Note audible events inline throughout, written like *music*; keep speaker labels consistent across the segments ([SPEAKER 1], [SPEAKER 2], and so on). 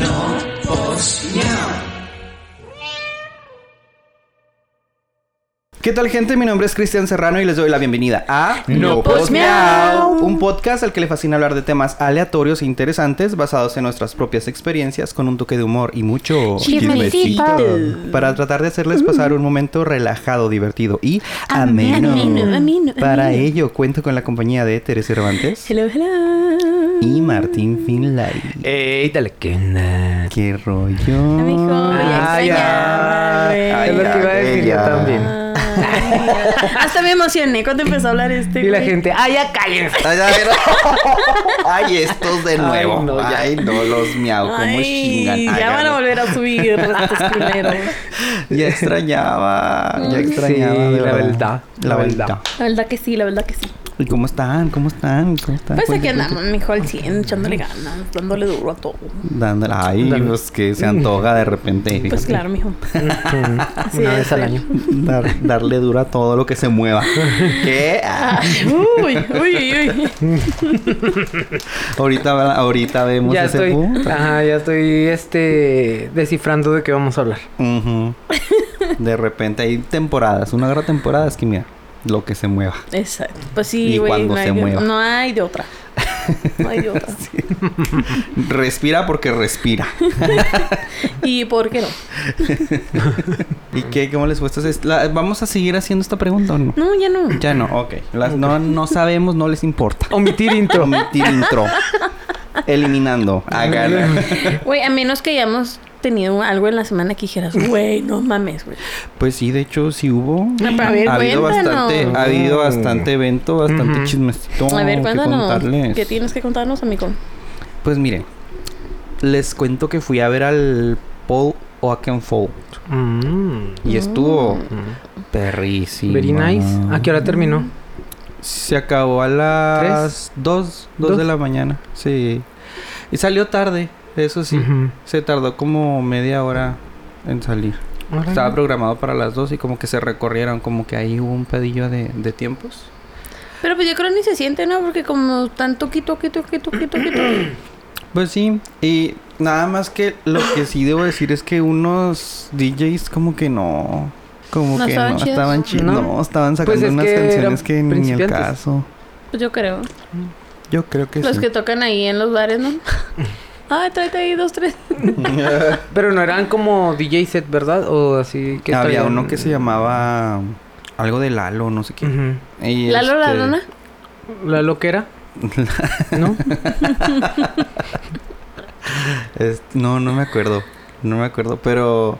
[SPEAKER 1] No os miau.
[SPEAKER 2] ¿Qué tal gente? Mi nombre es Cristian Serrano y les doy la bienvenida a
[SPEAKER 3] No Post Miau.
[SPEAKER 2] un podcast al que le fascina hablar de temas aleatorios e interesantes basados en nuestras propias experiencias con un toque de humor y mucho
[SPEAKER 3] Chismecito.
[SPEAKER 2] chismecito, para tratar de hacerles pasar un momento relajado, divertido y ameno.
[SPEAKER 3] Ah, Ameno, ameno,
[SPEAKER 2] Para
[SPEAKER 3] ameno.
[SPEAKER 2] ello cuento con la compañía de Teresa Cervantes
[SPEAKER 3] Hello, hello.
[SPEAKER 2] *laughs* y Martín Finlay.
[SPEAKER 4] Ey, dale que nada.
[SPEAKER 2] ¡Qué rollo!
[SPEAKER 3] Amigo, ya
[SPEAKER 4] Ay,
[SPEAKER 3] extrañaba,
[SPEAKER 4] ay, es
[SPEAKER 3] güey.
[SPEAKER 4] lo que iba a decir yo
[SPEAKER 2] ella.
[SPEAKER 4] también.
[SPEAKER 3] Ay, Hasta me emocioné cuando empezó a hablar este.
[SPEAKER 4] Y la
[SPEAKER 3] güey.
[SPEAKER 4] gente, ¡ay, ya *laughs* cállense!
[SPEAKER 2] Ay, a ver. *laughs* Ay, estos de
[SPEAKER 4] Ay,
[SPEAKER 2] nuevo. Ay,
[SPEAKER 4] no,
[SPEAKER 2] no,
[SPEAKER 4] ya.
[SPEAKER 2] los miau, cómo
[SPEAKER 3] Ay,
[SPEAKER 2] chingan. Ay,
[SPEAKER 3] ya van a volver a subir estos culeros.
[SPEAKER 2] Ya extrañaba, ya extrañaba.
[SPEAKER 4] Sí,
[SPEAKER 2] de
[SPEAKER 4] la verdad,
[SPEAKER 2] La
[SPEAKER 4] la verdad.
[SPEAKER 2] verdad.
[SPEAKER 3] La verdad que sí, la verdad que sí.
[SPEAKER 2] ¿Y cómo están? ¿Cómo están? ¿Cómo están?
[SPEAKER 3] Pues aquí
[SPEAKER 2] Cuéntame,
[SPEAKER 3] andamos, mijo, al 100, echándole ganas, dándole duro a todo.
[SPEAKER 2] cuéntame. Dándole. Ay,
[SPEAKER 4] Dándole.
[SPEAKER 2] pues que se antoja de repente. *laughs*
[SPEAKER 3] Pues
[SPEAKER 2] fíjate.
[SPEAKER 3] claro, mijo. Así
[SPEAKER 4] Una
[SPEAKER 3] debe
[SPEAKER 4] vez al
[SPEAKER 3] ser.
[SPEAKER 4] año.
[SPEAKER 2] Dar- darle duro a todo lo que se mueva. ¿Qué? Ah,
[SPEAKER 3] Uy, uy, uy.
[SPEAKER 2] ahorita, ahorita vemos
[SPEAKER 4] Ya
[SPEAKER 2] ese
[SPEAKER 4] estoy,
[SPEAKER 2] punto.
[SPEAKER 4] ajá, ya estoy, este, descifrando de qué vamos a hablar.
[SPEAKER 2] Ujú. De repente hay temporadas. Una gran temporada es que mira, lo que se mueva.
[SPEAKER 3] Exacto. Pues
[SPEAKER 2] Y
[SPEAKER 3] sí, güey.
[SPEAKER 2] cuando
[SPEAKER 3] No, hay
[SPEAKER 2] se
[SPEAKER 3] de-
[SPEAKER 2] mueva.
[SPEAKER 3] no hay de otra. No hay de otra.
[SPEAKER 2] Respira porque respira.
[SPEAKER 3] ¿Y por qué no?
[SPEAKER 2] ¿Y qué? ¿Cómo les fue? Estas es- la- ¿Vamos a seguir haciendo esta pregunta o no?
[SPEAKER 3] No, ya no.
[SPEAKER 2] Ya no, ok. Las, no, no sabemos, no les importa.
[SPEAKER 4] Omitir intro.
[SPEAKER 2] Omitir intro. Eliminando. Hagan.
[SPEAKER 3] Güey, a menos que hayamos tenido algo en la semana que dijeras, güey, no mames, güey.
[SPEAKER 2] Pues sí, de hecho, sí hubo.
[SPEAKER 3] No, pero a
[SPEAKER 2] *laughs*
[SPEAKER 3] ver,
[SPEAKER 2] ha habido
[SPEAKER 3] cuéntanos.
[SPEAKER 2] bastante, ha habido bastante evento, bastante
[SPEAKER 4] Oh. Ujú.
[SPEAKER 2] chismecito.
[SPEAKER 3] A ver,
[SPEAKER 2] que
[SPEAKER 3] cuéntanos.
[SPEAKER 2] contarles.
[SPEAKER 3] ¿Qué tienes que contarnos, amigo?
[SPEAKER 2] Pues miren, les cuento que fui a ver al Paul Oakenfold.
[SPEAKER 4] Mm,
[SPEAKER 2] Y estuvo
[SPEAKER 4] mm.
[SPEAKER 2] perrísimo.
[SPEAKER 4] Very nice. ¿A qué hora terminó?
[SPEAKER 2] Se acabó a las 2,
[SPEAKER 4] ¿Dos?
[SPEAKER 2] de la mañana, sí. Y salió tarde, eso sí.
[SPEAKER 4] Ujú.
[SPEAKER 2] Se tardó como media hora en salir.
[SPEAKER 4] Órale.
[SPEAKER 2] Estaba programado para las 2 y como que se recorrieron, como que ahí hubo un pedillo de, de tiempos.
[SPEAKER 3] Pero pues yo creo ni se siente, ¿no? Porque como tan toqui, toqui, toqui, toqui, toqui,
[SPEAKER 2] *clears throat*
[SPEAKER 3] toqui.
[SPEAKER 2] Pues sí, y nada más que lo que sí debo decir es que unos DJs como que no... Como
[SPEAKER 3] ¿No
[SPEAKER 2] que
[SPEAKER 3] estaban
[SPEAKER 2] no,
[SPEAKER 3] chidos?
[SPEAKER 2] estaban chidos.
[SPEAKER 4] ¿No? Pues
[SPEAKER 2] No, estaban sacando
[SPEAKER 4] es
[SPEAKER 2] unas
[SPEAKER 4] que eran
[SPEAKER 2] canciones que ni el
[SPEAKER 4] principiantes.
[SPEAKER 2] caso.
[SPEAKER 3] Pues yo creo.
[SPEAKER 2] Yo creo que
[SPEAKER 3] Los
[SPEAKER 2] sí.
[SPEAKER 3] que tocan ahí en los
[SPEAKER 2] *laughs*
[SPEAKER 3] bares, ¿no? Ay, tráete ahí dos, tres.
[SPEAKER 4] Pero no eran como DJ set, ¿verdad? O así que
[SPEAKER 2] Había
[SPEAKER 4] traían-
[SPEAKER 2] uno que se llamaba algo de Lalo, no sé qué.
[SPEAKER 4] Ujú.
[SPEAKER 2] Y este,
[SPEAKER 3] Lalo la luna.
[SPEAKER 2] *laughs*
[SPEAKER 4] La loquera. ¿No?
[SPEAKER 2] es- no, no me acuerdo. No me acuerdo, pero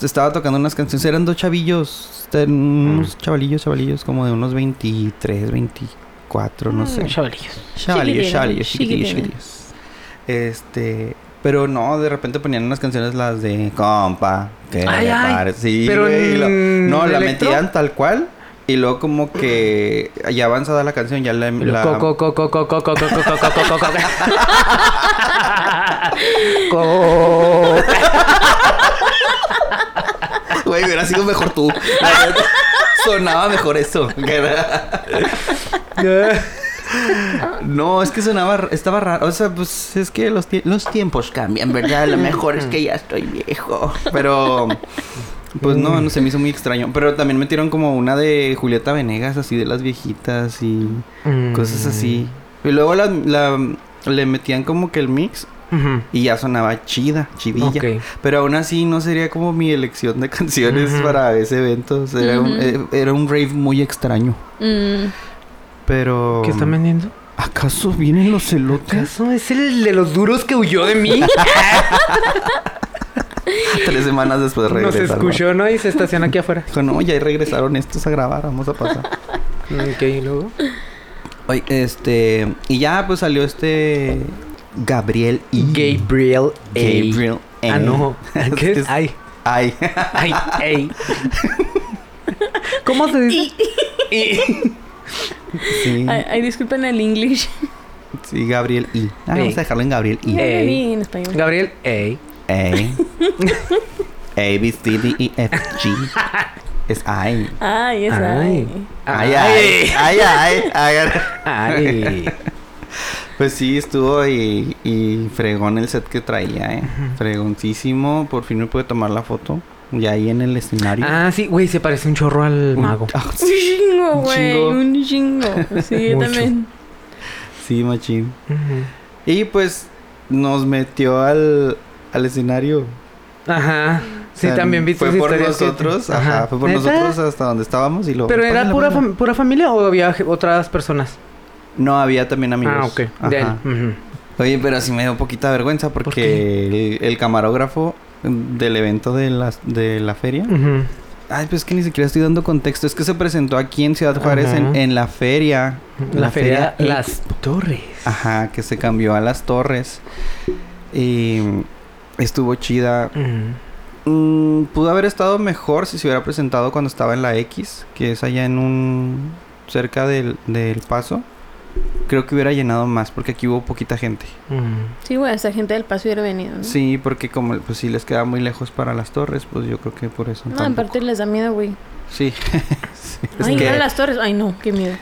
[SPEAKER 2] estaba tocando unas canciones. Eran dos chavillos. eran
[SPEAKER 4] Mm.
[SPEAKER 2] Unos chavalillos, chavalillos, como de unos 23, 24,
[SPEAKER 3] Mm.
[SPEAKER 2] no sé.
[SPEAKER 4] Chavalillos.
[SPEAKER 2] Chavalillos,
[SPEAKER 3] Chiquitillos,
[SPEAKER 2] chavalillos, chiquitillos,
[SPEAKER 3] chiquitillos.
[SPEAKER 2] chiquitillos. Este. Pero no, de repente ponían unas canciones las de compa, que
[SPEAKER 4] Ay,
[SPEAKER 2] le
[SPEAKER 4] ay.
[SPEAKER 2] pare- Sí,
[SPEAKER 4] Pero
[SPEAKER 2] güey, y lo-
[SPEAKER 4] en
[SPEAKER 2] no, la
[SPEAKER 4] electro.
[SPEAKER 2] metían tal cual y luego como que ya avanzada la canción ya la, la-
[SPEAKER 4] Coco, coco, coco, coco, coco, coco, coco, coco, coco.
[SPEAKER 2] *laughs* *laughs*
[SPEAKER 4] Co- *laughs*
[SPEAKER 2] Güey, hubiera sido mejor tú. La neta, sonaba mejor eso.
[SPEAKER 4] *laughs*
[SPEAKER 2] No, es que sonaba, estaba raro. O sea, pues es que los, tie- los tiempos cambian, ¿verdad?
[SPEAKER 4] *laughs*
[SPEAKER 2] Lo mejor es que ya estoy viejo. Pero, pues no, no se me hizo muy extraño. Pero también metieron como una de Julieta Venegas, así de las viejitas y
[SPEAKER 4] Mm.
[SPEAKER 2] cosas así. Y luego la, la- le metían como que el mix
[SPEAKER 4] Ujú.
[SPEAKER 2] y ya sonaba chida, chidilla.
[SPEAKER 4] Ok.
[SPEAKER 2] Pero aún así no sería como mi elección de *laughs* canciones
[SPEAKER 4] Ujú.
[SPEAKER 2] para ese evento. O sea, era, un, eh, era un rave muy extraño.
[SPEAKER 3] Mm.
[SPEAKER 2] Pero...
[SPEAKER 4] ¿Qué están vendiendo?
[SPEAKER 2] ¿Acaso vienen los elotes?
[SPEAKER 4] ¿Acaso es el de los duros que huyó
[SPEAKER 2] *laughs*
[SPEAKER 4] de mí?
[SPEAKER 2] Tres semanas después
[SPEAKER 4] Nos
[SPEAKER 2] regresaron.
[SPEAKER 4] escuchó, *laughs* ¿no? Y se estaciona
[SPEAKER 2] *laughs*
[SPEAKER 4] aquí afuera.
[SPEAKER 2] Dijo, no, ya regresaron estos a grabar, vamos a pasar.
[SPEAKER 4] Ok, ¿y luego?
[SPEAKER 2] Oye, este... Y ya, pues salió este... Gabriel y...
[SPEAKER 4] Gabriel A.
[SPEAKER 2] Gabriel A. *laughs*
[SPEAKER 4] Ah, no. ¿Qué
[SPEAKER 2] Es-
[SPEAKER 4] es? Ay.
[SPEAKER 2] Ay. *laughs*
[SPEAKER 4] Ay, ey. ¿Cómo se dice?
[SPEAKER 2] Sí,
[SPEAKER 3] Ay, ay, disculpen el English.
[SPEAKER 2] sí, Gabriel y... Ah,
[SPEAKER 4] Ey.
[SPEAKER 3] *laughs*
[SPEAKER 2] vamos a dejarlo en Gabriel y...
[SPEAKER 3] Ya
[SPEAKER 4] Ey.
[SPEAKER 3] lo vi en español.
[SPEAKER 4] Gabriel A.
[SPEAKER 2] Ey. A, B, C, D, E, F, G.
[SPEAKER 4] *laughs*
[SPEAKER 2] Es I.
[SPEAKER 3] Ay, esa.
[SPEAKER 4] Ah. Ay.
[SPEAKER 2] Ay, ay, ay, ay, ay. *laughs*
[SPEAKER 4] Ay.
[SPEAKER 2] Pues sí, estuvo y, y fregón el set que traía, eh. Fregoncísimo. Por fin me pude tomar la foto. Ya ahí en el escenario.
[SPEAKER 4] Ah, sí, güey, se parece un chorro al mago.
[SPEAKER 2] *laughs* Ah,
[SPEAKER 3] Un chingo,
[SPEAKER 2] Un
[SPEAKER 3] güey.
[SPEAKER 2] chingo.
[SPEAKER 3] Un chingo. Sí, yo
[SPEAKER 4] Mucho.
[SPEAKER 3] también.
[SPEAKER 2] sí, machín.
[SPEAKER 4] Ujú.
[SPEAKER 2] Y pues nos metió al, al escenario.
[SPEAKER 4] Ajá.
[SPEAKER 2] O
[SPEAKER 4] Sí,
[SPEAKER 2] sea,
[SPEAKER 4] también vi
[SPEAKER 2] Fue
[SPEAKER 4] tus
[SPEAKER 2] por
[SPEAKER 4] historias que-
[SPEAKER 2] nosotros, ajá, fue por
[SPEAKER 4] ¿Neta?
[SPEAKER 2] nosotros hasta donde estábamos y lo.
[SPEAKER 4] ¿Pero era
[SPEAKER 2] Pásale,
[SPEAKER 4] pura,
[SPEAKER 2] pásale.
[SPEAKER 4] fam- pura familia o había je- otras personas?
[SPEAKER 2] No, había también amigos.
[SPEAKER 4] Ah, ok.
[SPEAKER 2] Ajá.
[SPEAKER 4] De él. Ujú.
[SPEAKER 2] Oye, pero sí me dio poquita vergüenza porque el, el camarógrafo del evento de la, de la feria.
[SPEAKER 4] Ujú.
[SPEAKER 2] Ay, pues es que ni siquiera estoy dando contexto. Es que se presentó aquí en Ciudad Juárez
[SPEAKER 4] Ajá.
[SPEAKER 2] en, en la feria.
[SPEAKER 4] La, feria,
[SPEAKER 2] Ex-
[SPEAKER 4] Las Torres.
[SPEAKER 2] Ajá, que se cambió a las torres. Y estuvo chida.
[SPEAKER 4] Ujú.
[SPEAKER 2] Mm, pudo haber estado mejor si se hubiera presentado cuando estaba en la X, que es allá en un... cerca del, del paso. Creo que hubiera llenado más porque aquí hubo poquita gente.
[SPEAKER 4] Ujú.
[SPEAKER 3] Sí, güey, esa gente del paso hubiera venido, ¿no?
[SPEAKER 2] Sí, porque como pues sí les queda muy lejos para las torres, pues yo creo que por eso.
[SPEAKER 3] No, en
[SPEAKER 2] tampoco.
[SPEAKER 3] parte les da miedo, güey.
[SPEAKER 2] Sí. Sí, es
[SPEAKER 3] Ay,
[SPEAKER 2] que-
[SPEAKER 3] no, las torres. Ay, no, qué miedo.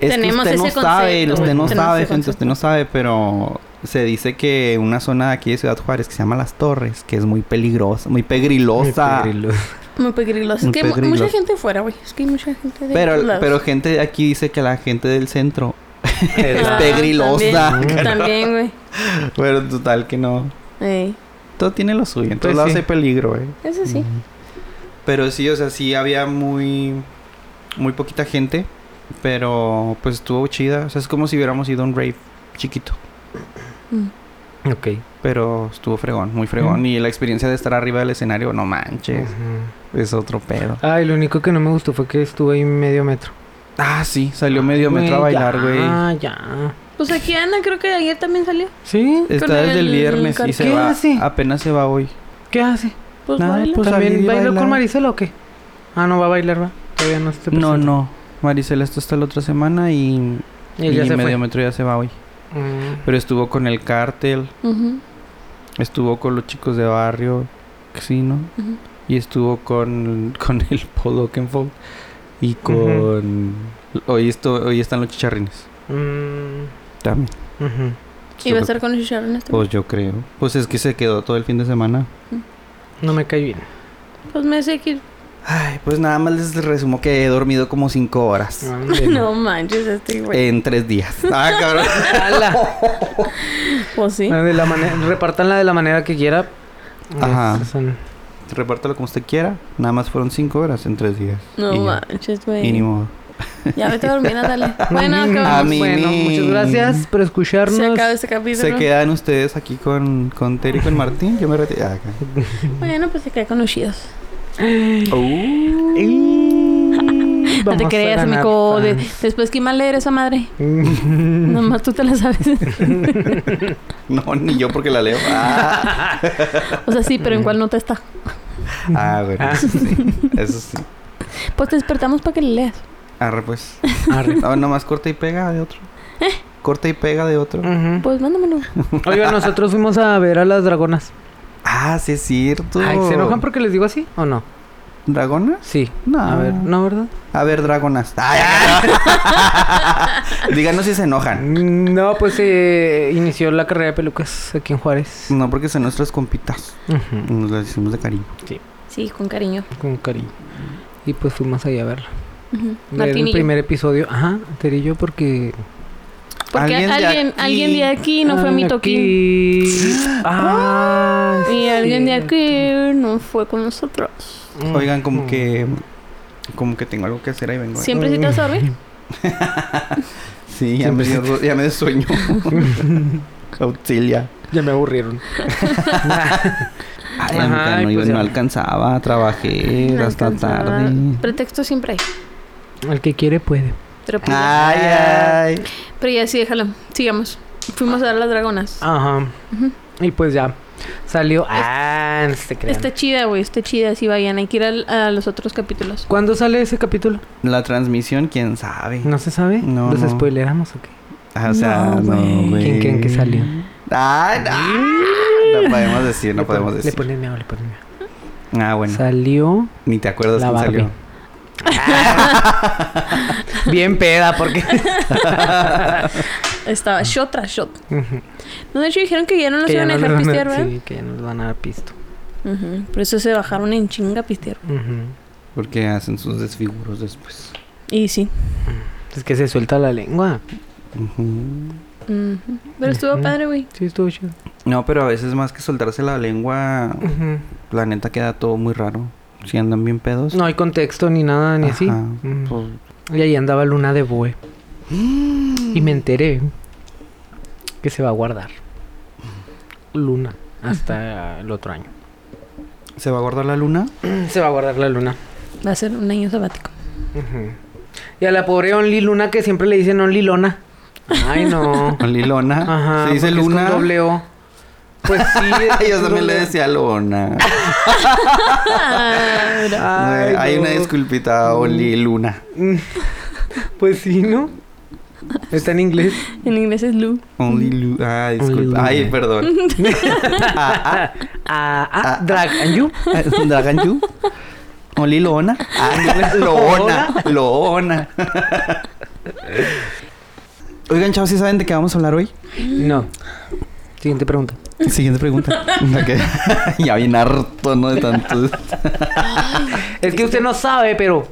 [SPEAKER 2] Es
[SPEAKER 3] Tenemos
[SPEAKER 2] que usted
[SPEAKER 3] ese
[SPEAKER 2] no sabe, usted no
[SPEAKER 3] concepto, güey. Tenemos
[SPEAKER 2] sabe,
[SPEAKER 3] ese
[SPEAKER 2] gente, usted
[SPEAKER 3] concepto.
[SPEAKER 2] no sabe, pero se dice que una zona de aquí de Ciudad Juárez que se llama Las Torres, que es muy peligrosa, muy pegrilosa. *laughs*
[SPEAKER 4] Muy pegriloso.
[SPEAKER 2] Muy
[SPEAKER 3] Muy pegriloso. Es que mu-
[SPEAKER 2] pegriloso.
[SPEAKER 3] mucha gente fuera, güey. Es que hay mucha gente de
[SPEAKER 2] Pero,
[SPEAKER 3] todos lados.
[SPEAKER 2] pero gente de aquí dice que la gente del centro *laughs* es
[SPEAKER 4] *laughs*
[SPEAKER 3] Ah,
[SPEAKER 2] pegrilosa. *laughs*
[SPEAKER 3] también, También, güey.
[SPEAKER 2] Pero total que no.
[SPEAKER 3] Ey,
[SPEAKER 2] Todo tiene lo suyo, en todos
[SPEAKER 4] Pues
[SPEAKER 2] lados
[SPEAKER 4] sí.
[SPEAKER 2] hay peligro, eh.
[SPEAKER 3] Eso Pues sí.
[SPEAKER 2] Pero sí, o sea, sí había muy muy poquita gente, pero pues estuvo chida, o sea, es como si hubiéramos ido a un rave chiquito.
[SPEAKER 3] Mm.
[SPEAKER 4] Ok.
[SPEAKER 2] Pero estuvo fregón, muy fregón. Y la experiencia de estar arriba del escenario, no manches.
[SPEAKER 4] Ujú.
[SPEAKER 2] Es otro pedo.
[SPEAKER 4] Ay, lo único que no me gustó fue que estuve ahí medio metro.
[SPEAKER 2] Ah, sí, salió medio
[SPEAKER 4] Güey,
[SPEAKER 2] metro a bailar,
[SPEAKER 4] ya,
[SPEAKER 2] güey.
[SPEAKER 4] Ah, ya.
[SPEAKER 3] Pues aquí Ana creo que ayer también salió.
[SPEAKER 4] ¿Sí?
[SPEAKER 2] Está
[SPEAKER 3] Con
[SPEAKER 2] desde el
[SPEAKER 3] el
[SPEAKER 2] viernes y
[SPEAKER 3] cartel.
[SPEAKER 2] se
[SPEAKER 4] ¿Qué
[SPEAKER 2] va.
[SPEAKER 4] hace?
[SPEAKER 2] Apenas se va hoy.
[SPEAKER 4] ¿Qué hace?
[SPEAKER 3] Pues
[SPEAKER 2] Nada,
[SPEAKER 3] baila.
[SPEAKER 2] pues, salir
[SPEAKER 4] ¿También
[SPEAKER 2] y
[SPEAKER 4] bailó
[SPEAKER 2] bailar.
[SPEAKER 4] con Marisela o qué? Ah, no va a bailar, va. Todavía no se
[SPEAKER 2] No,
[SPEAKER 4] presenta.
[SPEAKER 2] no. Marisela, esto está la otra semana y,
[SPEAKER 4] Y él ya
[SPEAKER 2] y
[SPEAKER 4] se
[SPEAKER 2] medio
[SPEAKER 4] fue.
[SPEAKER 2] metro ya se va hoy.
[SPEAKER 4] Mm.
[SPEAKER 2] Pero estuvo con el cártel,
[SPEAKER 3] Ujú,
[SPEAKER 2] estuvo con los chicos de barrio, que sí, ¿no?
[SPEAKER 3] ujú.
[SPEAKER 2] Y estuvo con, *laughs* con el Paul Oakenfold y con... hoy, esto, hoy están los chicharrines.
[SPEAKER 4] Mm,
[SPEAKER 2] También.
[SPEAKER 4] ujú.
[SPEAKER 3] Iba a estar con este los chicharrones también.
[SPEAKER 2] Pues yo creo. Pues es que se quedó todo el fin de semana.
[SPEAKER 4] No me *laughs* cae bien.
[SPEAKER 3] Pues, me sé que...
[SPEAKER 2] Ay, pues nada más les resumo que he dormido como cinco horas.
[SPEAKER 4] Ándale.
[SPEAKER 3] *laughs* No manches, este güey.
[SPEAKER 2] En tres días. Ah, cabrón.
[SPEAKER 4] Ala.
[SPEAKER 3] Pues
[SPEAKER 2] eh,
[SPEAKER 3] sí.
[SPEAKER 4] De la mane- Repártanla de la manera que quiera.
[SPEAKER 2] Ajá.
[SPEAKER 4] Es- son-
[SPEAKER 2] Repártalo como usted quiera. Nada más fueron cinco horas en tres días.
[SPEAKER 3] No
[SPEAKER 2] y ya.
[SPEAKER 3] manches, güey.
[SPEAKER 2] Y ni modo.
[SPEAKER 3] Ya vete a
[SPEAKER 2] *laughs*
[SPEAKER 3] dormir, dale. Bueno,
[SPEAKER 4] Mm,
[SPEAKER 2] A mí.
[SPEAKER 3] acabamos.
[SPEAKER 4] Bueno, muchas gracias por escucharnos. *laughs*
[SPEAKER 3] Se acaba este capítulo.
[SPEAKER 2] Se quedan ustedes aquí con, con Terry y con Martín. Yo me retiro. Ah, acá.
[SPEAKER 3] Bueno, pues se queda con los chidos.
[SPEAKER 2] Oh.
[SPEAKER 4] Y
[SPEAKER 3] *laughs* No
[SPEAKER 4] vamos
[SPEAKER 3] te
[SPEAKER 4] a
[SPEAKER 3] creas,
[SPEAKER 4] ganar Ah.
[SPEAKER 3] amigo. de-
[SPEAKER 4] fans.
[SPEAKER 3] después, ¿quién va a leer esa madre? Nomás tú te la sabes.
[SPEAKER 2] *laughs*
[SPEAKER 3] *laughs*
[SPEAKER 2] No, ni yo porque la leo. Ah,
[SPEAKER 3] o sea, sí, pero ¿en cuál nota está?
[SPEAKER 2] ah bueno. Eso sí. Eso sí.
[SPEAKER 3] Pues te despertamos para que le leas.
[SPEAKER 2] Arre, pues.
[SPEAKER 4] *laughs* Arre.
[SPEAKER 2] No, nomás corta y pega de otro. Corta y pega de otro.
[SPEAKER 4] Ujú.
[SPEAKER 3] Pues mándamelo.
[SPEAKER 4] Oigan, nosotros fuimos a ver a las dragonas.
[SPEAKER 2] Ah, sí es cierto.
[SPEAKER 4] Ay, ¿Se enojan porque les digo así o no?
[SPEAKER 2] ¿Dragonas?
[SPEAKER 4] Sí.
[SPEAKER 2] No.
[SPEAKER 4] A ver, ¿no, verdad?
[SPEAKER 2] A ver, dragonas. Ay, ay, no. Díganos si se enojan.
[SPEAKER 4] Mm, No, pues eh, inició la carrera de pelucas aquí en Juárez.
[SPEAKER 2] No, porque son nuestras compitas.
[SPEAKER 4] Ujú,
[SPEAKER 2] Nos las hicimos de cariño.
[SPEAKER 3] Sí, con cariño.
[SPEAKER 4] Con cariño. Y pues fuimos ahí a verla.
[SPEAKER 3] Ujú.
[SPEAKER 4] Ver
[SPEAKER 3] Martín
[SPEAKER 4] el
[SPEAKER 3] y yo.
[SPEAKER 4] primer episodio. Ajá, Terillo, porque.
[SPEAKER 3] Porque
[SPEAKER 2] Alguien de
[SPEAKER 3] alguien, alguien,
[SPEAKER 2] aquí.
[SPEAKER 3] de aquí no fue a mi toquín.
[SPEAKER 4] toquín.
[SPEAKER 3] *gasps*
[SPEAKER 4] Ah, sí,
[SPEAKER 3] Y alguien de
[SPEAKER 4] cierto.
[SPEAKER 3] aquí no fue con nosotros.
[SPEAKER 4] Mm.
[SPEAKER 2] Oigan, como
[SPEAKER 4] Mm.
[SPEAKER 2] que. Como que tengo algo que hacer ahí vengo. ¿eh?
[SPEAKER 3] ¿Siempre sí te vas a dormir?
[SPEAKER 2] Sí, ya me, dio- ya me dio
[SPEAKER 4] *laughs*
[SPEAKER 2] sueño. Auxilia.
[SPEAKER 4] Ya me aburrieron.
[SPEAKER 2] Ay,
[SPEAKER 4] Ajá,
[SPEAKER 2] amiga, no,
[SPEAKER 4] y
[SPEAKER 2] iba-
[SPEAKER 4] pues
[SPEAKER 2] no
[SPEAKER 4] ya.
[SPEAKER 2] alcanzaba, trabajé
[SPEAKER 3] No
[SPEAKER 2] hasta
[SPEAKER 3] alcanzaba.
[SPEAKER 2] tarde.
[SPEAKER 3] Pretexto siempre hay.
[SPEAKER 4] El que quiere puede.
[SPEAKER 3] Pero, pues ya.
[SPEAKER 2] Ay, ay.
[SPEAKER 3] Pero ya sí, déjalo. Sigamos. Fuimos a ver las dragonas.
[SPEAKER 4] Ajá. Y pues ya. Salió. Ah, no se crean.
[SPEAKER 3] Está chida, güey. Está chida. Sí, vayan. Hay que ir al- a los otros capítulos.
[SPEAKER 4] ¿Cuándo sale ese capítulo?
[SPEAKER 2] La transmisión, quién sabe.
[SPEAKER 4] ¿No se sabe?
[SPEAKER 2] No,
[SPEAKER 4] ¿Los
[SPEAKER 2] no.
[SPEAKER 4] spoileramos o qué?
[SPEAKER 2] Ah, O sea,
[SPEAKER 3] No,
[SPEAKER 2] no,
[SPEAKER 3] güey.
[SPEAKER 2] güey.
[SPEAKER 4] ¿Quién creen que salió?
[SPEAKER 2] Ay, no. No podemos decir, no
[SPEAKER 4] Le pon-
[SPEAKER 2] podemos decir.
[SPEAKER 4] Le ponen miedo, le ponen miedo.
[SPEAKER 2] Ah, bueno.
[SPEAKER 4] Salió
[SPEAKER 2] Ni te acuerdas
[SPEAKER 4] la
[SPEAKER 2] quién
[SPEAKER 4] Barbie.
[SPEAKER 2] salió.
[SPEAKER 4] *laughs* Bien peda, porque.
[SPEAKER 3] *laughs* Estaba shot tras shot. *laughs*
[SPEAKER 4] *laughs*
[SPEAKER 3] No, de hecho dijeron que ya no los
[SPEAKER 4] que ya
[SPEAKER 3] iban a
[SPEAKER 4] no
[SPEAKER 3] dejar
[SPEAKER 4] les van
[SPEAKER 3] pistear,
[SPEAKER 4] a-
[SPEAKER 3] ¿verdad?
[SPEAKER 4] Sí, que ya no les van a dar pisto.
[SPEAKER 3] Ujú, Por eso se bajaron en chinga a pistear.
[SPEAKER 4] Ujú.
[SPEAKER 2] *laughs* Porque hacen sus desfiguros después.
[SPEAKER 3] Y sí.
[SPEAKER 4] Es que se suelta la lengua.
[SPEAKER 2] Ujú.
[SPEAKER 3] Ujú. Pero estuvo
[SPEAKER 4] Ujú.
[SPEAKER 3] padre, güey.
[SPEAKER 4] Sí, estuvo chido.
[SPEAKER 2] No, pero a veces más que soltarse la lengua,
[SPEAKER 4] Ujú.
[SPEAKER 2] la neta queda todo muy raro. Si andan bien pedos.
[SPEAKER 4] No hay contexto ni nada, ni así. Mm.
[SPEAKER 2] Ajá,
[SPEAKER 4] Ujú.
[SPEAKER 2] pues,
[SPEAKER 4] Y ahí andaba Luna de Boe. Y me enteré que se va a guardar Luna hasta el otro año.
[SPEAKER 2] ¿Se va a guardar la luna?
[SPEAKER 4] Se va a guardar la Luna.
[SPEAKER 3] Va a ser un año sabático.
[SPEAKER 4] Ujú. Y a la pobre Only Luna que siempre le dicen Only Lona. Ay, no.
[SPEAKER 2] Con Lilona.
[SPEAKER 4] *laughs* Ajá.
[SPEAKER 2] Se dice
[SPEAKER 4] porque es con
[SPEAKER 2] luna. *laughs*
[SPEAKER 4] doble O. Pues sí. es
[SPEAKER 2] Yo
[SPEAKER 4] *laughs* con
[SPEAKER 2] también le
[SPEAKER 4] doble O.
[SPEAKER 2] decía lona.
[SPEAKER 3] Ah.
[SPEAKER 4] Ay,
[SPEAKER 2] Hay
[SPEAKER 4] no.
[SPEAKER 2] una disculpita a Oli Luna.
[SPEAKER 4] Mm. Pues sí, ¿no? Está en inglés.
[SPEAKER 3] En inglés es Lu.
[SPEAKER 2] Only Lu Ah, disculpa.
[SPEAKER 4] Luna.
[SPEAKER 2] Ay,
[SPEAKER 4] *laughs*
[SPEAKER 2] perdón.
[SPEAKER 4] Ah, ah, ah, drag and you.
[SPEAKER 2] Dragon You. Only Lona.
[SPEAKER 4] *laughs*
[SPEAKER 2] Ah, Lona. Lona. *laughs* Oigan, chavos, ¿sí saben de qué vamos a hablar hoy?
[SPEAKER 4] No. Siguiente pregunta.
[SPEAKER 2] Siguiente pregunta. *laughs* Ok. *laughs* ya bien harto, ¿no? De
[SPEAKER 4] *laughs*
[SPEAKER 2] tantos.
[SPEAKER 4] Es que usted no sabe, pero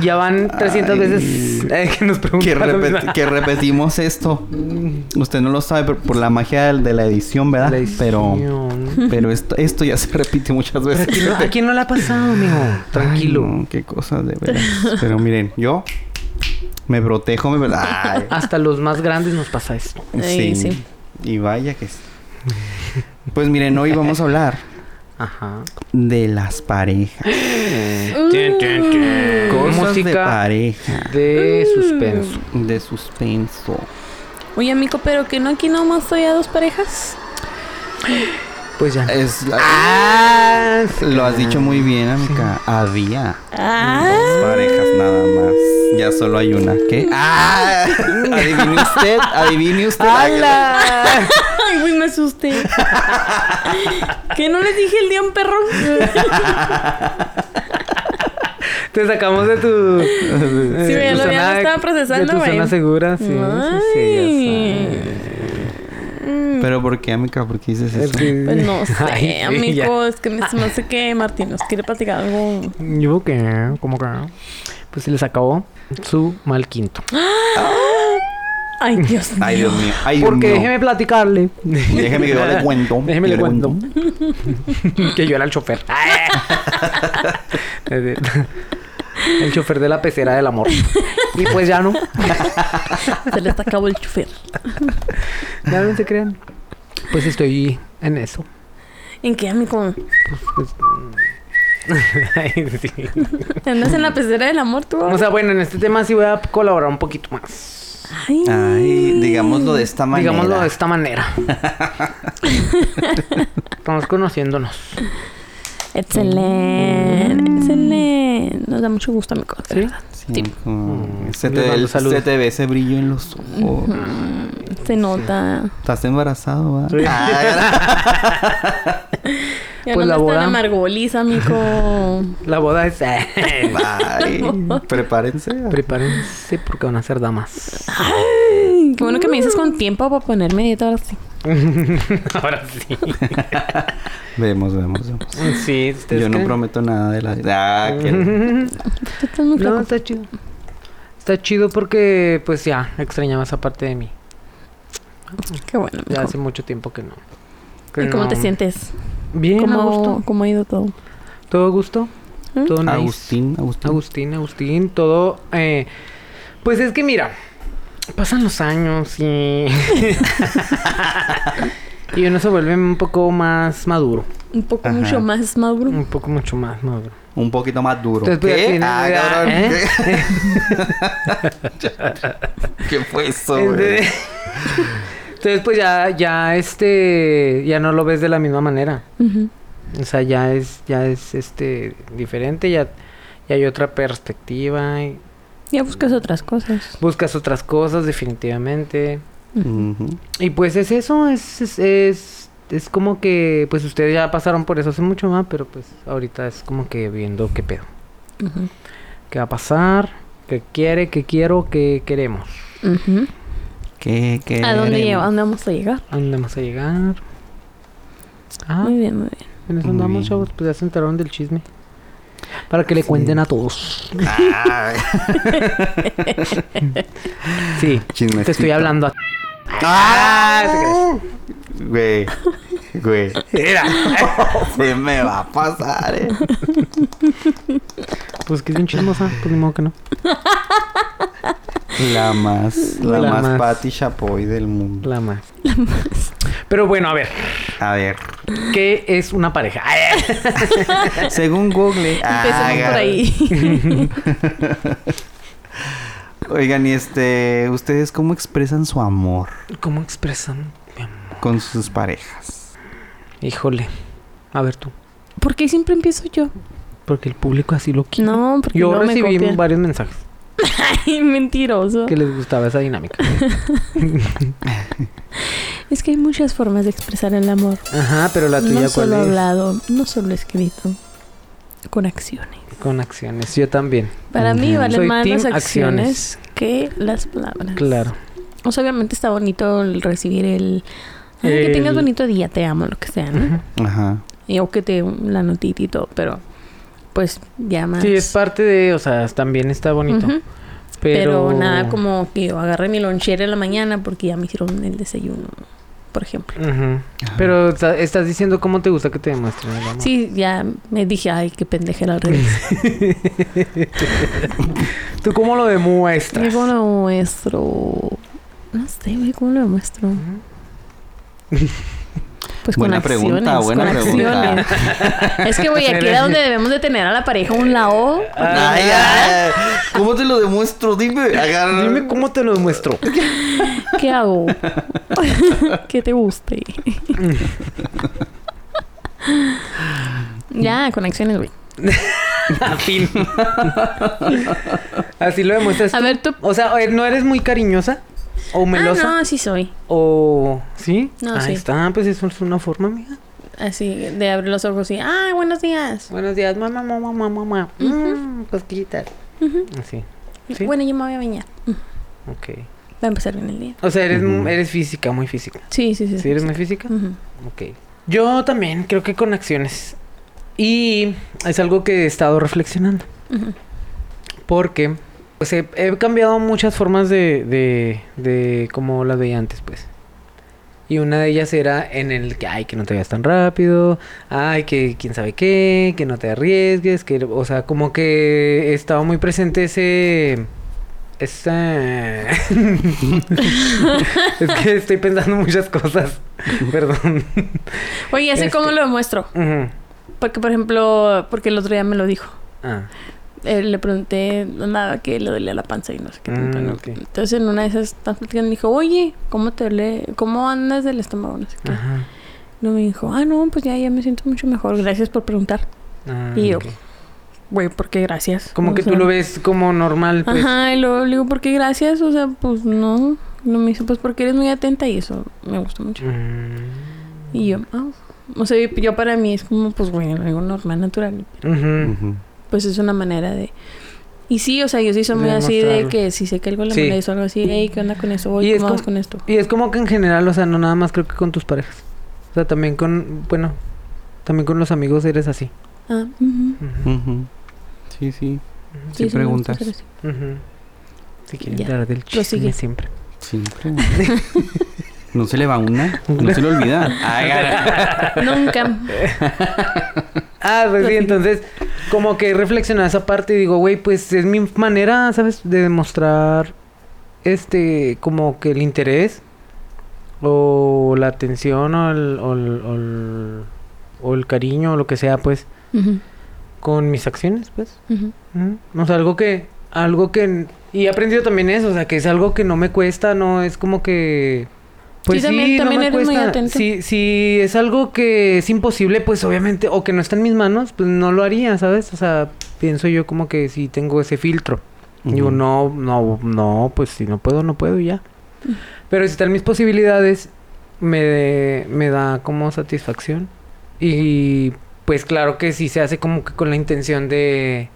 [SPEAKER 4] ya van 300
[SPEAKER 2] Ay.
[SPEAKER 4] veces eh, que nos
[SPEAKER 2] que,
[SPEAKER 4] preguntan. lo
[SPEAKER 2] repet-
[SPEAKER 4] mismo.
[SPEAKER 2] que repetimos esto. Usted no lo sabe por, por la magia del- de, la edición, ¿verdad?
[SPEAKER 4] Mm. La
[SPEAKER 2] Pero,
[SPEAKER 4] edición.
[SPEAKER 2] *laughs* pero esto, esto ya se repite muchas
[SPEAKER 4] Pero ¿a
[SPEAKER 2] veces.
[SPEAKER 4] quién, no, a quién no la ha pasado, amigo? Tranquilo.
[SPEAKER 2] Ay, no, qué cosas de veras. Pero miren, yo me protejo, me
[SPEAKER 4] *laughs*
[SPEAKER 2] ay,
[SPEAKER 4] Hasta los más grandes nos pasa esto.
[SPEAKER 3] Ay, sí.
[SPEAKER 2] Y vaya que sí. Pues miren, hoy vamos a hablar
[SPEAKER 4] Ajá.
[SPEAKER 2] de las parejas. Eh, Cosas de
[SPEAKER 4] Música
[SPEAKER 2] pareja.
[SPEAKER 4] de suspenso.
[SPEAKER 2] De suspenso.
[SPEAKER 3] Oye, amigo, pero que no aquí nomás soy a dos parejas.
[SPEAKER 4] Pues ya.
[SPEAKER 2] Es la-
[SPEAKER 4] Ah,
[SPEAKER 2] Lo has dicho muy bien, amiga. Había.
[SPEAKER 3] Ah.
[SPEAKER 2] Dos parejas nada más. Ya solo hay una. ¿Qué?
[SPEAKER 4] *laughs*
[SPEAKER 2] ¡Ah! Adivine usted, adivine usted.
[SPEAKER 4] ¡Hala!
[SPEAKER 3] Ay, güey, me asusté. que no les dije el día a un perro.
[SPEAKER 4] Te sacamos de tu. Sí,
[SPEAKER 3] ya lo- ya lo estaba procesando,
[SPEAKER 4] De tu
[SPEAKER 3] güey.
[SPEAKER 4] zona segura, sí. sí, sí, ya sé.
[SPEAKER 2] Pero ¿por qué, amiga? ¿Por qué dices
[SPEAKER 4] Es
[SPEAKER 2] eso?
[SPEAKER 4] que-
[SPEAKER 3] Pues no sé,
[SPEAKER 4] *laughs* Ay, sí, ya.
[SPEAKER 3] amigo. Es que me, se me hace que Martín nos quiere platicar algo.
[SPEAKER 4] Yo que, como que. Pues se les acabó su mal quinto.
[SPEAKER 3] Ay, Dios mío.
[SPEAKER 2] Ay, Dios mío. Ay, Dios
[SPEAKER 4] Porque
[SPEAKER 2] mío.
[SPEAKER 4] déjeme platicarle.
[SPEAKER 2] Déjeme que yo le cuento.
[SPEAKER 4] *laughs* Déjeme
[SPEAKER 2] Yo
[SPEAKER 4] le cuento. que yo era el chofer.
[SPEAKER 2] *laughs*
[SPEAKER 4] Eh, *laughs* el chofer de la pecera del amor. Y pues ya no.
[SPEAKER 3] Se les acabó el chofer.
[SPEAKER 4] Ya no se crean. Pues estoy en eso. *laughs*
[SPEAKER 3] ¿En qué, amigo?
[SPEAKER 4] Pues, Ay, sí.
[SPEAKER 3] ¿Andas en la pecera del amor, tú?
[SPEAKER 4] O sea, bueno, en este tema sí voy a colaborar un poquito más.
[SPEAKER 3] Ay.
[SPEAKER 2] Ay, digámoslo de esta manera.
[SPEAKER 4] Digámoslo de esta manera.
[SPEAKER 2] *laughs*
[SPEAKER 4] Estamos conociéndonos.
[SPEAKER 3] Excelente.
[SPEAKER 4] Mm.
[SPEAKER 3] Excelente. Nos da mucho gusto, amigo. de verdad.
[SPEAKER 2] Sí,
[SPEAKER 3] Sí.
[SPEAKER 2] como-
[SPEAKER 4] Mm,
[SPEAKER 2] se,
[SPEAKER 4] les
[SPEAKER 2] te,
[SPEAKER 4] mando
[SPEAKER 2] el-
[SPEAKER 4] saludos.
[SPEAKER 2] se te ve ese brillo en los ojos.
[SPEAKER 3] Se nota.
[SPEAKER 2] Estás embarazado, ¿va?
[SPEAKER 4] *laughs*
[SPEAKER 3] Ya
[SPEAKER 4] Pues
[SPEAKER 3] no
[SPEAKER 4] la
[SPEAKER 3] me
[SPEAKER 4] boda.
[SPEAKER 3] están amargoliza, amigo.
[SPEAKER 4] *laughs* La boda es. eh, *laughs*
[SPEAKER 2] Ay, prepárense.
[SPEAKER 4] Prepárense porque van a ser damas.
[SPEAKER 3] Qué bueno que me dices con tiempo para ponerme dieta ahora sí.
[SPEAKER 4] *laughs* Ahora sí.
[SPEAKER 2] Vemos, vemos, vemos.
[SPEAKER 4] Sí, ustedes
[SPEAKER 2] Yo no
[SPEAKER 4] creen.
[SPEAKER 2] prometo nada de la Ah,
[SPEAKER 4] *laughs*
[SPEAKER 2] que-
[SPEAKER 4] Ujú.
[SPEAKER 3] Tú estás muy
[SPEAKER 4] No,
[SPEAKER 3] flaco.
[SPEAKER 4] está chido. Está chido porque, pues ya, extrañaba esa parte de mí.
[SPEAKER 3] Qué bueno,
[SPEAKER 4] Ya
[SPEAKER 3] amigo.
[SPEAKER 4] hace mucho tiempo que no. que
[SPEAKER 3] ¿Y cómo
[SPEAKER 4] no-
[SPEAKER 3] te sientes?
[SPEAKER 4] Bien, a
[SPEAKER 3] ¿Cómo,
[SPEAKER 4] gusto.
[SPEAKER 3] ¿Cómo ha ido todo?
[SPEAKER 4] Todo a gusto.
[SPEAKER 3] ¿Mm?
[SPEAKER 4] Todo nice.
[SPEAKER 2] Agustín, Agustín.
[SPEAKER 4] Agustín, Agustín, todo. eh, pues es que mira, pasan los años y. *laughs* y uno se vuelve un poco más maduro.
[SPEAKER 3] Un poco
[SPEAKER 2] Ajá.
[SPEAKER 3] mucho más maduro.
[SPEAKER 4] Un poco mucho más maduro.
[SPEAKER 2] Un poquito más duro.
[SPEAKER 4] Entonces, pues, ya
[SPEAKER 2] ¿Qué?
[SPEAKER 4] tiene
[SPEAKER 2] Ah,
[SPEAKER 4] edad, *laughs*
[SPEAKER 2] cabrón.
[SPEAKER 4] ¿eh?
[SPEAKER 2] ¿Qué? ¿Qué fue
[SPEAKER 4] *laughs*
[SPEAKER 2] eso,
[SPEAKER 4] Este
[SPEAKER 2] güey?
[SPEAKER 4] Entonces, entonces, pues ya, ya este. Ya no lo ves de la misma manera.
[SPEAKER 3] Ujú.
[SPEAKER 4] O sea, ya es, ya es este. diferente, ya, ya hay otra perspectiva. y
[SPEAKER 3] Ya buscas otras cosas.
[SPEAKER 4] buscas otras cosas, definitivamente.
[SPEAKER 2] Ujú.
[SPEAKER 4] Y pues es eso, es, es, es es como que, pues ustedes ya pasaron por eso hace mucho más, pero pues ahorita es como que viendo qué pedo.
[SPEAKER 3] Ujú.
[SPEAKER 4] ¿Qué va a pasar? ¿Qué quiere? ¿Qué quiero? ¿Qué queremos?
[SPEAKER 3] Ujú.
[SPEAKER 2] ¿Qué, qué
[SPEAKER 3] ¿A dónde,
[SPEAKER 2] haremos?
[SPEAKER 3] lleva- a dónde vamos a llegar?
[SPEAKER 4] ¿A dónde vamos a llegar? Ah,
[SPEAKER 3] Muy bien, muy bien.
[SPEAKER 4] en eso
[SPEAKER 2] Muy
[SPEAKER 4] andamos,
[SPEAKER 2] bien.
[SPEAKER 4] chavos. Pues ya se enteraron del chisme. Para que le cuenten a todos.
[SPEAKER 3] *laughs*
[SPEAKER 2] Ay,
[SPEAKER 4] Sí,
[SPEAKER 2] chismecito.
[SPEAKER 4] te estoy hablando a
[SPEAKER 2] ¡Ah! te
[SPEAKER 4] ¡Uh!
[SPEAKER 2] crees. Güey. Güey. Mira. Se me va a pasar, eh.
[SPEAKER 4] *laughs* Pues que es bien chismosa, pues ni modo que no.
[SPEAKER 2] La más. La,
[SPEAKER 4] La
[SPEAKER 2] más,
[SPEAKER 4] más.
[SPEAKER 2] Patty Chapoy del mundo.
[SPEAKER 4] La más. Pero bueno, a ver,
[SPEAKER 2] A ver.
[SPEAKER 4] ¿qué es una pareja?
[SPEAKER 2] Según Google.
[SPEAKER 3] *laughs* Empecemos
[SPEAKER 2] ah,
[SPEAKER 3] por ahí.
[SPEAKER 2] Oigan, y este. ¿Ustedes cómo expresan su amor
[SPEAKER 4] ¿Cómo expresan?
[SPEAKER 2] con sus parejas?
[SPEAKER 4] Híjole. A ver tú,
[SPEAKER 3] ¿Por qué siempre empiezo yo?
[SPEAKER 4] porque el público así lo quiere.
[SPEAKER 3] No, porque
[SPEAKER 4] Yo
[SPEAKER 3] no me
[SPEAKER 4] recibí
[SPEAKER 3] copian.
[SPEAKER 4] varios mensajes
[SPEAKER 3] *laughs* Ay, mentiroso.
[SPEAKER 4] que les gustaba esa
[SPEAKER 3] *laughs*
[SPEAKER 4] dinámica.
[SPEAKER 3] Es que hay muchas formas de expresar el amor.
[SPEAKER 4] Ajá, pero la tuya
[SPEAKER 3] no
[SPEAKER 4] cuál
[SPEAKER 3] solo
[SPEAKER 4] es?
[SPEAKER 3] hablado, no solo escrito. Con acciones.
[SPEAKER 4] Con acciones. Yo también.
[SPEAKER 3] Para mí
[SPEAKER 2] Ujú.
[SPEAKER 3] valen
[SPEAKER 4] Soy
[SPEAKER 3] más
[SPEAKER 4] team
[SPEAKER 3] las acciones, que las palabras.
[SPEAKER 4] Claro.
[SPEAKER 3] O sea, obviamente está bonito el recibir el... "Ay, Que
[SPEAKER 4] El-
[SPEAKER 3] tengas bonito día, te amo, lo que sea, ¿no?
[SPEAKER 4] Ujú.
[SPEAKER 2] Ajá.
[SPEAKER 3] Y o que te la notita y todo, pero pues ya más.
[SPEAKER 4] Sí, es parte de, o sea, también está bonito.
[SPEAKER 3] Ujú.
[SPEAKER 4] pero...
[SPEAKER 3] Pero... nada como que yo agarré mi lonchera en la mañana porque ya me hicieron el desayuno, por ejemplo.
[SPEAKER 4] Ujú. Pero o sea, estás diciendo cómo te gusta que te demuestren el amor.
[SPEAKER 3] Sí, ya me dije, ay, qué pendejera
[SPEAKER 4] *laughs*
[SPEAKER 3] al revés.
[SPEAKER 4] ¿Tú cómo lo
[SPEAKER 3] Yo
[SPEAKER 4] demuestras?
[SPEAKER 3] ¿Cómo lo muestro? No sé, güey, ¿cómo lo muestro?
[SPEAKER 4] Ujú.
[SPEAKER 3] *laughs* Pues
[SPEAKER 2] Buena pregunta,
[SPEAKER 3] acciones,
[SPEAKER 2] buena
[SPEAKER 3] con
[SPEAKER 2] pregunta.
[SPEAKER 3] acciones. es que, güey, aquí era donde debemos de tener a la pareja a un lado.
[SPEAKER 2] *laughs* Ay, ay, ¿Cómo te lo demuestro? Dime. Agarra.
[SPEAKER 4] Dime cómo te lo
[SPEAKER 3] *laughs*
[SPEAKER 4] demuestro.
[SPEAKER 3] ¿Qué hago? *laughs* que
[SPEAKER 4] *laughs*
[SPEAKER 3] te guste. ya, con acciones, güey.
[SPEAKER 4] A fin. *laughs* Así lo demuestras.
[SPEAKER 3] A
[SPEAKER 4] tú.
[SPEAKER 3] ver, tú...
[SPEAKER 4] O sea, o- ¿no eres muy cariñosa? ¿O melosa?
[SPEAKER 3] Ah, no, sí soy.
[SPEAKER 4] ¿O sí?
[SPEAKER 3] No,
[SPEAKER 4] Ahí
[SPEAKER 3] sí.
[SPEAKER 4] está, pues eso es una forma, amiga.
[SPEAKER 3] Así, de abrir los ojos y, ah, buenos días.
[SPEAKER 4] Buenos días, mamá, mamá, mamá, mamá. Mmm, cosquillitas. Así, Ah, Sí.
[SPEAKER 3] Bueno, yo me voy a bañar.
[SPEAKER 4] ok.
[SPEAKER 3] Va a empezar bien el día.
[SPEAKER 4] O sea, eres,
[SPEAKER 2] Ujú.
[SPEAKER 4] mu- eres física, muy física.
[SPEAKER 3] Sí, sí, sí.
[SPEAKER 4] ¿Sí eres muy física?
[SPEAKER 3] Ujú.
[SPEAKER 4] Ok. Yo también creo que con acciones. Y es algo que he estado reflexionando.
[SPEAKER 3] Ujú.
[SPEAKER 4] Porque pues he, he cambiado muchas formas de, de, de como las veía antes, pues. Y una de ellas era en el que, ay, que no te veas tan rápido, ay, que quién sabe qué, que no te arriesgues, que, o sea, como que estaba muy presente ese... Esa... *laughs* es que estoy pensando muchas cosas. *laughs* Perdón.
[SPEAKER 3] Oye, ya sé
[SPEAKER 4] Este-
[SPEAKER 3] cómo lo demuestro.
[SPEAKER 4] Ujú.
[SPEAKER 3] Porque, por ejemplo, porque el otro día me lo dijo.
[SPEAKER 4] Ah,
[SPEAKER 3] Eh, le pregunté nada que le dolía la panza y no sé qué tanto,
[SPEAKER 4] Mm,
[SPEAKER 3] ¿no?
[SPEAKER 4] ok.
[SPEAKER 3] Entonces en una de esas estás platicando y me dijo, oye, ¿cómo te duele? ¿Cómo andas del estómago? No sé qué.
[SPEAKER 4] ajá.
[SPEAKER 3] No me dijo, ah, no, pues ya, ya me siento mucho mejor. Gracias por preguntar.
[SPEAKER 4] Ah,
[SPEAKER 3] Y yo,
[SPEAKER 4] ok.
[SPEAKER 3] Güey, ¿por qué gracias?
[SPEAKER 4] Como
[SPEAKER 3] O
[SPEAKER 4] que tú
[SPEAKER 3] sea,
[SPEAKER 4] lo ves como normal, pues.
[SPEAKER 3] Ajá, y luego le digo, ¿por qué gracias? O sea, pues no. No me dice, pues porque eres muy atenta y eso me gusta mucho.
[SPEAKER 4] Mm.
[SPEAKER 3] Y yo, ah. O sea, yo para mí es como, pues, güey, algo normal, natural.
[SPEAKER 4] Ujú.
[SPEAKER 2] Ujú.
[SPEAKER 3] Pues es una manera de... Y sí, o sea, yo sí soy muy
[SPEAKER 4] De
[SPEAKER 3] así de
[SPEAKER 4] demostrarlo.
[SPEAKER 3] que si sé que algo le
[SPEAKER 4] Sí.
[SPEAKER 3] molesta o algo así, hey, ¿qué onda con eso?
[SPEAKER 4] Y
[SPEAKER 3] Oye,
[SPEAKER 4] es
[SPEAKER 3] ¿cómo vas
[SPEAKER 4] como-
[SPEAKER 3] con esto?
[SPEAKER 4] Y es como que en general, o sea, no nada más creo que con tus parejas. O sea, también con, bueno, también con los amigos eres así.
[SPEAKER 3] Ah, ujú.
[SPEAKER 4] Ujú.
[SPEAKER 2] Ujú. Sí, sí.
[SPEAKER 3] Sí,
[SPEAKER 2] Sí,
[SPEAKER 3] sí, me gusta
[SPEAKER 2] preguntas.
[SPEAKER 3] hacer eso.
[SPEAKER 4] Ujú. Si quieren
[SPEAKER 3] Ya.
[SPEAKER 4] hablar del chisme *laughs*
[SPEAKER 3] Prosigue.
[SPEAKER 4] siempre.
[SPEAKER 2] Siempre. *laughs* No se le va una, no se le olvida. Ay, cara.
[SPEAKER 4] *laughs*
[SPEAKER 3] Nunca.
[SPEAKER 4] Ah, pues sí,
[SPEAKER 3] Prosigue.
[SPEAKER 4] entonces, como que he reflexionado esa parte y digo, güey, pues es mi manera, ¿sabes? De demostrar, este, como que el interés o la atención o el, o el, o el, o el cariño o lo que sea, pues,
[SPEAKER 3] Ujú,
[SPEAKER 4] con mis acciones, pues.
[SPEAKER 3] ujú.
[SPEAKER 4] Ujú. O sea, algo que, algo que, n- y he aprendido también eso, o sea, que es algo que no me cuesta, no es como que, pues sí,
[SPEAKER 3] también-
[SPEAKER 4] no
[SPEAKER 3] también
[SPEAKER 4] me
[SPEAKER 3] eres muy
[SPEAKER 4] cuesta.
[SPEAKER 3] atento.
[SPEAKER 4] Si, si es algo que es imposible, pues obviamente, o que no está en mis manos, pues no lo haría, ¿sabes? O sea, pienso yo como que si tengo ese filtro. Digo,
[SPEAKER 2] Ujú.
[SPEAKER 4] no, no, no, pues si no puedo, no puedo y ya. Pero si están mis posibilidades, me, me da como satisfacción. Y pues claro que sí se hace como que con la intención de,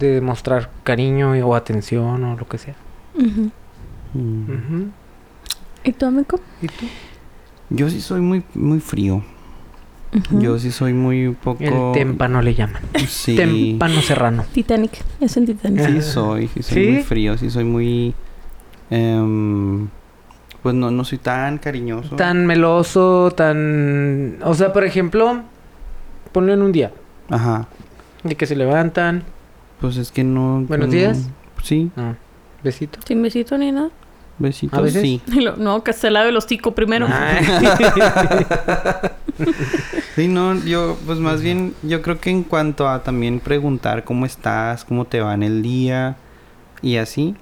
[SPEAKER 4] de demostrar cariño y- o atención o lo que sea.
[SPEAKER 3] Ujú.
[SPEAKER 2] Mm.
[SPEAKER 4] Ujú.
[SPEAKER 3] ¿Y tú, amigo?
[SPEAKER 4] ¿Y tú?
[SPEAKER 2] Yo sí soy muy, muy frío.
[SPEAKER 3] Ujú.
[SPEAKER 2] Yo sí soy muy poco.
[SPEAKER 4] El témpano le llaman.
[SPEAKER 2] Sí.
[SPEAKER 4] Témpano serrano.
[SPEAKER 3] Titanic. Es en Titanic.
[SPEAKER 2] Sí soy, sí soy
[SPEAKER 4] ¿Sí?
[SPEAKER 2] muy frío, sí soy muy... em, pues no, no soy tan cariñoso.
[SPEAKER 4] Tan meloso, tan... O sea, por ejemplo, ponlo en un día.
[SPEAKER 2] Ajá.
[SPEAKER 4] De que se levantan.
[SPEAKER 2] Pues es que no...
[SPEAKER 4] Buenos
[SPEAKER 2] no-
[SPEAKER 4] días.
[SPEAKER 2] Sí,
[SPEAKER 4] No. Ah, Besito.
[SPEAKER 3] Sin besito ni nada. *laughs*
[SPEAKER 2] besitos,
[SPEAKER 4] ¿A veces?
[SPEAKER 2] sí.
[SPEAKER 3] Y lo- No, que se lave el hocico primero.
[SPEAKER 4] Ah,
[SPEAKER 3] *laughs*
[SPEAKER 2] Sí, no, yo pues más bien, yo creo que en cuanto a también preguntar cómo estás, cómo te va en el día y así.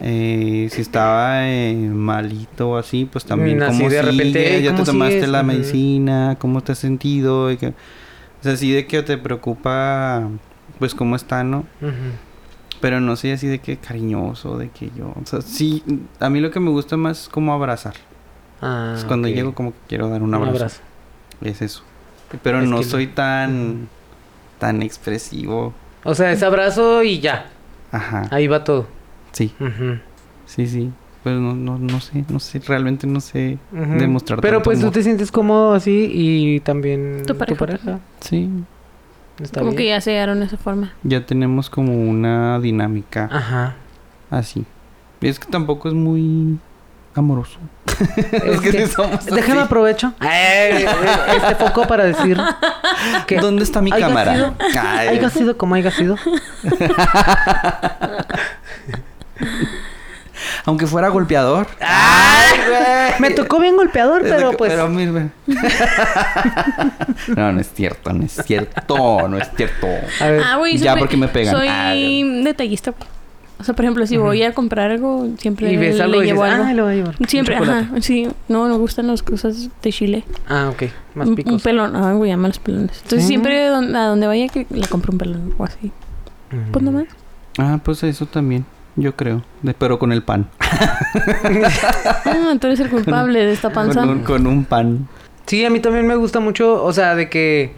[SPEAKER 2] eh, si estaba eh, malito o así, pues también
[SPEAKER 4] Mm, así
[SPEAKER 2] cómo
[SPEAKER 4] de repente,
[SPEAKER 2] sigues?
[SPEAKER 4] "Ey,
[SPEAKER 2] ya te
[SPEAKER 4] ¿cómo
[SPEAKER 2] tomaste
[SPEAKER 4] sigues?"
[SPEAKER 2] la
[SPEAKER 4] Ujú.
[SPEAKER 2] medicina, cómo te has sentido, y que- o sea, así de que te preocupa, pues cómo está, ¿no?
[SPEAKER 4] Ujú.
[SPEAKER 2] Pero no sé, así de que cariñoso, de que yo, o sea, sí, a mí lo que me gusta más es como abrazar.
[SPEAKER 4] Ah,
[SPEAKER 2] es cuando
[SPEAKER 4] ok.
[SPEAKER 2] llego como que quiero dar un
[SPEAKER 4] Un
[SPEAKER 2] abrazo.
[SPEAKER 4] abrazo.
[SPEAKER 2] Es eso. Pero
[SPEAKER 4] Es
[SPEAKER 2] no
[SPEAKER 4] que-
[SPEAKER 2] soy tan, tan expresivo.
[SPEAKER 4] O sea, es abrazo y ya.
[SPEAKER 2] Ajá.
[SPEAKER 4] Ahí va todo.
[SPEAKER 2] Sí,
[SPEAKER 4] Ujú.
[SPEAKER 2] sí, sí. Pues no, no, no sé, no sé, realmente no sé
[SPEAKER 4] Ujú.
[SPEAKER 2] demostrar
[SPEAKER 4] Pero
[SPEAKER 2] tanto
[SPEAKER 4] pues
[SPEAKER 2] amor.
[SPEAKER 4] tú te sientes cómodo así y también
[SPEAKER 3] Tu pareja
[SPEAKER 2] Sí,
[SPEAKER 4] Está
[SPEAKER 3] Como
[SPEAKER 4] bien.
[SPEAKER 3] que ya se llegaron a esa forma.
[SPEAKER 2] ya tenemos como una dinámica *laughs*
[SPEAKER 4] Ajá. Ah.
[SPEAKER 2] así. Y es que tampoco es muy amoroso.
[SPEAKER 4] Es
[SPEAKER 2] que
[SPEAKER 4] que-
[SPEAKER 2] sí somos
[SPEAKER 4] Este, Déjame
[SPEAKER 2] así. *laughs*
[SPEAKER 4] aprovecho eh, este foco para decir que
[SPEAKER 2] Ah, ¿Dónde está mi
[SPEAKER 4] ¿Haiga
[SPEAKER 2] cámara?
[SPEAKER 4] sido?
[SPEAKER 2] Ay.
[SPEAKER 4] haya sido como
[SPEAKER 2] *laughs*
[SPEAKER 4] haya sido.
[SPEAKER 2] Aunque fuera golpeador.
[SPEAKER 4] Ah, Me tocó bien golpeador,
[SPEAKER 2] Es
[SPEAKER 4] pero
[SPEAKER 2] lo que-
[SPEAKER 4] pues
[SPEAKER 2] pero mira. no, no es cierto, no es cierto, no es cierto.
[SPEAKER 4] a ver.
[SPEAKER 3] Ah, güey,
[SPEAKER 2] ya
[SPEAKER 3] soy-
[SPEAKER 2] porque me pegan.
[SPEAKER 3] Soy
[SPEAKER 2] Ah,
[SPEAKER 3] detallista, güey. O sea, por ejemplo, si voy a comprar algo, siempre
[SPEAKER 4] Y ves algo
[SPEAKER 3] le
[SPEAKER 4] y dices,
[SPEAKER 3] llevo algo.
[SPEAKER 4] ah, lo voy a llevar. un
[SPEAKER 3] Siempre,
[SPEAKER 4] chocolate".
[SPEAKER 3] ajá, sí. No, me gustan las cosas de Chile.
[SPEAKER 4] Ah, ok. Más
[SPEAKER 3] un, un
[SPEAKER 4] picos.
[SPEAKER 3] pelón. Ah, güey, ama los pelones. Entonces,
[SPEAKER 4] Sí.
[SPEAKER 3] siempre don- a donde vaya que le compro un pelón o así.
[SPEAKER 4] Ujú.
[SPEAKER 3] Pues nomás.
[SPEAKER 2] Ah, pues eso también, yo creo. De- pero con el pan.
[SPEAKER 3] Ah, tú eres el culpable de esta panza.
[SPEAKER 2] Con un, con un pan.
[SPEAKER 4] Sí, a mí también me gusta mucho, o sea, de que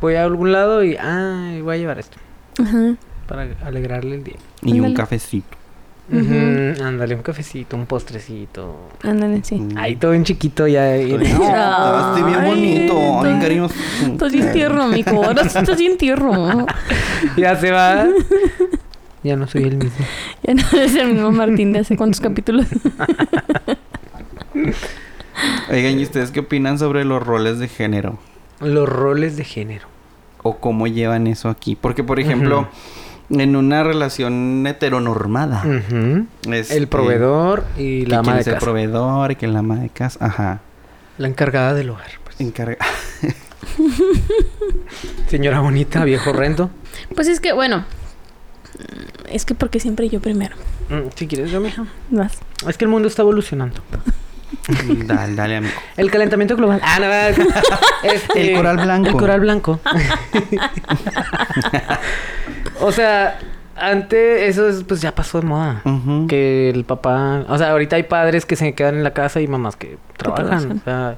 [SPEAKER 4] voy a algún lado y ay, voy a llevar esto
[SPEAKER 3] Ajá.
[SPEAKER 4] para alegrarle el día.
[SPEAKER 2] Y un
[SPEAKER 3] Ándale.
[SPEAKER 2] cafecito.
[SPEAKER 3] Ujú.
[SPEAKER 4] Ujú, Ándale, un cafecito, un postrecito.
[SPEAKER 3] Ándale, sí.
[SPEAKER 2] Mm.
[SPEAKER 4] Ahí todo bien chiquito ya. y-
[SPEAKER 2] *laughs* No, estoy bien
[SPEAKER 3] Ay,
[SPEAKER 2] bonito, bien
[SPEAKER 3] estoy-
[SPEAKER 2] cariñoso.
[SPEAKER 3] Estás bien tierno, amigo. Ahora sí estás bien tierno.
[SPEAKER 4] ya
[SPEAKER 2] *laughs*
[SPEAKER 4] se va. ya no soy el mismo.
[SPEAKER 3] Ya no eres el mismo Martín de hace cuántos capítulos.
[SPEAKER 2] Oigan, ¿y ustedes qué opinan sobre los roles de género?
[SPEAKER 4] Los roles de género.
[SPEAKER 2] ¿O cómo llevan eso aquí? Porque, por ejemplo, en una relación heteronormada,
[SPEAKER 4] Ujú.
[SPEAKER 2] este,
[SPEAKER 4] Mm. El proveedor y
[SPEAKER 2] que
[SPEAKER 4] la ama
[SPEAKER 2] quién
[SPEAKER 4] de
[SPEAKER 2] es el
[SPEAKER 4] casa.
[SPEAKER 2] proveedor y que la ama de casa, ajá,
[SPEAKER 4] La encargada del hogar. pues.
[SPEAKER 2] encarga. *laughs*
[SPEAKER 4] Señora bonita, viejo rento.
[SPEAKER 3] Pues es que, bueno. Es que porque siempre yo primero.
[SPEAKER 4] Mm, Si quieres, yo mija.
[SPEAKER 3] Vas.
[SPEAKER 4] Es que el mundo está evolucionando.
[SPEAKER 2] dale, dale, amigo.
[SPEAKER 4] El calentamiento global. Ah, no, no, no. *laughs* Este,
[SPEAKER 2] El coral blanco.
[SPEAKER 4] El coral blanco. *laughs* o sea, antes eso es, pues ya pasó de moda.
[SPEAKER 2] Ujú.
[SPEAKER 4] Que el papá, o sea, ahorita hay padres que se quedan en la casa y mamás que trabajan.
[SPEAKER 3] trabajan.
[SPEAKER 4] O sea,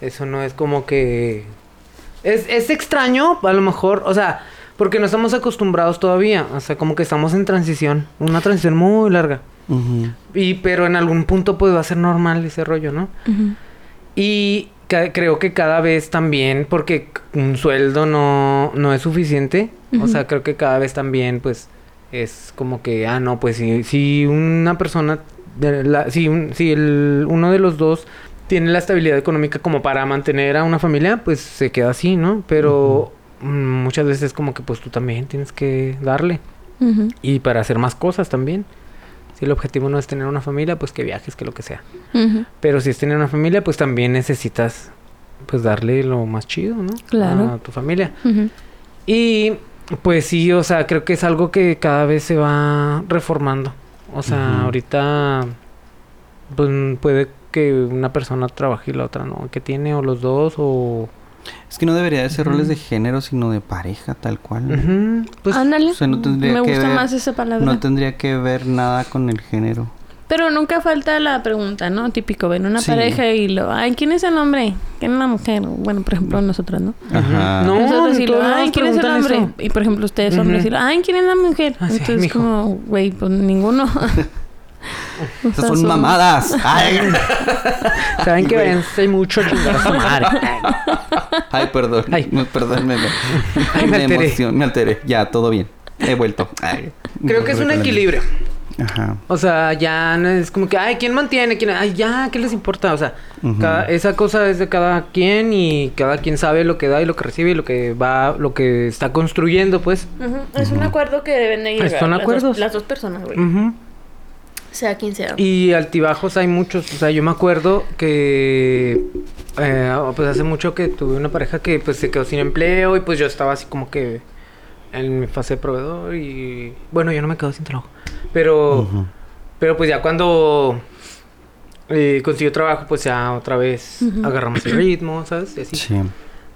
[SPEAKER 4] eso no es como que es, es extraño, a lo mejor, o sea, porque no estamos acostumbrados todavía. O sea, como que estamos en transición, una transición muy larga.
[SPEAKER 2] Ujú.
[SPEAKER 4] Y pero en algún punto pues va a ser normal ese rollo, ¿no?
[SPEAKER 3] Ujú.
[SPEAKER 4] Y ca- creo que cada vez también, porque c- un sueldo no, no es suficiente, o
[SPEAKER 3] Ujú.
[SPEAKER 4] sea, creo que cada vez también, pues, es como que, ah, no, pues si, si una persona, de la- si, un- si el, uno de los dos tiene la estabilidad económica como para mantener a una familia, pues se queda así, ¿no? Pero mm, muchas veces es como que, pues tú también tienes que darle
[SPEAKER 3] Ujú.
[SPEAKER 4] y para hacer más cosas también. Si el objetivo no es tener una familia, pues que viajes, que lo que sea.
[SPEAKER 3] Ujú.
[SPEAKER 4] Pero si es tener una familia, pues también necesitas pues darle lo más chido, ¿no?
[SPEAKER 3] Claro.
[SPEAKER 4] A tu familia.
[SPEAKER 3] Ujú.
[SPEAKER 4] Y pues sí, o sea, creo que es algo que cada vez se va reformando. O sea,
[SPEAKER 2] Ujú.
[SPEAKER 4] ahorita pues, puede que una persona trabaje y la otra no, que tiene o los dos o
[SPEAKER 2] Es que no debería de ser
[SPEAKER 4] Ujú.
[SPEAKER 2] roles de género, sino de pareja, tal cual.
[SPEAKER 4] Ujú, pues
[SPEAKER 3] Ándale.
[SPEAKER 2] o sea, no tendría
[SPEAKER 3] Me
[SPEAKER 2] que
[SPEAKER 3] gusta
[SPEAKER 2] ver-
[SPEAKER 3] más esa palabra.
[SPEAKER 2] No tendría que ver nada con el género.
[SPEAKER 3] Pero nunca falta la pregunta, ¿no? Típico, ven una
[SPEAKER 2] Sí.
[SPEAKER 3] pareja y lo, ay, ¿quién es el hombre? ¿Quién es la mujer? Bueno, por ejemplo, nosotras, ¿no?
[SPEAKER 2] Ajá.
[SPEAKER 4] Mm. No,
[SPEAKER 3] Nosotros
[SPEAKER 4] en
[SPEAKER 3] y lo,
[SPEAKER 4] todos lados
[SPEAKER 3] ay, ¿quién es el
[SPEAKER 4] preguntan
[SPEAKER 3] hombre?
[SPEAKER 4] eso.
[SPEAKER 3] Y por ejemplo, ustedes hombres
[SPEAKER 4] Ujú.
[SPEAKER 3] y lo, ay, ¿quién es la mujer?
[SPEAKER 4] Ah, sí,
[SPEAKER 3] Entonces,
[SPEAKER 4] mijo.
[SPEAKER 3] como, güey,
[SPEAKER 4] *laughs*
[SPEAKER 3] pues ninguno. *laughs* O sea,
[SPEAKER 2] Esas son mamadas. Ay,
[SPEAKER 4] Saben que vence mucho chingar a su madre.
[SPEAKER 2] Ay, perdón.
[SPEAKER 4] Ay.
[SPEAKER 2] No, Perdón, me, me-
[SPEAKER 4] Ay, me alteré.
[SPEAKER 2] emocioné, me alteré. Ya, todo bien. He vuelto. Ay.
[SPEAKER 4] Creo que es un
[SPEAKER 2] Recuerdo.
[SPEAKER 4] equilibrio.
[SPEAKER 2] Ajá.
[SPEAKER 4] O sea, ya no es como que, ay, ¿quién mantiene? ¿Quién? Ay, ya, ¿qué les importa? O sea,
[SPEAKER 2] Ujú.
[SPEAKER 4] cada- esa cosa es de cada quien y cada quien sabe lo que da y lo que recibe y lo que va, lo que está construyendo, pues.
[SPEAKER 3] Ujú, Es un acuerdo que deben de llegar.
[SPEAKER 4] Son
[SPEAKER 3] las
[SPEAKER 4] acuerdos.
[SPEAKER 3] dos- Las dos personas, güey.
[SPEAKER 4] Ujú.
[SPEAKER 3] Sea quien sea.
[SPEAKER 4] Y altibajos hay muchos. O sea, yo me acuerdo que. eh, pues hace mucho que tuve una pareja que pues se quedó sin empleo y pues yo estaba así como que en mi fase de proveedor y. Bueno, yo no me quedo sin trabajo. Pero.
[SPEAKER 2] Ujú.
[SPEAKER 4] Pero pues ya cuando. eh, consiguió trabajo, pues ya otra vez agarramos el ritmo, ¿sabes? Y así.
[SPEAKER 2] Sí.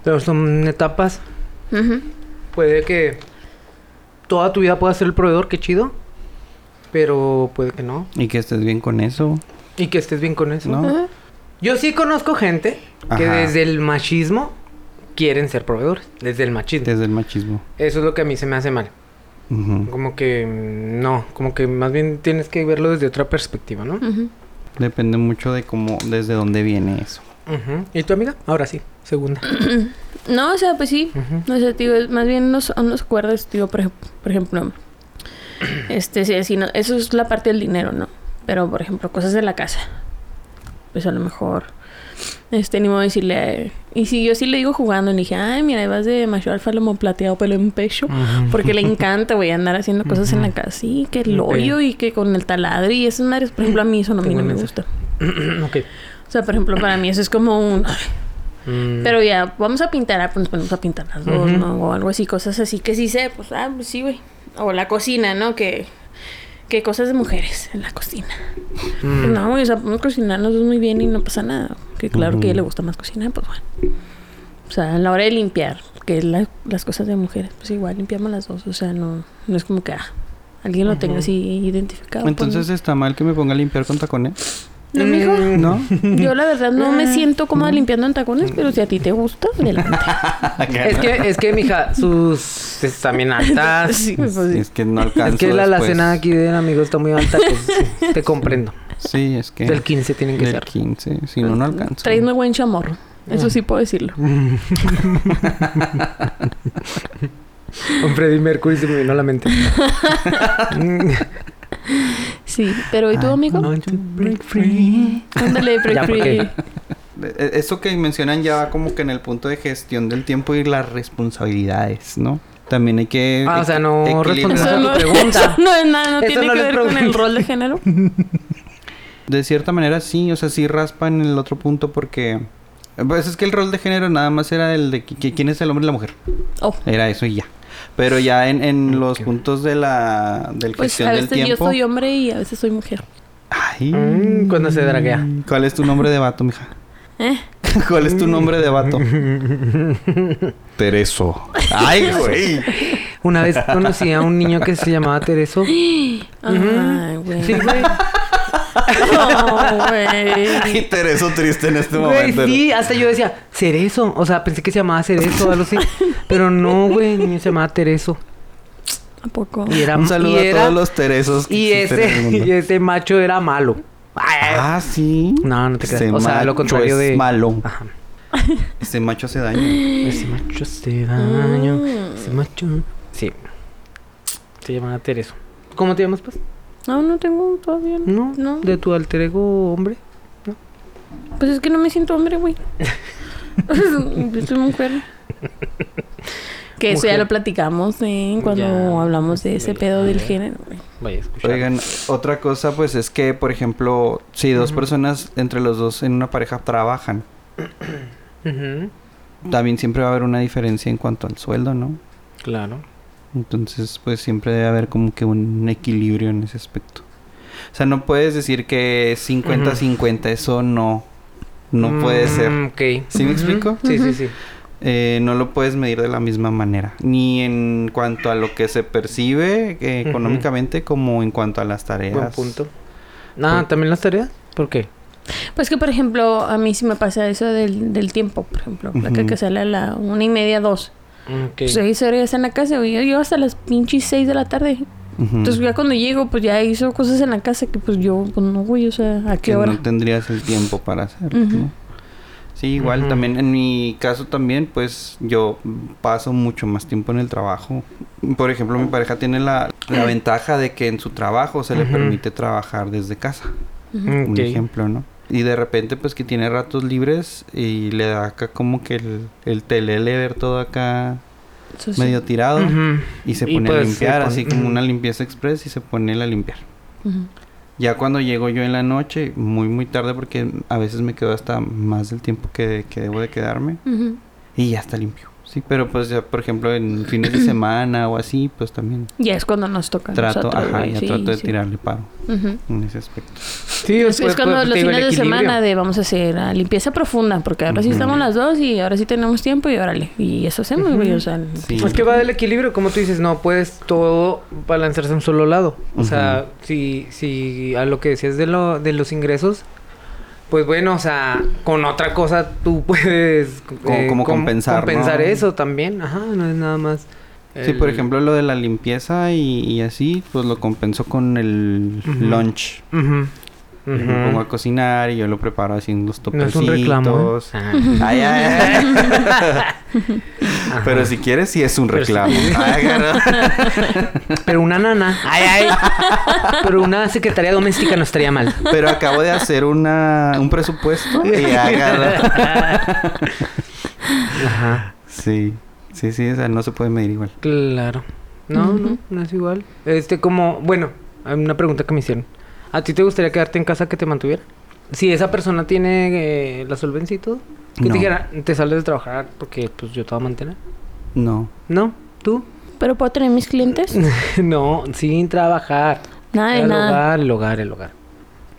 [SPEAKER 4] Pero son etapas.
[SPEAKER 3] Ujú.
[SPEAKER 4] Puede que toda tu vida pueda ser el proveedor, qué chido. Pero puede que no.
[SPEAKER 2] Y que estés bien con eso,
[SPEAKER 4] Y que estés bien con eso.
[SPEAKER 2] ¿no?
[SPEAKER 3] Ujú.
[SPEAKER 4] Yo sí conozco gente que
[SPEAKER 2] Ajá.
[SPEAKER 4] desde el machismo quieren ser proveedores. Desde el machismo.
[SPEAKER 2] Desde el machismo.
[SPEAKER 4] Eso es lo que a mí se me hace mal.
[SPEAKER 2] Ujú.
[SPEAKER 4] Como que mm, no, como que más bien tienes que verlo desde otra perspectiva, ¿no?
[SPEAKER 3] Ujú.
[SPEAKER 2] Depende mucho de cómo, desde dónde viene eso.
[SPEAKER 4] Ujú. ¿Y tu amiga? Ahora sí, segunda.
[SPEAKER 3] No, o sea, pues sí.
[SPEAKER 4] Ujú.
[SPEAKER 3] No sé, tío, es- más bien nos, nos acuerdos, tío, por, ej- por ejemplo, *clears throat* este, sí, sí, no- eso es la parte del dinero, ¿no? Pero, por ejemplo, cosas de la casa. Pues a lo mejor, este, ni modo de decirle, y si yo sí le digo jugando, le dije, ay, mira, ahí vas de macho alfa, lomo plateado, pelo en pecho.
[SPEAKER 4] Ujú.
[SPEAKER 3] Porque le encanta, güey, andar haciendo cosas en la casa. Sí, que el
[SPEAKER 4] Ok.
[SPEAKER 3] hoyo y que con el taladro y esas madres. Por ejemplo, a mí eso no, a mí
[SPEAKER 4] Tengo
[SPEAKER 3] no me
[SPEAKER 4] un
[SPEAKER 3] gusta.
[SPEAKER 4] ok.
[SPEAKER 3] O sea, por ejemplo, para mí eso es como un...
[SPEAKER 4] Mm,
[SPEAKER 3] Pero ya, vamos a pintar, ah, pues nos ponemos a pintar las dos,
[SPEAKER 4] Ujú.
[SPEAKER 3] ¿no? O algo así, cosas así que sí sé, pues, ah, pues sí, güey. O la cocina, ¿no? Que, que cosas de mujeres en la cocina.
[SPEAKER 4] mm,
[SPEAKER 3] Pues no, güey, o sea, podemos cocinar los dos muy bien y no pasa nada. Que claro que a ella le
[SPEAKER 2] Ujú.
[SPEAKER 3] gusta más cocinar, pues bueno. O sea, a la hora de limpiar, que es la- las cosas de mujeres, pues igual limpiamos las dos. O sea, no, no es como que ah, alguien lo tenga
[SPEAKER 4] Ujú.
[SPEAKER 3] así
[SPEAKER 4] Ah,
[SPEAKER 3] identificado. pues,
[SPEAKER 2] Entonces está mal que me ponga a limpiar con tacones,
[SPEAKER 3] no,
[SPEAKER 4] Mm.
[SPEAKER 3] No, mijo.
[SPEAKER 2] ¿no?
[SPEAKER 3] Yo la verdad no me siento cómoda limpiando en tacones, pero si a ti te gusta, adelante.
[SPEAKER 4] *laughs* Es que, es que, mija, sus es también *laughs* altas.
[SPEAKER 3] Sí, pues, sí.
[SPEAKER 2] es que no alcanzo.
[SPEAKER 4] Es que la
[SPEAKER 2] después.
[SPEAKER 4] alacena aquí del amigo está muy alta, pues te *laughs* comprendo.
[SPEAKER 2] Sí, es que.
[SPEAKER 4] Del 15 tienen que
[SPEAKER 2] del
[SPEAKER 4] ser.
[SPEAKER 2] 15, Si no, no alcanzo.
[SPEAKER 3] Traes muy buen chamorro.
[SPEAKER 4] Ah.
[SPEAKER 3] Eso sí puedo decirlo.
[SPEAKER 4] Con Freddie Mercury se me vino a la mente.
[SPEAKER 3] Sí, pero ¿y tú, amigo?
[SPEAKER 4] Ah, No, to break free.
[SPEAKER 3] Ándale, Free
[SPEAKER 4] Ya,
[SPEAKER 3] Free.
[SPEAKER 4] porque-
[SPEAKER 2] Eh, Eso que mencionan ya va como que en el punto de gestión del tiempo y las responsabilidades, ¿no? También hay que.
[SPEAKER 4] Ah, o sea, no
[SPEAKER 2] equilibrar.
[SPEAKER 4] responsabilidades.
[SPEAKER 3] Eso
[SPEAKER 4] Esa es
[SPEAKER 3] no,
[SPEAKER 4] tu pregunta.
[SPEAKER 3] eso *laughs* no es nada, no
[SPEAKER 4] Eso
[SPEAKER 3] tiene
[SPEAKER 4] no
[SPEAKER 3] que
[SPEAKER 4] les
[SPEAKER 3] ver con el
[SPEAKER 4] pregunto.
[SPEAKER 3] rol de género.
[SPEAKER 2] De cierta manera sí, o sea, sí raspa en el otro punto porque... Pues es que el rol de género nada más era el de qui- qui- quién es el hombre y la mujer.
[SPEAKER 3] Oh.
[SPEAKER 2] Era eso y ya. Pero ya en, en los
[SPEAKER 4] Ok.
[SPEAKER 2] puntos de la del
[SPEAKER 3] Pues
[SPEAKER 2] gestión
[SPEAKER 3] a
[SPEAKER 2] del
[SPEAKER 3] veces yo
[SPEAKER 2] tiempo...
[SPEAKER 3] soy hombre y a veces soy mujer.
[SPEAKER 2] Ay,
[SPEAKER 4] Mm, cuando se draguea.
[SPEAKER 2] ¿Cuál es tu nombre de vato, mija? *laughs*
[SPEAKER 3] ¿Eh?
[SPEAKER 2] ¿Cuál es tu nombre de
[SPEAKER 4] *laughs*
[SPEAKER 2] vato? Tereso. Ay, güey.
[SPEAKER 4] Una vez conocí a un niño que se llamaba Tereso. Sí,
[SPEAKER 3] Ay, güey.
[SPEAKER 4] güey.
[SPEAKER 3] *laughs* No, güey.
[SPEAKER 2] Ay, Tereso triste en este
[SPEAKER 4] Güey,
[SPEAKER 2] momento.
[SPEAKER 4] sí, hasta yo decía, Cerezo. O sea, pensé que se llamaba Cerezo o algo así. Pero no, güey, el niño se llamaba Tereso.
[SPEAKER 3] ¿A poco?
[SPEAKER 4] Y era
[SPEAKER 2] Un saludo
[SPEAKER 4] y era-
[SPEAKER 2] a todos los Teresos. que
[SPEAKER 4] Y
[SPEAKER 2] existen en el
[SPEAKER 4] ese,
[SPEAKER 2] mundo.
[SPEAKER 4] *laughs* y ese macho era malo. Ay,
[SPEAKER 2] Ah, sí.
[SPEAKER 4] No, no te creas.
[SPEAKER 2] Ese
[SPEAKER 4] O sea, lo
[SPEAKER 2] macho
[SPEAKER 4] contrario
[SPEAKER 2] es
[SPEAKER 4] de-
[SPEAKER 2] malo.
[SPEAKER 4] Ajá.
[SPEAKER 2] *laughs* Ese macho hace daño.
[SPEAKER 4] Ese macho hace daño.
[SPEAKER 3] Mm.
[SPEAKER 4] Ese macho. Sí. Se llamaba Tereso. ¿Cómo te llamas, pues?
[SPEAKER 3] No, no tengo todavía. No.
[SPEAKER 4] No.
[SPEAKER 3] No.
[SPEAKER 4] De tu alter ego, hombre.
[SPEAKER 3] Pues es que no me siento
[SPEAKER 4] *laughs*
[SPEAKER 3] hombre, güey. Yo soy mujer. Que eso ya
[SPEAKER 4] Mujer.
[SPEAKER 3] lo platicamos ¿eh? cuando
[SPEAKER 4] Ya, pues
[SPEAKER 3] hablamos de ese
[SPEAKER 4] güey,
[SPEAKER 3] pedo del
[SPEAKER 4] ya.
[SPEAKER 3] género, güey.
[SPEAKER 4] Vaya, escucha.
[SPEAKER 2] Oigan, otra cosa pues es que, por ejemplo, si dos personas entre los dos en una pareja trabajan,
[SPEAKER 4] Ujú,
[SPEAKER 2] también siempre va a haber una diferencia en cuanto al sueldo, ¿no?
[SPEAKER 4] Claro.
[SPEAKER 2] Entonces, pues siempre debe haber como que un equilibrio en ese aspecto. O sea, no puedes decir que 50-50, eso no, no puede ser.
[SPEAKER 4] Mm, ok.
[SPEAKER 2] ¿Sí me
[SPEAKER 4] Ujú.
[SPEAKER 2] explico?
[SPEAKER 4] Sí, sí, sí.
[SPEAKER 2] Eh, no lo puedes medir de la misma manera, ni en cuanto a lo que se percibe eh,
[SPEAKER 4] Ujú.
[SPEAKER 2] económicamente como en cuanto a las tareas.
[SPEAKER 4] Buen punto. Ah, ¿también las tareas? ¿Por qué?
[SPEAKER 3] Pues que, por ejemplo, a mí sí me pasa eso del, del tiempo, por ejemplo. La que,
[SPEAKER 2] Ujú.
[SPEAKER 3] que sale a la una y media, dos. Pues seis horas en la casa. güey. Yo llego hasta las pinches seis de la tarde.
[SPEAKER 2] Ujú.
[SPEAKER 3] Entonces ya cuando llego, pues ya hizo cosas en la casa que pues yo, pues no, güey, o sea, ¿a
[SPEAKER 2] que
[SPEAKER 3] qué hora?
[SPEAKER 2] no tendrías el tiempo para hacerlo,
[SPEAKER 3] Ujú.
[SPEAKER 2] ¿no? Sí, igual
[SPEAKER 4] Ujú.
[SPEAKER 2] también en mi caso también pues yo paso mucho más tiempo en el trabajo. Por ejemplo,
[SPEAKER 4] Mm.
[SPEAKER 2] mi pareja tiene la, la ventaja de que en su trabajo se le
[SPEAKER 4] Ujú.
[SPEAKER 2] permite trabajar desde casa,
[SPEAKER 4] Ok.
[SPEAKER 2] un ejemplo, ¿no? Y de repente pues que tiene ratos libres y le da acá como que el, el telele ver todo acá
[SPEAKER 3] Eso Pues sí.
[SPEAKER 2] medio tirado
[SPEAKER 4] Ujú.
[SPEAKER 2] y se
[SPEAKER 4] Y
[SPEAKER 2] pone a
[SPEAKER 4] pues, se
[SPEAKER 2] limpiar,
[SPEAKER 4] pon-
[SPEAKER 2] así como
[SPEAKER 4] ujú.
[SPEAKER 2] una limpieza express y se pone él a limpiar.
[SPEAKER 3] Ujú.
[SPEAKER 2] Ya cuando llego yo en la noche, muy muy tarde porque a veces me quedo hasta más del tiempo que, que debo de quedarme
[SPEAKER 3] Ujú.
[SPEAKER 2] y ya está limpio. Sí, pero pues ya por ejemplo
[SPEAKER 3] *coughs*
[SPEAKER 2] en fines de semana o así, pues también
[SPEAKER 3] Ya es cuando nos toca. a
[SPEAKER 2] trato,
[SPEAKER 3] nosotros,
[SPEAKER 2] ajá,
[SPEAKER 3] güey,
[SPEAKER 2] ya
[SPEAKER 3] sí,
[SPEAKER 2] trato de
[SPEAKER 3] sí.
[SPEAKER 2] tirarle paro
[SPEAKER 3] Ujú.
[SPEAKER 2] en ese aspecto.
[SPEAKER 4] Sí,
[SPEAKER 3] Es,
[SPEAKER 4] pues,
[SPEAKER 3] es cuando
[SPEAKER 4] pues,
[SPEAKER 3] los
[SPEAKER 4] te digo, el
[SPEAKER 3] fines de
[SPEAKER 4] equilibrio.
[SPEAKER 3] semana de vamos a hacer ah, limpieza profunda, porque ahora sí
[SPEAKER 2] Ujú.
[SPEAKER 3] estamos las dos y ahora sí tenemos tiempo y órale. Y eso hacemos, güey, o sea.
[SPEAKER 2] Sí.
[SPEAKER 4] Es Pues que va del equilibrio, como tú dices, no puedes todo balancearse a un solo lado. O sea, si, si a lo que decías de, lo, de los ingresos, pues bueno, o sea, con otra cosa tú *laughs* puedes eh,
[SPEAKER 2] Como- como compensar,
[SPEAKER 4] compensar
[SPEAKER 2] ¿no?
[SPEAKER 4] eso también. Ajá, no es nada más.
[SPEAKER 2] Sí, por
[SPEAKER 4] el-
[SPEAKER 2] ejemplo lo de la limpieza y, y así, pues lo compenso con el
[SPEAKER 4] Ujú.
[SPEAKER 2] lunch.
[SPEAKER 4] Ujú,
[SPEAKER 2] Yo Me
[SPEAKER 4] ujú.
[SPEAKER 2] pongo a cocinar y yo lo preparo así en los
[SPEAKER 4] No es
[SPEAKER 2] topercitos.
[SPEAKER 4] un reclamo. ¿eh? Ah.
[SPEAKER 2] Ay, ay,
[SPEAKER 4] *laughs*
[SPEAKER 2] ay.
[SPEAKER 4] Ajá.
[SPEAKER 2] Pero si quieres, sí es un
[SPEAKER 4] Pero si
[SPEAKER 2] reclamo. *laughs*
[SPEAKER 3] *laughs*
[SPEAKER 2] Ay, claro.
[SPEAKER 4] *laughs* Pero una nana. Ay, ay. Pero una secretaria doméstica no estaría mal.
[SPEAKER 2] Pero acabo de hacer una, un presupuesto
[SPEAKER 3] *laughs*
[SPEAKER 2] y agarra.
[SPEAKER 4] Ajá.
[SPEAKER 2] Sí, sí, sí, o sea, no se puede medir igual.
[SPEAKER 4] Claro. No, no,
[SPEAKER 3] Ujú.
[SPEAKER 4] no es igual. Este, como, bueno, hay una pregunta que me hicieron. ¿A ti te gustaría quedarte en casa que te mantuviera? Si esa persona tiene eh, la solvencia y todo, que te
[SPEAKER 2] No.
[SPEAKER 4] dijera, te sales de trabajar porque pues yo te voy a mantener.
[SPEAKER 2] No.
[SPEAKER 4] ¿No? ¿Tú? *laughs*
[SPEAKER 3] Pero puedo tener mis clientes.
[SPEAKER 4] no, sin trabajar.
[SPEAKER 3] Nada de
[SPEAKER 4] el
[SPEAKER 3] nada.
[SPEAKER 4] hogar, el hogar, el hogar.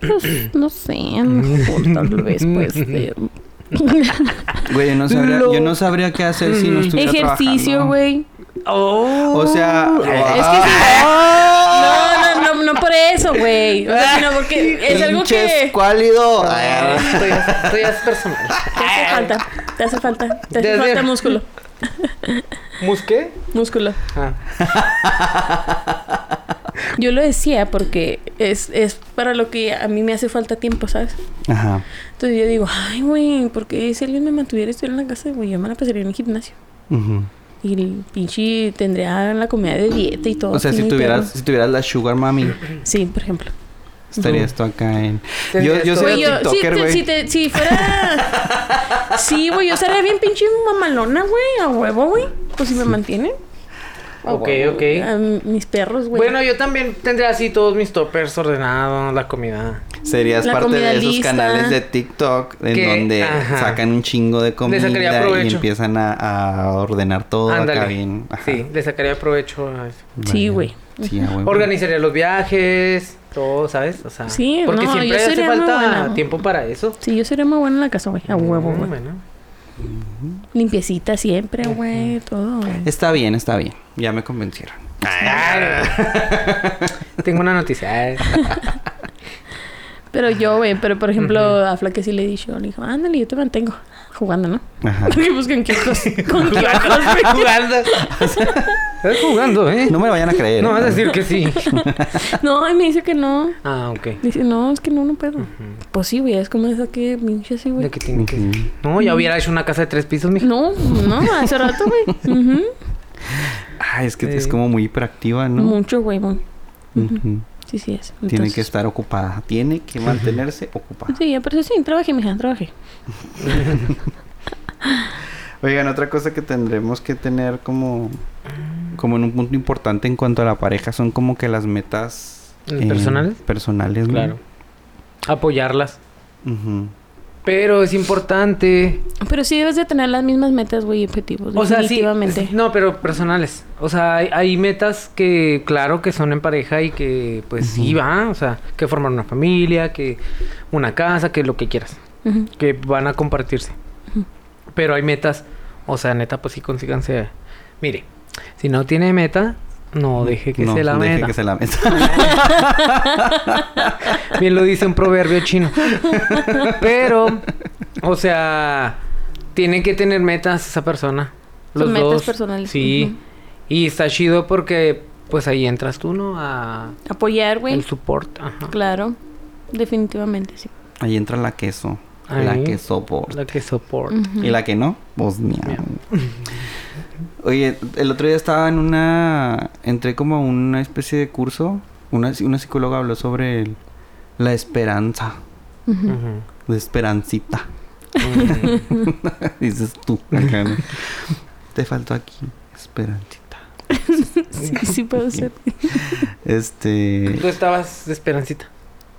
[SPEAKER 3] Pues, no sé, a lo mejor tal vez,
[SPEAKER 2] *laughs*
[SPEAKER 3] pues. eh,
[SPEAKER 2] Güey, yo no sabría,
[SPEAKER 4] Lo-
[SPEAKER 2] yo no sabría qué hacer si
[SPEAKER 4] Mm.
[SPEAKER 2] no estuviera
[SPEAKER 3] Ejercicio,
[SPEAKER 2] trabajando.
[SPEAKER 3] güey.
[SPEAKER 4] Oh.
[SPEAKER 2] O sea, ah.
[SPEAKER 3] Es
[SPEAKER 2] *laughs*
[SPEAKER 3] que sí. No, no, no, no por eso, güey. O sea, sino porque es algo que.
[SPEAKER 2] escuálido. Ah.
[SPEAKER 4] Esto ya, es- esto ya es personal.
[SPEAKER 3] Te hace falta, te hace falta, te hace
[SPEAKER 4] Desde-
[SPEAKER 3] falta músculo,
[SPEAKER 4] ¿Musqué?
[SPEAKER 3] músculo.
[SPEAKER 4] Ah.
[SPEAKER 3] Yo lo decía porque es, es para lo que a mí me hace falta tiempo, ¿sabes?
[SPEAKER 2] Ajá.
[SPEAKER 3] Entonces yo digo, ay, güey, porque si alguien me mantuviera estuviera en la casa, güey, yo me la pasaría en el gimnasio.
[SPEAKER 2] Ujú.
[SPEAKER 3] Y el pinche tendría la comida de dieta y todo.
[SPEAKER 2] O sea,
[SPEAKER 3] así,
[SPEAKER 2] si
[SPEAKER 3] ¿no? Y
[SPEAKER 2] tuvieras, si tuvieras la Sugar Mami,
[SPEAKER 3] todo. Sí, por ejemplo.
[SPEAKER 2] estarías tú acá en. Yo,
[SPEAKER 4] Tendrías
[SPEAKER 2] yo
[SPEAKER 4] todo.
[SPEAKER 2] soy
[SPEAKER 3] Güey, yo, si,
[SPEAKER 2] TikToker,
[SPEAKER 3] te-
[SPEAKER 2] güey.
[SPEAKER 3] si, te- si
[SPEAKER 2] *laughs*
[SPEAKER 3] fuera... sí, güey, yo sería bien pinche mamalona, güey, a huevo, güey. Pues si me mantienen. A
[SPEAKER 4] Ok,
[SPEAKER 3] huevo,
[SPEAKER 4] ok.
[SPEAKER 3] güey. A mis perros, Ah, güey.
[SPEAKER 4] Bueno, yo también tendría así todos mis toppers ordenados, la comida.
[SPEAKER 2] Serías
[SPEAKER 3] La
[SPEAKER 2] parte
[SPEAKER 3] comida
[SPEAKER 2] de esos
[SPEAKER 3] lista.
[SPEAKER 2] canales de TikTok en
[SPEAKER 4] Que-
[SPEAKER 2] donde
[SPEAKER 4] ajá.
[SPEAKER 2] sacan un chingo de comida y
[SPEAKER 4] sacaría provecho.
[SPEAKER 2] empiezan a, a ordenar todo acá
[SPEAKER 4] Ándale.
[SPEAKER 2] bien. Ajá.
[SPEAKER 4] Sí, le sacaría provecho a eso.
[SPEAKER 3] Sí, güey.
[SPEAKER 2] Sí, a huevo.
[SPEAKER 4] Organizaría los viajes, todo, ¿sabes? O sea,
[SPEAKER 3] Sí,
[SPEAKER 4] porque
[SPEAKER 3] no, yo
[SPEAKER 4] siempre hace
[SPEAKER 3] sería muy
[SPEAKER 4] falta
[SPEAKER 3] buena.
[SPEAKER 4] tiempo para eso.
[SPEAKER 3] Sí, yo sería muy buena en la casa, güey. A huevo,
[SPEAKER 4] Mm,
[SPEAKER 2] *laughs*
[SPEAKER 3] güey.
[SPEAKER 4] bueno.
[SPEAKER 3] Limpiecita siempre, güey. Todo, güey.
[SPEAKER 2] Está bien, está bien. Ya me convencieron.
[SPEAKER 4] Tengo una noticia.
[SPEAKER 2] *laughs*
[SPEAKER 4] eh.
[SPEAKER 3] Pero yo, güey, pero por ejemplo, a Flaque sí le he dicho, le dijo, ándale, yo te mantengo jugando, ¿no? *laughs*
[SPEAKER 2] Ajá.
[SPEAKER 3] Porque pues con kioscos, con kioscos, güey.
[SPEAKER 4] jugando. Estás jugando, ¿eh?
[SPEAKER 2] *laughs* No me lo vayan a creer.
[SPEAKER 4] No vas a decir
[SPEAKER 2] *laughs*
[SPEAKER 4] que sí.
[SPEAKER 3] No, y me dice que no.
[SPEAKER 4] Ah, ok.
[SPEAKER 3] Dice, no, es que no, no puedo. Pues sí, güey, es como esa que pinche así,
[SPEAKER 4] Lo
[SPEAKER 3] güey.
[SPEAKER 4] que tiene que No, ya hubiera hecho una casa de tres pisos, mija.
[SPEAKER 3] Mm. No, no, hace rato, güey. Ujú.
[SPEAKER 2] Ay, es que es
[SPEAKER 4] Sí.
[SPEAKER 2] como muy hiperactiva, ¿no?
[SPEAKER 3] Mucho, güey, muy.
[SPEAKER 2] Ujú.
[SPEAKER 3] Sí, sí es.
[SPEAKER 2] Tiene que
[SPEAKER 3] Entonces-
[SPEAKER 2] estar ocupada. Tiene que mantenerse ocupada.
[SPEAKER 3] Sí, ya, pero sí, trabajé, mija, trabajé.
[SPEAKER 2] Oigan, otra cosa que tendremos que tener como, como en un punto importante en cuanto a la pareja son como que las metas eh,
[SPEAKER 4] ¿Personales?
[SPEAKER 2] Personales, ¿no?
[SPEAKER 4] Claro. Apoyarlas.
[SPEAKER 2] Ujú.
[SPEAKER 4] Pero es importante
[SPEAKER 3] Pero sí debes de tener las mismas metas, güey, y objetivos.
[SPEAKER 4] O sea, sí,
[SPEAKER 3] Pues definitivamente.
[SPEAKER 4] sí, No, pero personales. O sea, hay, hay metas que, claro, que son en pareja y que, pues, sí va. O sea, que formar una familia, que una casa, que lo que quieras.
[SPEAKER 3] Ujú.
[SPEAKER 4] Que van a compartirse. Pero hay metas. O sea, neta, pues sí, consíganse. Mire, si no tiene meta, No, deje que
[SPEAKER 2] no,
[SPEAKER 4] se la
[SPEAKER 2] deje
[SPEAKER 4] meta.
[SPEAKER 2] que se la meta.
[SPEAKER 4] *laughs* Bien lo dice un proverbio chino. Pero, o sea, tiene que tener metas esa persona.
[SPEAKER 3] Sus
[SPEAKER 4] Los
[SPEAKER 3] metas
[SPEAKER 4] dos.
[SPEAKER 3] personales,
[SPEAKER 4] Sí.
[SPEAKER 3] ujú.
[SPEAKER 4] Y está chido porque, pues ahí entras tú, ¿no? A
[SPEAKER 3] Apoyar, güey.
[SPEAKER 4] el support. Ajá.
[SPEAKER 3] Claro. Definitivamente, sí.
[SPEAKER 2] Ahí entra la queso.
[SPEAKER 4] Ahí.
[SPEAKER 2] La que soporta.
[SPEAKER 4] La que support.
[SPEAKER 2] Y la que no, Bosnia. *laughs* Oye, el otro día estaba en una. Entré como a una especie de curso. Una, una psicóloga habló sobre el- la esperanza.
[SPEAKER 4] Ujú.
[SPEAKER 2] De esperancita.
[SPEAKER 4] Ujú.
[SPEAKER 2] Dices tú. acá, ¿no? *laughs* Te faltó aquí. Esperancita.
[SPEAKER 4] *laughs*
[SPEAKER 3] Sí, sí puedo ser.
[SPEAKER 2] Este.
[SPEAKER 4] Tú estabas de esperancita.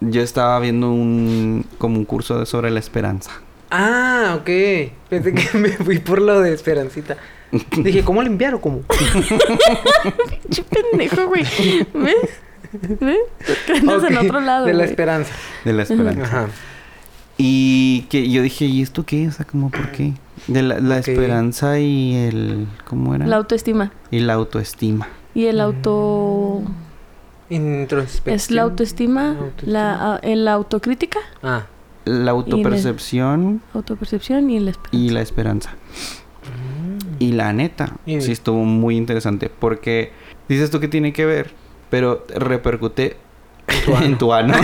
[SPEAKER 2] Yo estaba viendo un. Como un curso de- sobre la esperanza.
[SPEAKER 4] Ah, ok. Pensé que me fui por lo de esperancita. Dije, ¿cómo limpiar o
[SPEAKER 3] *laughs*
[SPEAKER 4] cómo?
[SPEAKER 3] Pinche
[SPEAKER 4] *laughs*
[SPEAKER 3] pendejo, güey. ¿Ves? ¿Ves? Tú andas en
[SPEAKER 4] Ok,
[SPEAKER 3] otro lado,
[SPEAKER 4] De la
[SPEAKER 3] güey.
[SPEAKER 4] esperanza.
[SPEAKER 2] De la esperanza.
[SPEAKER 4] Ajá.
[SPEAKER 2] Y que yo dije, ¿y esto qué? O sea, como por qué. De la, la
[SPEAKER 4] Ok.
[SPEAKER 2] esperanza y el. ¿Cómo era?
[SPEAKER 3] La autoestima.
[SPEAKER 2] y la autoestima.
[SPEAKER 3] Y el auto...
[SPEAKER 4] Introspección.
[SPEAKER 3] Es la autoestima,
[SPEAKER 4] La autoestima.
[SPEAKER 3] la, a- el- la autocrítica,
[SPEAKER 4] Ah.
[SPEAKER 2] La autopercepción
[SPEAKER 3] autopercepción y el
[SPEAKER 2] y la esperanza. Y la neta,
[SPEAKER 4] Y-
[SPEAKER 2] sí estuvo muy interesante. Porque dices tú que tiene que ver, pero repercute en tu
[SPEAKER 4] *laughs*
[SPEAKER 2] ano.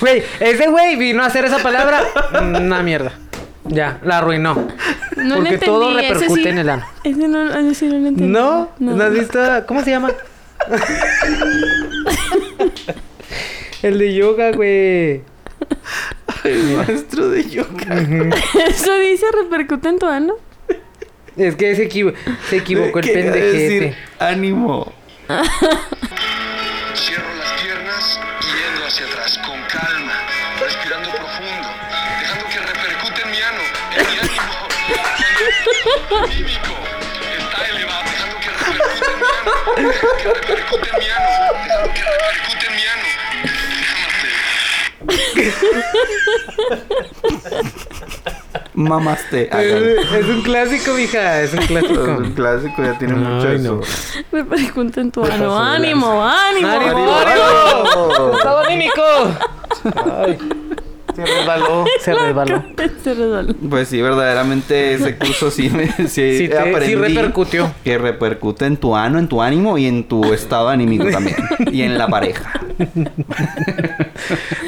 [SPEAKER 4] Güey, ese güey vino a hacer esa palabra. Una mierda. Ya, la arruinó.
[SPEAKER 3] No
[SPEAKER 4] porque
[SPEAKER 3] le
[SPEAKER 4] todo
[SPEAKER 3] entendí, ese
[SPEAKER 4] repercute
[SPEAKER 3] sí.
[SPEAKER 4] en el ano.
[SPEAKER 3] Ese no, ah, ese no lo entendí.
[SPEAKER 4] ¿No? ¿No has visto? ¿Cómo se llama? El de yoga, güey.
[SPEAKER 2] Maestro de yoga.
[SPEAKER 3] *laughs* Eso dice repercute en tu ano.
[SPEAKER 4] Es que se, equivo- se equivocó el
[SPEAKER 2] Quería
[SPEAKER 4] pendejete.
[SPEAKER 2] decir, Ánimo.
[SPEAKER 5] Cierro las piernas y entro hacia atrás con calma, respirando profundo, dejando que repercute en mi ano, en mi ánimo. *laughs* Cuando el mímico está elevado, dejando que repercute en mi ano, dejando que repercute en mi ano, dejando que repercute en mi ano. Cálmate.
[SPEAKER 4] *laughs*
[SPEAKER 2] Mamaste. Ah,
[SPEAKER 4] Es, es un clásico, mija. Es un clásico.
[SPEAKER 2] un clásico, ya tiene
[SPEAKER 4] Ay,
[SPEAKER 2] mucho eso.
[SPEAKER 4] no.
[SPEAKER 3] Repercute en tu
[SPEAKER 4] pasó de
[SPEAKER 3] ano. ¡Ánimo, ánimo!
[SPEAKER 4] ¡Ánimo,
[SPEAKER 3] *laughs*
[SPEAKER 4] ánimo! ¡Estado anímico! Ay, se resbaló. Se resbaló.
[SPEAKER 3] Se resbaló.
[SPEAKER 2] Pues sí, verdaderamente ese curso sí me *laughs* sí
[SPEAKER 4] Sí te- sí
[SPEAKER 2] aprendí
[SPEAKER 4] repercutió.
[SPEAKER 2] Que repercute en tu ano, en tu ánimo y en tu estado anímico también. y en la pareja.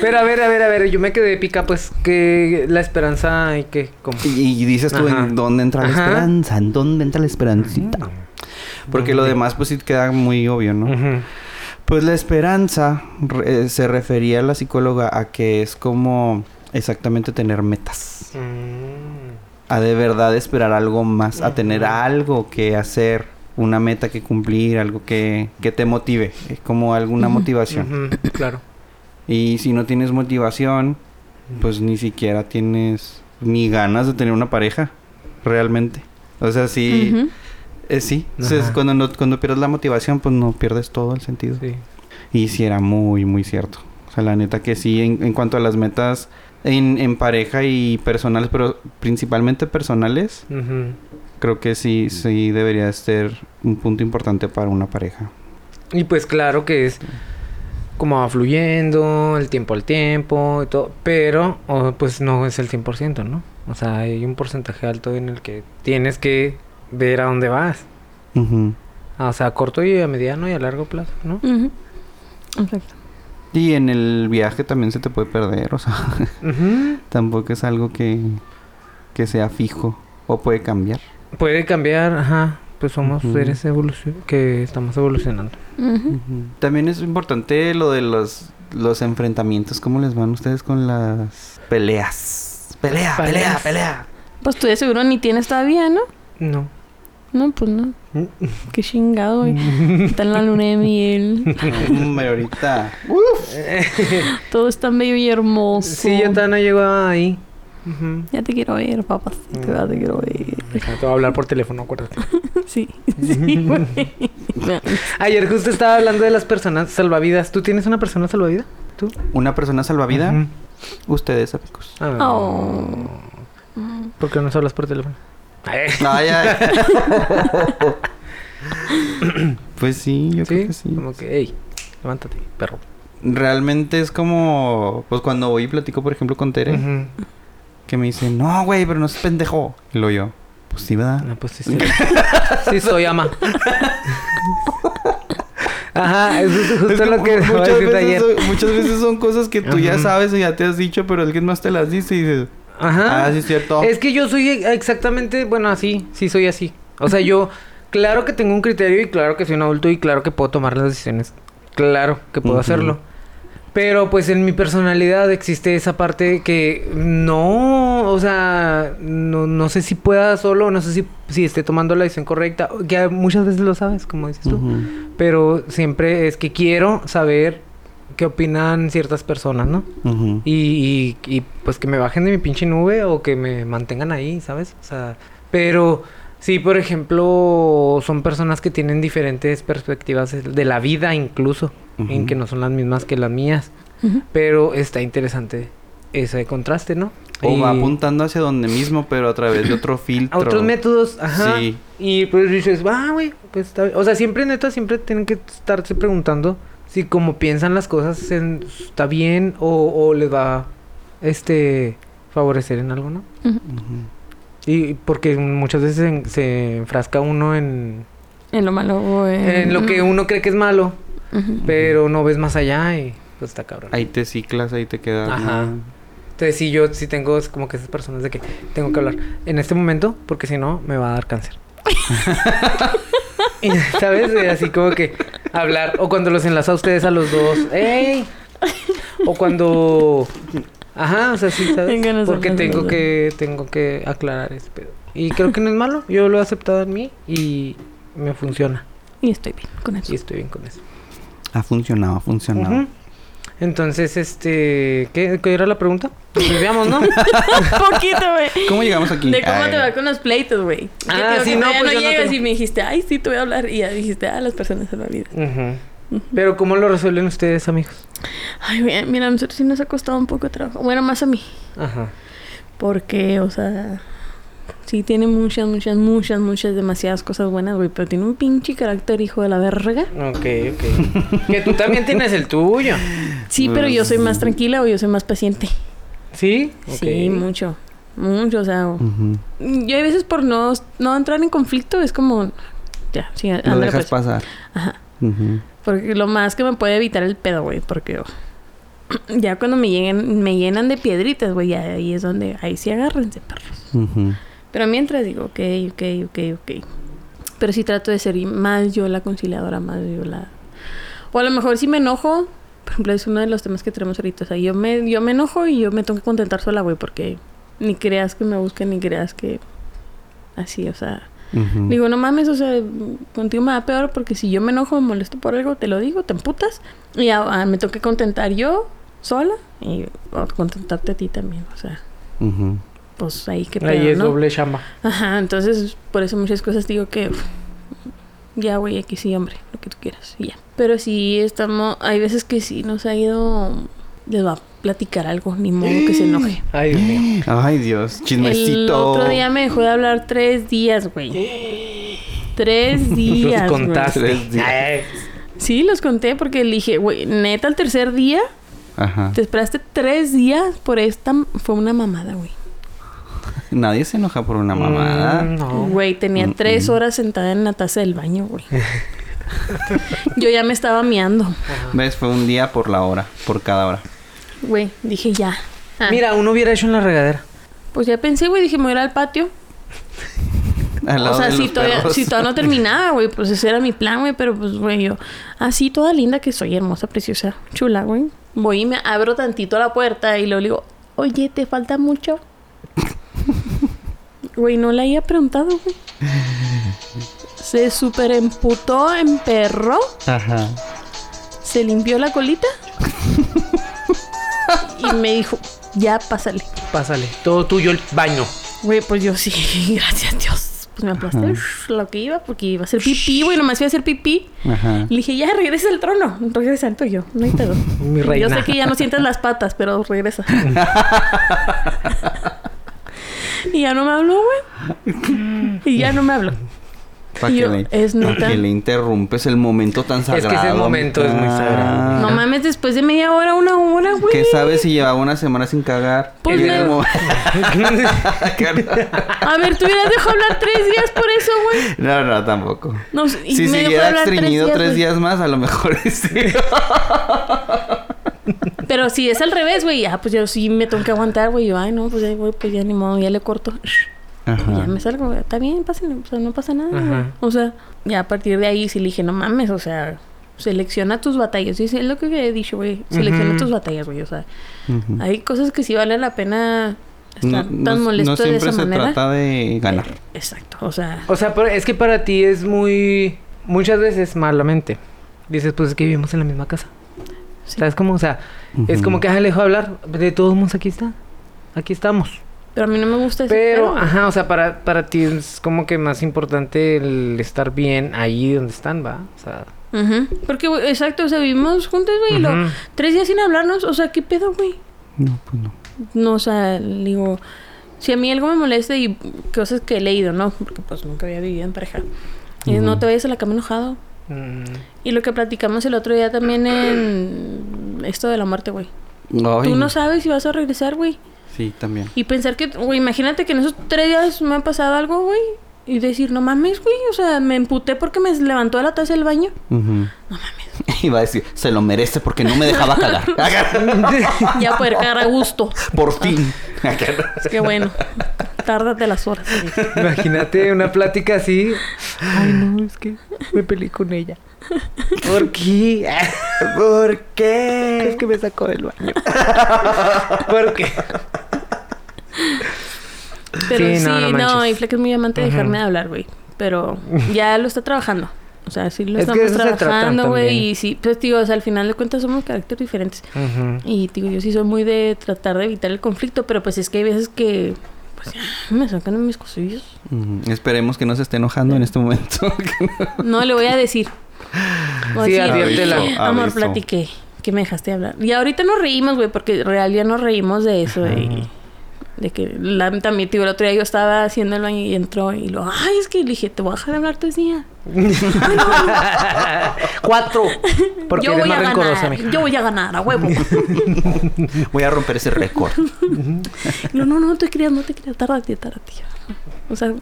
[SPEAKER 4] Pero a ver, a ver, a ver, yo me quedé pica, pues que la esperanza y que como.
[SPEAKER 2] Y, y dices tú,
[SPEAKER 4] Ajá.
[SPEAKER 2] ¿en dónde entra la
[SPEAKER 4] Ajá. Mm.
[SPEAKER 2] esperanza? ¿En dónde entra la esperancita? Porque lo demás pues sí queda muy obvio, ¿no? Pues la esperanza re- eh, se refería a la psicóloga a que es como exactamente tener metas.
[SPEAKER 4] Mm.
[SPEAKER 2] a de verdad esperar algo más, a tener algo que hacer, una meta que cumplir, algo que, que te motive, es como alguna motivación.
[SPEAKER 4] Ujú, *laughs* Claro.
[SPEAKER 2] Y si no tienes motivación, pues ni siquiera tienes ni ganas de tener una pareja, realmente. O sea, sí,
[SPEAKER 3] Ujú.
[SPEAKER 2] eh, sí. O sea, es
[SPEAKER 4] Ajá.
[SPEAKER 2] cuando, no- cuando pierdes la motivación, pues no pierdes todo el sentido.
[SPEAKER 4] Sí.
[SPEAKER 2] Y sí era muy, muy cierto. O sea, la neta que sí, en, en cuanto a las metas en, en pareja y personales, pero principalmente personales,
[SPEAKER 4] Ujú.
[SPEAKER 2] Creo que sí, sí debería ser un punto importante para una pareja.
[SPEAKER 4] Y pues claro que es como va fluyendo, el tiempo al tiempo y todo, pero oh, pues no es el 100%, ¿no? O sea, hay un porcentaje alto en el que tienes que ver a dónde vas. Ah, O sea, a corto y a mediano y a largo plazo, ¿no?
[SPEAKER 3] Ujú. Exacto.
[SPEAKER 2] Y en el viaje también se te puede perder, o sea, *laughs*
[SPEAKER 4] Ujú.
[SPEAKER 2] tampoco es algo que, que sea fijo o puede cambiar.
[SPEAKER 4] Puede cambiar, ajá. Pues somos
[SPEAKER 2] Ujú.
[SPEAKER 4] seres evolucion que estamos evolucionando.
[SPEAKER 3] Ujú.
[SPEAKER 2] También es importante lo de los, los enfrentamientos, ¿cómo les van ustedes con las peleas? Pelea, pelea,
[SPEAKER 4] Peleas.
[SPEAKER 2] pelea.
[SPEAKER 3] Pues tú de seguro ni tienes todavía, ¿no?
[SPEAKER 4] No.
[SPEAKER 3] No, pues no.
[SPEAKER 4] Mm.
[SPEAKER 3] Qué
[SPEAKER 4] *laughs*
[SPEAKER 3] chingado, güey. Está en la luna de miel.
[SPEAKER 2] *laughs* Hombre, ahorita.
[SPEAKER 3] Todo es tan bello y hermoso.
[SPEAKER 4] Sí, yo todavía no llego ahí. Ujú.
[SPEAKER 3] Ya te quiero ver, papás.
[SPEAKER 4] Ah.
[SPEAKER 3] Ya te quiero ver.
[SPEAKER 4] Te voy a hablar por teléfono, acuérdate. *laughs*
[SPEAKER 3] Sí, sí, güey. No.
[SPEAKER 4] Ayer justo estaba hablando de las personas salvavidas. ¿Tú tienes una persona salvavida? ¿Tú?
[SPEAKER 2] Una persona salvavidas,
[SPEAKER 4] Ujú.
[SPEAKER 2] ustedes, amigos.
[SPEAKER 4] Ah,
[SPEAKER 3] Oh.
[SPEAKER 6] Porque no hablas por teléfono.
[SPEAKER 2] Ay, ay. *laughs* pues sí, yo creo que sí.
[SPEAKER 6] Como que, hey, levántate, perro.
[SPEAKER 2] Realmente es como, pues cuando voy y platico, por ejemplo, con Tere,
[SPEAKER 6] Ujú.
[SPEAKER 2] que me dice, no, güey, pero no es pendejo. Y lo yo, pues sí,
[SPEAKER 4] Ah,
[SPEAKER 2] ¿verdad?
[SPEAKER 6] No, pues sí,
[SPEAKER 2] *laughs*
[SPEAKER 6] sí. sí, soy ama.
[SPEAKER 4] Ajá, eso es justo
[SPEAKER 2] Es que
[SPEAKER 4] lo que
[SPEAKER 2] mu-
[SPEAKER 4] acabo de
[SPEAKER 2] muchas,
[SPEAKER 4] decir
[SPEAKER 2] veces
[SPEAKER 4] ayer.
[SPEAKER 2] son, muchas veces son cosas que tú ya
[SPEAKER 6] Ujú.
[SPEAKER 2] sabes o ya te has dicho, pero alguien más te las dice y dices,
[SPEAKER 4] Ajá.
[SPEAKER 2] ah, sí es cierto.
[SPEAKER 4] Es que yo soy exactamente, bueno, así, sí soy así. O sea,
[SPEAKER 2] *laughs*
[SPEAKER 4] yo, claro que tengo un criterio y claro que soy un adulto y claro que puedo tomar las decisiones. Claro que puedo
[SPEAKER 2] Ujú.
[SPEAKER 4] hacerlo. Pero pues en mi personalidad existe esa parte que no, o sea, no, no sé si pueda solo, no sé si, si esté tomando la decisión correcta. Ya muchas veces lo sabes, como dices tú.
[SPEAKER 2] Ujú.
[SPEAKER 4] Pero siempre es que quiero saber qué opinan ciertas personas, ¿no?
[SPEAKER 2] Ujú.
[SPEAKER 4] Y, y- y, pues que me bajen de mi pinche nube o que me mantengan ahí, ¿sabes? O sea, pero sí, por ejemplo, son personas que tienen diferentes perspectivas de la vida incluso, en
[SPEAKER 2] Ujú.
[SPEAKER 4] que no son las mismas que las mías,
[SPEAKER 3] Ujú.
[SPEAKER 4] pero está interesante ese contraste, ¿no?
[SPEAKER 2] O va
[SPEAKER 4] Y
[SPEAKER 2] apuntando hacia donde mismo, pero a través de
[SPEAKER 4] *coughs*
[SPEAKER 2] otro
[SPEAKER 4] a
[SPEAKER 2] filtro.
[SPEAKER 4] otros métodos, ajá.
[SPEAKER 2] Sí.
[SPEAKER 4] Y pues dices, va, güey, pues está bien". O sea, siempre neta, siempre tienen que estarse preguntando si como piensan las cosas en- está bien o, o les va este favorecer en algo, ¿no?
[SPEAKER 2] Ujú.
[SPEAKER 4] Y porque muchas veces en- se enfrasca uno en,
[SPEAKER 3] En lo malo o en...
[SPEAKER 4] en lo que uno cree que es malo,
[SPEAKER 3] Ujú.
[SPEAKER 4] pero no ves más allá y pues está cabrón.
[SPEAKER 2] Ahí te ciclas, ahí te quedas.
[SPEAKER 4] Ajá.
[SPEAKER 2] ¿no?
[SPEAKER 4] Entonces sí, yo sí tengo es como que esas personas de que tengo que hablar en este momento porque si no me va a dar cáncer. y, ¿Sabes? Eh, Así como que hablar. O cuando los enlaza a ustedes a los dos. ¡Ey! O cuando... Ajá, o sea, sí, ¿sabes?
[SPEAKER 3] Vengan a
[SPEAKER 4] Porque
[SPEAKER 3] saludar.
[SPEAKER 4] tengo que, tengo que aclarar ese pedo. Y creo que no es malo. Yo lo he aceptado en mí y me funciona.
[SPEAKER 3] Y estoy bien con eso.
[SPEAKER 4] Y estoy bien con eso.
[SPEAKER 2] Ha funcionado, ha funcionado.
[SPEAKER 4] Ujú. Entonces, este... ¿qué, qué era la pregunta? Pues, Nos desviamos, ¿no?
[SPEAKER 3] *laughs* poquito,
[SPEAKER 4] *laughs*
[SPEAKER 3] güey.
[SPEAKER 2] ¿Cómo llegamos aquí?
[SPEAKER 3] De cómo
[SPEAKER 2] Ay.
[SPEAKER 3] te va con los pleitos, güey. Yo
[SPEAKER 4] Ah,
[SPEAKER 3] te digo
[SPEAKER 4] sí,
[SPEAKER 3] que
[SPEAKER 4] no,
[SPEAKER 3] todavía
[SPEAKER 4] pues yo no
[SPEAKER 3] llegas
[SPEAKER 4] tengo.
[SPEAKER 3] y me dijiste, ay, sí, te voy a hablar. Y ya dijiste, ah, las personas en la vida.
[SPEAKER 4] Ujú. Pero ¿cómo lo resuelven ustedes, amigos?
[SPEAKER 3] Ay, güey, mira, a nosotros sí nos ha costado un poco de trabajo. Bueno, más a mí.
[SPEAKER 4] Ajá.
[SPEAKER 3] Porque, o sea, sí tiene muchas, muchas, muchas, muchas, demasiadas cosas buenas, güey. Pero tiene un pinche carácter, hijo de la verga.
[SPEAKER 4] Ok, ok. que tú también tienes el tuyo.
[SPEAKER 3] Sí, pero yo soy
[SPEAKER 4] Mm.
[SPEAKER 3] más tranquila o yo soy más paciente.
[SPEAKER 4] ¿Sí?
[SPEAKER 3] Sí, mucho. Mucho, o sea.
[SPEAKER 2] Ujú.
[SPEAKER 3] Yo hay veces por no, no entrar en conflicto es como. Ya, sí,
[SPEAKER 2] Lo
[SPEAKER 3] ándale,
[SPEAKER 2] dejas
[SPEAKER 3] pues.
[SPEAKER 2] pasar.
[SPEAKER 3] Ajá.
[SPEAKER 2] Ujú.
[SPEAKER 3] Porque lo más que me puede evitar el pedo, güey. Porque *clears throat* oh, ya cuando me, lleguen, me llenan de piedritas, güey, ya ahí es donde. Ahí sí agárrense, perros.
[SPEAKER 2] Ujú.
[SPEAKER 3] Pero mientras digo, ok, ok, ok, ok. Pero sí trato de ser más yo la conciliadora, más yo la... O a lo mejor si me enojo, por ejemplo, es uno de los temas que tenemos ahorita. O sea, yo me, yo me enojo y yo me tengo que contentar sola, güey, porque ni creas que me busquen, ni creas que... Así, o sea...
[SPEAKER 2] Ujú.
[SPEAKER 3] Digo, no mames, o sea, contigo me va peor porque si yo me enojo, me molesto por algo, te lo digo, te emputas. Y ya, ah, me tengo que contentar yo sola y o contentarte a ti también, o sea...
[SPEAKER 2] Ujú.
[SPEAKER 3] Pues ahí que
[SPEAKER 4] Ahí es doble chamba.
[SPEAKER 3] Ajá, entonces por eso muchas cosas digo que uf, ya güey, aquí sí, hombre, lo que tú quieras y ya. Pero sí estamos, hay veces que sí nos ha ido les va a platicar algo, ni modo
[SPEAKER 4] *gasps*
[SPEAKER 3] que se enoje.
[SPEAKER 4] Ay, Dios mío.
[SPEAKER 2] Ay, Dios, chismecito.
[SPEAKER 3] El otro día me dejó de hablar tres días, güey.
[SPEAKER 4] *laughs*
[SPEAKER 3] Tres días. güey.
[SPEAKER 4] contaste.
[SPEAKER 2] Tres días.
[SPEAKER 4] Ay.
[SPEAKER 3] Sí, los conté porque le dije, güey, neta, el tercer día,
[SPEAKER 2] Ajá.
[SPEAKER 3] te esperaste tres días por esta. Fue una mamada, güey.
[SPEAKER 2] Nadie se enoja por una mamada.
[SPEAKER 4] Mm, no.
[SPEAKER 3] Güey, tenía tres horas sentada en la taza del baño, güey. Yo ya me estaba miando.
[SPEAKER 2] ¿Ves? Fue un día por la hora, por cada hora.
[SPEAKER 3] Güey, dije ya. Ah,
[SPEAKER 4] Mira, uno hubiera hecho en la regadera.
[SPEAKER 3] Pues ya pensé, güey, dije me voy a ir al patio.
[SPEAKER 2] Al
[SPEAKER 3] O
[SPEAKER 2] lado
[SPEAKER 3] sea,
[SPEAKER 2] de
[SPEAKER 3] si
[SPEAKER 2] los
[SPEAKER 3] todavía,
[SPEAKER 2] perros. *laughs*
[SPEAKER 3] si todavía no terminaba, güey, pues ese era mi plan, güey. Pero pues, güey, yo así toda linda que soy, hermosa, preciosa, chula, güey. Voy y me abro tantito la puerta y luego le digo, oye, ¿te falta mucho? *laughs* Güey, no le había preguntado, güey. Se super emputó, emperró.
[SPEAKER 2] *laughs* Ajá.
[SPEAKER 3] se limpió
[SPEAKER 2] *laughs*
[SPEAKER 3] la colita y me dijo, ya pásale.
[SPEAKER 4] Pásale. Todo tuyo el baño.
[SPEAKER 3] Güey, pues yo sí, *laughs* gracias a Dios. Pues me aplasté lo que iba porque iba a hacer pipí, güey, nomás iba a hacer pipí.
[SPEAKER 2] Ajá.
[SPEAKER 3] Le dije, ya regresa al trono, regresa al tuyo, no hay
[SPEAKER 2] *laughs*
[SPEAKER 3] pedo.
[SPEAKER 4] Mi reina.
[SPEAKER 3] Yo sé que ya no sientes las patas, pero regresa. y ya no me habló, güey. Y ya no me habló.
[SPEAKER 2] *laughs* Pa'
[SPEAKER 3] Y
[SPEAKER 2] que
[SPEAKER 3] yo,
[SPEAKER 2] le-
[SPEAKER 3] es
[SPEAKER 2] pa'
[SPEAKER 3] neta.
[SPEAKER 2] que le interrumpes el momento tan
[SPEAKER 7] que
[SPEAKER 2] sagrado.
[SPEAKER 7] ese momento es muy sagrado.
[SPEAKER 2] Ah.
[SPEAKER 3] No mames, después de media hora, una hora, güey.
[SPEAKER 2] ¿Qué sabes si llevaba una semana sin cagar?
[SPEAKER 3] Pues
[SPEAKER 2] Y
[SPEAKER 3] me-
[SPEAKER 2] era como-
[SPEAKER 4] *laughs*
[SPEAKER 2] Claro.
[SPEAKER 3] A ver, tú hubieras dejado hablar tres días por eso, güey. *laughs*
[SPEAKER 2] no, no, tampoco.
[SPEAKER 3] No, y
[SPEAKER 2] si
[SPEAKER 3] me dejó
[SPEAKER 2] siguiera
[SPEAKER 3] hablar tres
[SPEAKER 2] estreñido
[SPEAKER 3] días,
[SPEAKER 2] tres,
[SPEAKER 3] güey.
[SPEAKER 2] días más, a lo mejor *laughs* este. sí.
[SPEAKER 3] Pero si es al revés, güey, ya, pues yo sí me tengo que aguantar, güey. Yo, ay, no, pues ya, güey, pues ya ni modo, ya le corto.
[SPEAKER 2] Ajá.
[SPEAKER 3] pues Ya me salgo, güey. Está bien, pásenle, o sea, no pasa nada, güey.
[SPEAKER 4] Ajá.
[SPEAKER 3] O sea, ya a partir de ahí sí le dije, no mames, o sea, selecciona tus batallas. Y es lo que he dicho, güey, selecciona
[SPEAKER 4] Ujú.
[SPEAKER 3] tus batallas, güey. O sea,
[SPEAKER 2] Ujú.
[SPEAKER 3] hay cosas que sí vale la pena
[SPEAKER 2] No,
[SPEAKER 3] estar
[SPEAKER 2] no-
[SPEAKER 3] tan
[SPEAKER 2] no
[SPEAKER 3] molesto de
[SPEAKER 2] siempre
[SPEAKER 3] esa
[SPEAKER 2] se
[SPEAKER 3] manera.
[SPEAKER 2] trata de ganar.
[SPEAKER 3] Exacto, o sea,
[SPEAKER 4] O sea, pero es que para ti es muy... Muchas veces malamente. Dices, pues es que vivimos en la misma casa.
[SPEAKER 3] Sí.
[SPEAKER 4] ¿Sabes cómo? O sea, es
[SPEAKER 2] Ujú.
[SPEAKER 4] como que, ah, le dejo hablar. De todos modos, aquí está. Aquí estamos.
[SPEAKER 3] pero a mí no me gusta ese
[SPEAKER 4] Pero, ah.
[SPEAKER 3] pedo, güey.
[SPEAKER 4] ajá, o sea, para, para ti es como que más importante el estar bien ahí donde están, ¿va? O sea...
[SPEAKER 3] Ujú. Porque, güey, exacto, o sea, vivimos juntos, güey, y luego
[SPEAKER 4] ujú.
[SPEAKER 3] tres días sin hablarnos, o sea, ¿qué pedo, güey?
[SPEAKER 2] No, pues no.
[SPEAKER 3] No, o sea, le digo, si a mí algo me molesta y cosas que he leído, ¿no? Porque pues nunca había vivido en pareja. Y es, no te vayas a la cama enojado.
[SPEAKER 4] Mm.
[SPEAKER 3] Y lo que platicamos el otro día también en esto de la muerte, güey.
[SPEAKER 2] Ay,
[SPEAKER 3] Tú no sabes si vas a regresar, güey.
[SPEAKER 2] Sí, también.
[SPEAKER 3] Y pensar que, güey, imagínate que en esos tres días me ha pasado algo, güey. Y decir, no mames, güey. O sea, me emputé porque me levantó a la taza del baño. *laughs*
[SPEAKER 2] No mames. *laughs* Iba a decir, se lo merece porque no me dejaba cagar. *laughs*
[SPEAKER 3] Ya poder cagar a gusto.
[SPEAKER 2] Por fin.
[SPEAKER 3] Es que bueno, tárdate las horas. güey.
[SPEAKER 4] Imagínate una plática así. Ay, no, es que me peleé con ella. ¿Por qué?
[SPEAKER 2] ¿Por qué?
[SPEAKER 4] Es que me sacó del baño. ¿Por qué?
[SPEAKER 3] Pero sí,
[SPEAKER 4] Sí, no, no
[SPEAKER 3] no,
[SPEAKER 4] manches.
[SPEAKER 3] y Fleck es muy amante de dejarme de hablar, güey.
[SPEAKER 4] *laughs*
[SPEAKER 3] Pero ya lo está trabajando. O sea, sí lo
[SPEAKER 4] Es que
[SPEAKER 3] estamos
[SPEAKER 4] de eso se trata
[SPEAKER 3] trabajando,
[SPEAKER 4] también.
[SPEAKER 3] güey. Y sí, pues digo, o sea, al final de cuentas somos caracteres diferentes.
[SPEAKER 4] *laughs*
[SPEAKER 3] Y digo, yo sí soy muy de tratar de evitar el conflicto, pero pues es que hay veces que pues ya me sacan mis cosillos.
[SPEAKER 2] Ujú. Esperemos que no se esté enojando en este momento. *laughs*
[SPEAKER 3] No le voy
[SPEAKER 4] *laughs*
[SPEAKER 3] a decir. Voy a
[SPEAKER 4] Sí,
[SPEAKER 3] decir,
[SPEAKER 4] adviértela.
[SPEAKER 3] "Eh, Amor,
[SPEAKER 2] Aviso.
[SPEAKER 3] platiqué que me dejaste hablar. Y ahorita nos reímos, güey, porque real ya nos reímos de eso. De, de que la, también, tío, el otro día yo estaba haciendo el baño y entró y lo, ay, es que le dije, te voy a dejar de hablar tres días.
[SPEAKER 4] Cuatro. Porque
[SPEAKER 3] Ah, yo
[SPEAKER 4] eres
[SPEAKER 3] voy
[SPEAKER 4] más
[SPEAKER 3] a
[SPEAKER 4] rencorosa, mija.
[SPEAKER 3] ganar, yo voy a ganar, a
[SPEAKER 4] *laughs*
[SPEAKER 3] huevo.
[SPEAKER 2] Voy a romper ese récord.
[SPEAKER 3] Y lo, no, no, no te creas, no te creas, tárdate, tárdate. O sea,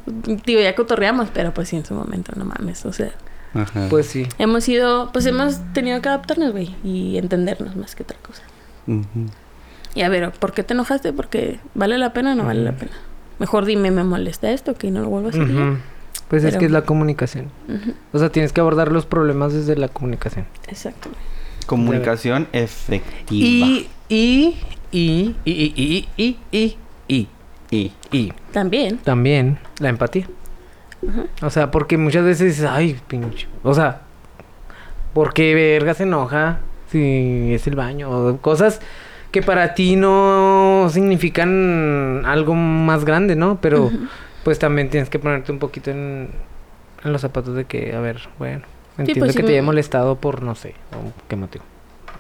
[SPEAKER 3] tío, ya cotorreamos, pero pues sí, en su momento, no mames, o sea.
[SPEAKER 2] Ajá.
[SPEAKER 4] Pues sí.
[SPEAKER 3] Hemos sido, pues hemos tenido que adaptarnos, güey, y entendernos más que otra cosa.
[SPEAKER 2] Ujú.
[SPEAKER 3] Y a ver, ¿por qué te enojaste? Porque vale la pena o no vale la pena. Mejor dime, me molesta esto, que no lo vuelvo a hacer.
[SPEAKER 4] Ujú. Pues es
[SPEAKER 3] Pero-
[SPEAKER 4] que es la comunicación.
[SPEAKER 3] Ujú.
[SPEAKER 4] O sea, tienes que abordar los problemas desde la comunicación.
[SPEAKER 3] Exacto. güey.
[SPEAKER 2] Comunicación efectiva.
[SPEAKER 4] Y, y, y, y, y, y, y, y,
[SPEAKER 2] Y-
[SPEAKER 4] y, y.
[SPEAKER 3] También.
[SPEAKER 4] También la empatía. O sea, porque muchas veces, ay, pinche. O sea, ¿por qué verga se enoja si es el baño? O cosas que para ti no significan algo más grande, ¿no? Pero pues también tienes que ponerte un poquito en, en los zapatos de que, a ver, bueno, entiendo
[SPEAKER 3] pues,
[SPEAKER 4] que
[SPEAKER 3] sí
[SPEAKER 4] te
[SPEAKER 3] me-
[SPEAKER 4] haya molestado por no sé, o qué motivo.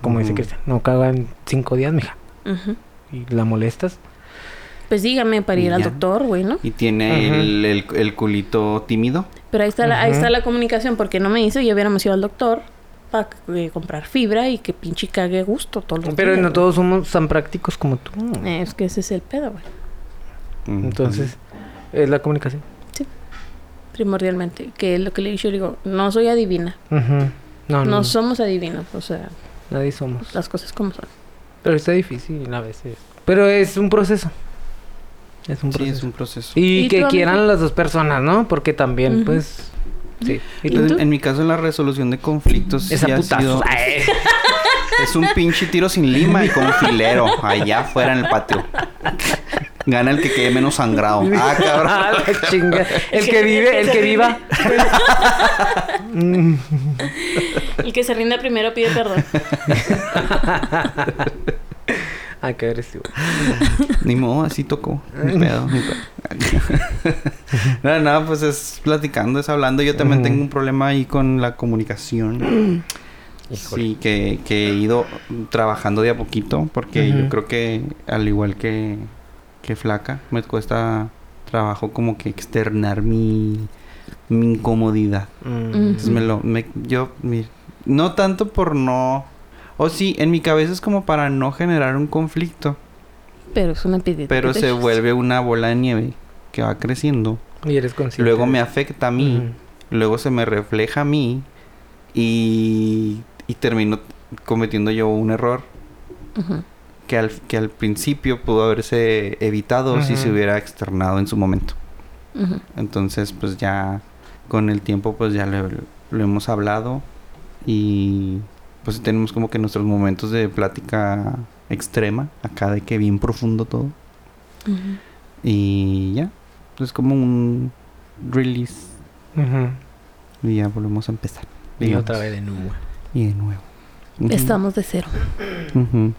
[SPEAKER 4] Como dice
[SPEAKER 2] Ujú.
[SPEAKER 4] Cristian, no caga en cinco días, mija.
[SPEAKER 3] Ujú.
[SPEAKER 4] Y la molestas.
[SPEAKER 3] Pues dígame para ir al
[SPEAKER 2] Ya.
[SPEAKER 3] doctor, güey, ¿no?
[SPEAKER 2] Y tiene
[SPEAKER 4] Ajá.
[SPEAKER 2] el, el- el culito tímido.
[SPEAKER 3] Pero ahí está, la, ahí
[SPEAKER 4] Ujú.
[SPEAKER 3] está la comunicación, porque no me hizo, ya hubiéramos ido al doctor para comprar fibra y que pinche cague a gusto todos los
[SPEAKER 4] Pero
[SPEAKER 3] días,
[SPEAKER 4] no
[SPEAKER 3] güey.
[SPEAKER 4] todos somos tan prácticos como tú.
[SPEAKER 3] Pues Eh, Es que ese es el pedo, güey.
[SPEAKER 2] Ujú.
[SPEAKER 4] Entonces, es la comunicación.
[SPEAKER 3] Primordialmente. Que es lo que le dije, yo digo, no soy adivina.
[SPEAKER 4] No, no,
[SPEAKER 3] no
[SPEAKER 4] Ah, no.
[SPEAKER 3] somos adivinos, o sea,
[SPEAKER 4] nadie somos.
[SPEAKER 3] las cosas como son.
[SPEAKER 4] Pero está difícil a veces. Pero es un proceso. Es un
[SPEAKER 2] Sí,
[SPEAKER 4] proceso.
[SPEAKER 2] es un proceso.
[SPEAKER 4] Y,
[SPEAKER 3] ¿Y
[SPEAKER 4] que
[SPEAKER 3] tú,
[SPEAKER 4] quieran
[SPEAKER 3] amigo?
[SPEAKER 4] las dos personas, ¿no? Porque también,
[SPEAKER 3] Ujú.
[SPEAKER 4] pues, sí. ¿Y tú?
[SPEAKER 2] Entonces, en mi caso, la resolución de conflictos
[SPEAKER 4] Esa
[SPEAKER 2] sí ha
[SPEAKER 4] putazo.
[SPEAKER 2] sido-
[SPEAKER 4] *laughs* Ay.
[SPEAKER 2] es un pinche tiro sin *laughs* lima y con filero allá afuera en el patio. Gana el que quede menos *laughs* sangrado. Ah,
[SPEAKER 4] *laughs* Ah,
[SPEAKER 2] cabrón.
[SPEAKER 4] la chinga. El que vive, el que viva. Mm.
[SPEAKER 3] El que se rinda primero pide perdón.
[SPEAKER 4] Ay, qué agresivo.
[SPEAKER 2] Ni modo, así tocó. Ni pedo, ni pedo. no, no, pues es platicando, es hablando. Yo también tengo un problema ahí con la comunicación. Sí, que, que he ido trabajando de a poquito, porque yo
[SPEAKER 4] Ujú.
[SPEAKER 2] creo que al igual que, que flaca, me cuesta trabajo como que externar mi, mi incomodidad.
[SPEAKER 4] Mm.
[SPEAKER 2] Entonces me lo, me- yo, mi- no tanto por no, o sí, en mi cabeza es como para no generar un conflicto,
[SPEAKER 3] Pero es una pedida.
[SPEAKER 2] pero se vuelve una bola de nieve que va creciendo,
[SPEAKER 4] Y eres consciente. Mm.
[SPEAKER 2] luego me
[SPEAKER 4] de-
[SPEAKER 2] afecta a mí,
[SPEAKER 4] Ujú.
[SPEAKER 2] luego se me refleja a mí y, y termino cometiendo yo un error que al, que al principio pudo haberse evitado si
[SPEAKER 4] Ujú.
[SPEAKER 2] se hubiera externado en su momento. Entonces, pues ya con el tiempo, pues ya lo, lo hemos hablado y pues tenemos como que nuestros momentos de plática extrema, acá de que bien profundo todo. Y ya, es como un release
[SPEAKER 4] Ujú.
[SPEAKER 2] y ya volvemos a empezar.
[SPEAKER 8] Y
[SPEAKER 2] digamos.
[SPEAKER 8] otra vez de nuevo.
[SPEAKER 2] Y de nuevo. Ujú.
[SPEAKER 3] Estamos de cero.
[SPEAKER 2] Ujú.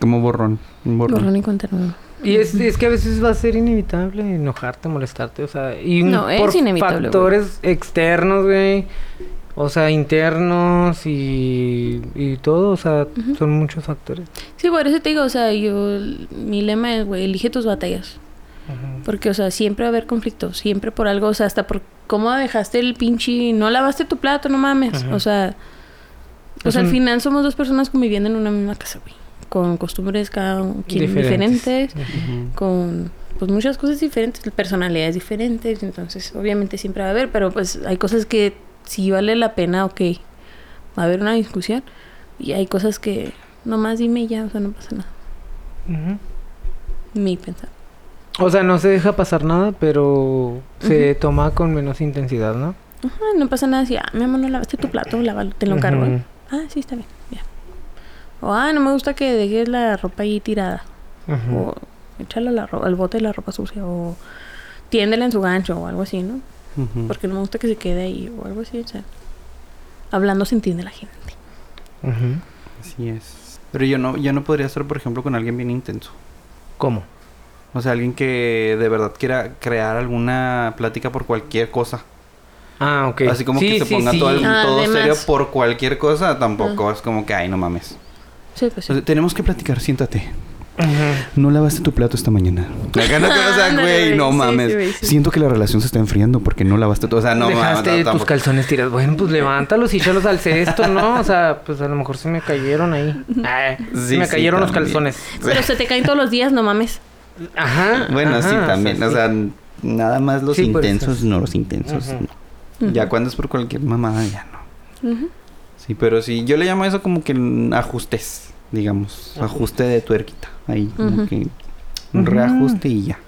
[SPEAKER 2] Como borrón. un borrón.
[SPEAKER 3] Borrón y cuenta nueva.
[SPEAKER 4] Y es, es que a veces va a ser inevitable enojarte, molestarte, o sea, y
[SPEAKER 3] No, es
[SPEAKER 4] por
[SPEAKER 3] inevitable, güey.
[SPEAKER 4] factores externos, güey, o sea, internos y, y todo, o sea,
[SPEAKER 3] Ujú.
[SPEAKER 4] son muchos factores.
[SPEAKER 3] Sí, por eso te digo, o sea, yo. Mi lema es, güey, elige tus batallas. Porque, o sea, siempre va a haber conflicto, siempre por algo, o sea, hasta por cómo dejaste el pinche, no lavaste tu plato, no mames,
[SPEAKER 4] Ajá.
[SPEAKER 3] o sea, o
[SPEAKER 4] Es
[SPEAKER 3] sea, al
[SPEAKER 4] un-
[SPEAKER 3] final somos dos personas conviviendo en una misma casa, güey, con costumbres cada un- quien
[SPEAKER 4] Diferentes.
[SPEAKER 3] diferentes,
[SPEAKER 2] Ujú.
[SPEAKER 3] con pues muchas cosas diferentes, personalidades diferentes, entonces obviamente siempre va a haber, pero pues hay cosas que si vale la pena, ok, va a haber una discusión y hay cosas que nomás dime y ya, o sea, no pasa nada,
[SPEAKER 4] Ujú.
[SPEAKER 3] mi pensar.
[SPEAKER 4] O sea, no se deja pasar nada, pero se toma con menos intensidad, ¿no?
[SPEAKER 3] Ah, no pasa nada si, ah, mi amor, no lavaste tu plato, lávalo, te lo encargo.
[SPEAKER 4] Eh, Ujú.
[SPEAKER 3] Ah, sí, está bien, ya. O, ah, no me gusta que dejes la ropa ahí tirada.
[SPEAKER 4] Ujú.
[SPEAKER 3] O échale la ro- al bote la ropa sucia. O tiéndela en su gancho o algo así, ¿no?
[SPEAKER 2] Ujú.
[SPEAKER 3] Porque no me gusta que se quede ahí o algo así. O sea, hablando se entiende la gente.
[SPEAKER 4] Ujú.
[SPEAKER 2] Así es. Pero yo no, yo no podría estar, por ejemplo, con alguien bien intenso.
[SPEAKER 4] ¿Cómo?
[SPEAKER 2] O sea, alguien que de verdad quiera crear alguna plática por cualquier cosa.
[SPEAKER 4] Ah, ok.
[SPEAKER 2] Así como
[SPEAKER 4] Sí,
[SPEAKER 2] que se
[SPEAKER 4] sí,
[SPEAKER 2] ponga
[SPEAKER 4] sí.
[SPEAKER 2] todo, el-
[SPEAKER 3] Ah,
[SPEAKER 2] todo
[SPEAKER 3] de más.
[SPEAKER 2] serio por cualquier cosa, tampoco es como que, ay, no mames.
[SPEAKER 3] Sí, pues
[SPEAKER 2] O
[SPEAKER 3] sí.
[SPEAKER 2] sea, tenemos que platicar, siéntate.
[SPEAKER 4] Ujú.
[SPEAKER 2] No lavaste tu plato esta mañana. Acá no te vas
[SPEAKER 3] *laughs*
[SPEAKER 2] a,
[SPEAKER 3] Ándale,
[SPEAKER 2] güey,
[SPEAKER 3] güey,
[SPEAKER 2] no
[SPEAKER 3] sí,
[SPEAKER 2] mames.
[SPEAKER 3] sí, güey, sí.
[SPEAKER 2] Siento que la relación se está enfriando porque no lavaste tu... O sea, Ah, no
[SPEAKER 4] Dejaste
[SPEAKER 2] mames. no,
[SPEAKER 4] tus
[SPEAKER 2] tampoco.
[SPEAKER 4] calzones tirados. Bueno, pues levántalos y échalos al cesto, ¿no? O sea, pues a lo mejor se me cayeron ahí. Ah,
[SPEAKER 2] Sí,
[SPEAKER 4] se me
[SPEAKER 2] sí,
[SPEAKER 4] cayeron los
[SPEAKER 2] también.
[SPEAKER 4] calzones.
[SPEAKER 3] Pero se te caen todos los días, no mames.
[SPEAKER 4] Ajá.
[SPEAKER 2] Bueno,
[SPEAKER 4] ajá,
[SPEAKER 2] sí, también. O sea, nada más los
[SPEAKER 4] Sí, por eso.
[SPEAKER 2] intensos, no los intensos.
[SPEAKER 4] Ujú.
[SPEAKER 2] no. Ya
[SPEAKER 3] Ujú.
[SPEAKER 2] cuando es por cualquier mamada, ya no.
[SPEAKER 3] Ujú.
[SPEAKER 2] Sí, pero sí, yo le llamo eso como que mm, ajustes, digamos, ajuste de tuerquita, ahí como
[SPEAKER 3] Ujú.
[SPEAKER 2] que un
[SPEAKER 4] Ujú.
[SPEAKER 2] reajuste y ya.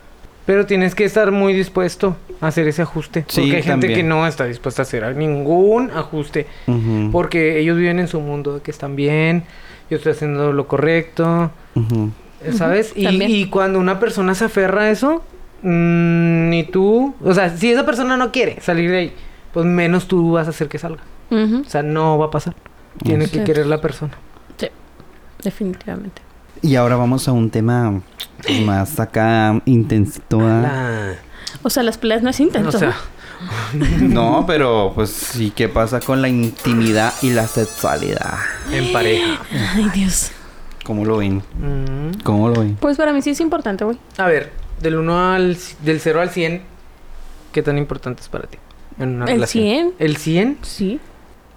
[SPEAKER 4] Pero tienes que estar muy dispuesto a hacer ese ajuste.
[SPEAKER 2] Sí,
[SPEAKER 4] porque hay gente
[SPEAKER 2] también.
[SPEAKER 4] que no está dispuesta a hacer ningún ajuste.
[SPEAKER 2] Ujú,
[SPEAKER 4] Porque ellos viven en su mundo de que están bien, yo estoy haciendo lo correcto,
[SPEAKER 2] ujú.
[SPEAKER 4] eh, ¿sabes? Y-
[SPEAKER 3] también.
[SPEAKER 4] y, cuando una persona se aferra a eso, mm, ni tú, o sea, si esa persona no quiere salir de ahí, pues menos tú vas a hacer que salga.
[SPEAKER 3] Ujú.
[SPEAKER 4] O sea, no va a pasar. Tiene
[SPEAKER 3] Así
[SPEAKER 4] que
[SPEAKER 3] es.
[SPEAKER 4] querer la persona.
[SPEAKER 3] Definitivamente.
[SPEAKER 2] Y ahora vamos a un tema pues, más acá intensito. ¿ah?
[SPEAKER 4] La-
[SPEAKER 3] O sea, las peleas no es intenso.
[SPEAKER 4] o sea,
[SPEAKER 2] No, pero pues sí, ¿qué pasa con la intimidad y la sexualidad?
[SPEAKER 4] en pareja.
[SPEAKER 3] Ay, Dios.
[SPEAKER 2] ¿Cómo lo ven?
[SPEAKER 4] Mm.
[SPEAKER 2] ¿Cómo lo ven?
[SPEAKER 3] Pues para mí sí es importante, güey.
[SPEAKER 4] A ver, del 1 al c- del 0 al 100, ¿qué tan importante es para ti en una
[SPEAKER 3] ¿El
[SPEAKER 4] relación?
[SPEAKER 3] 100?
[SPEAKER 4] ¿El 100?
[SPEAKER 3] Sí.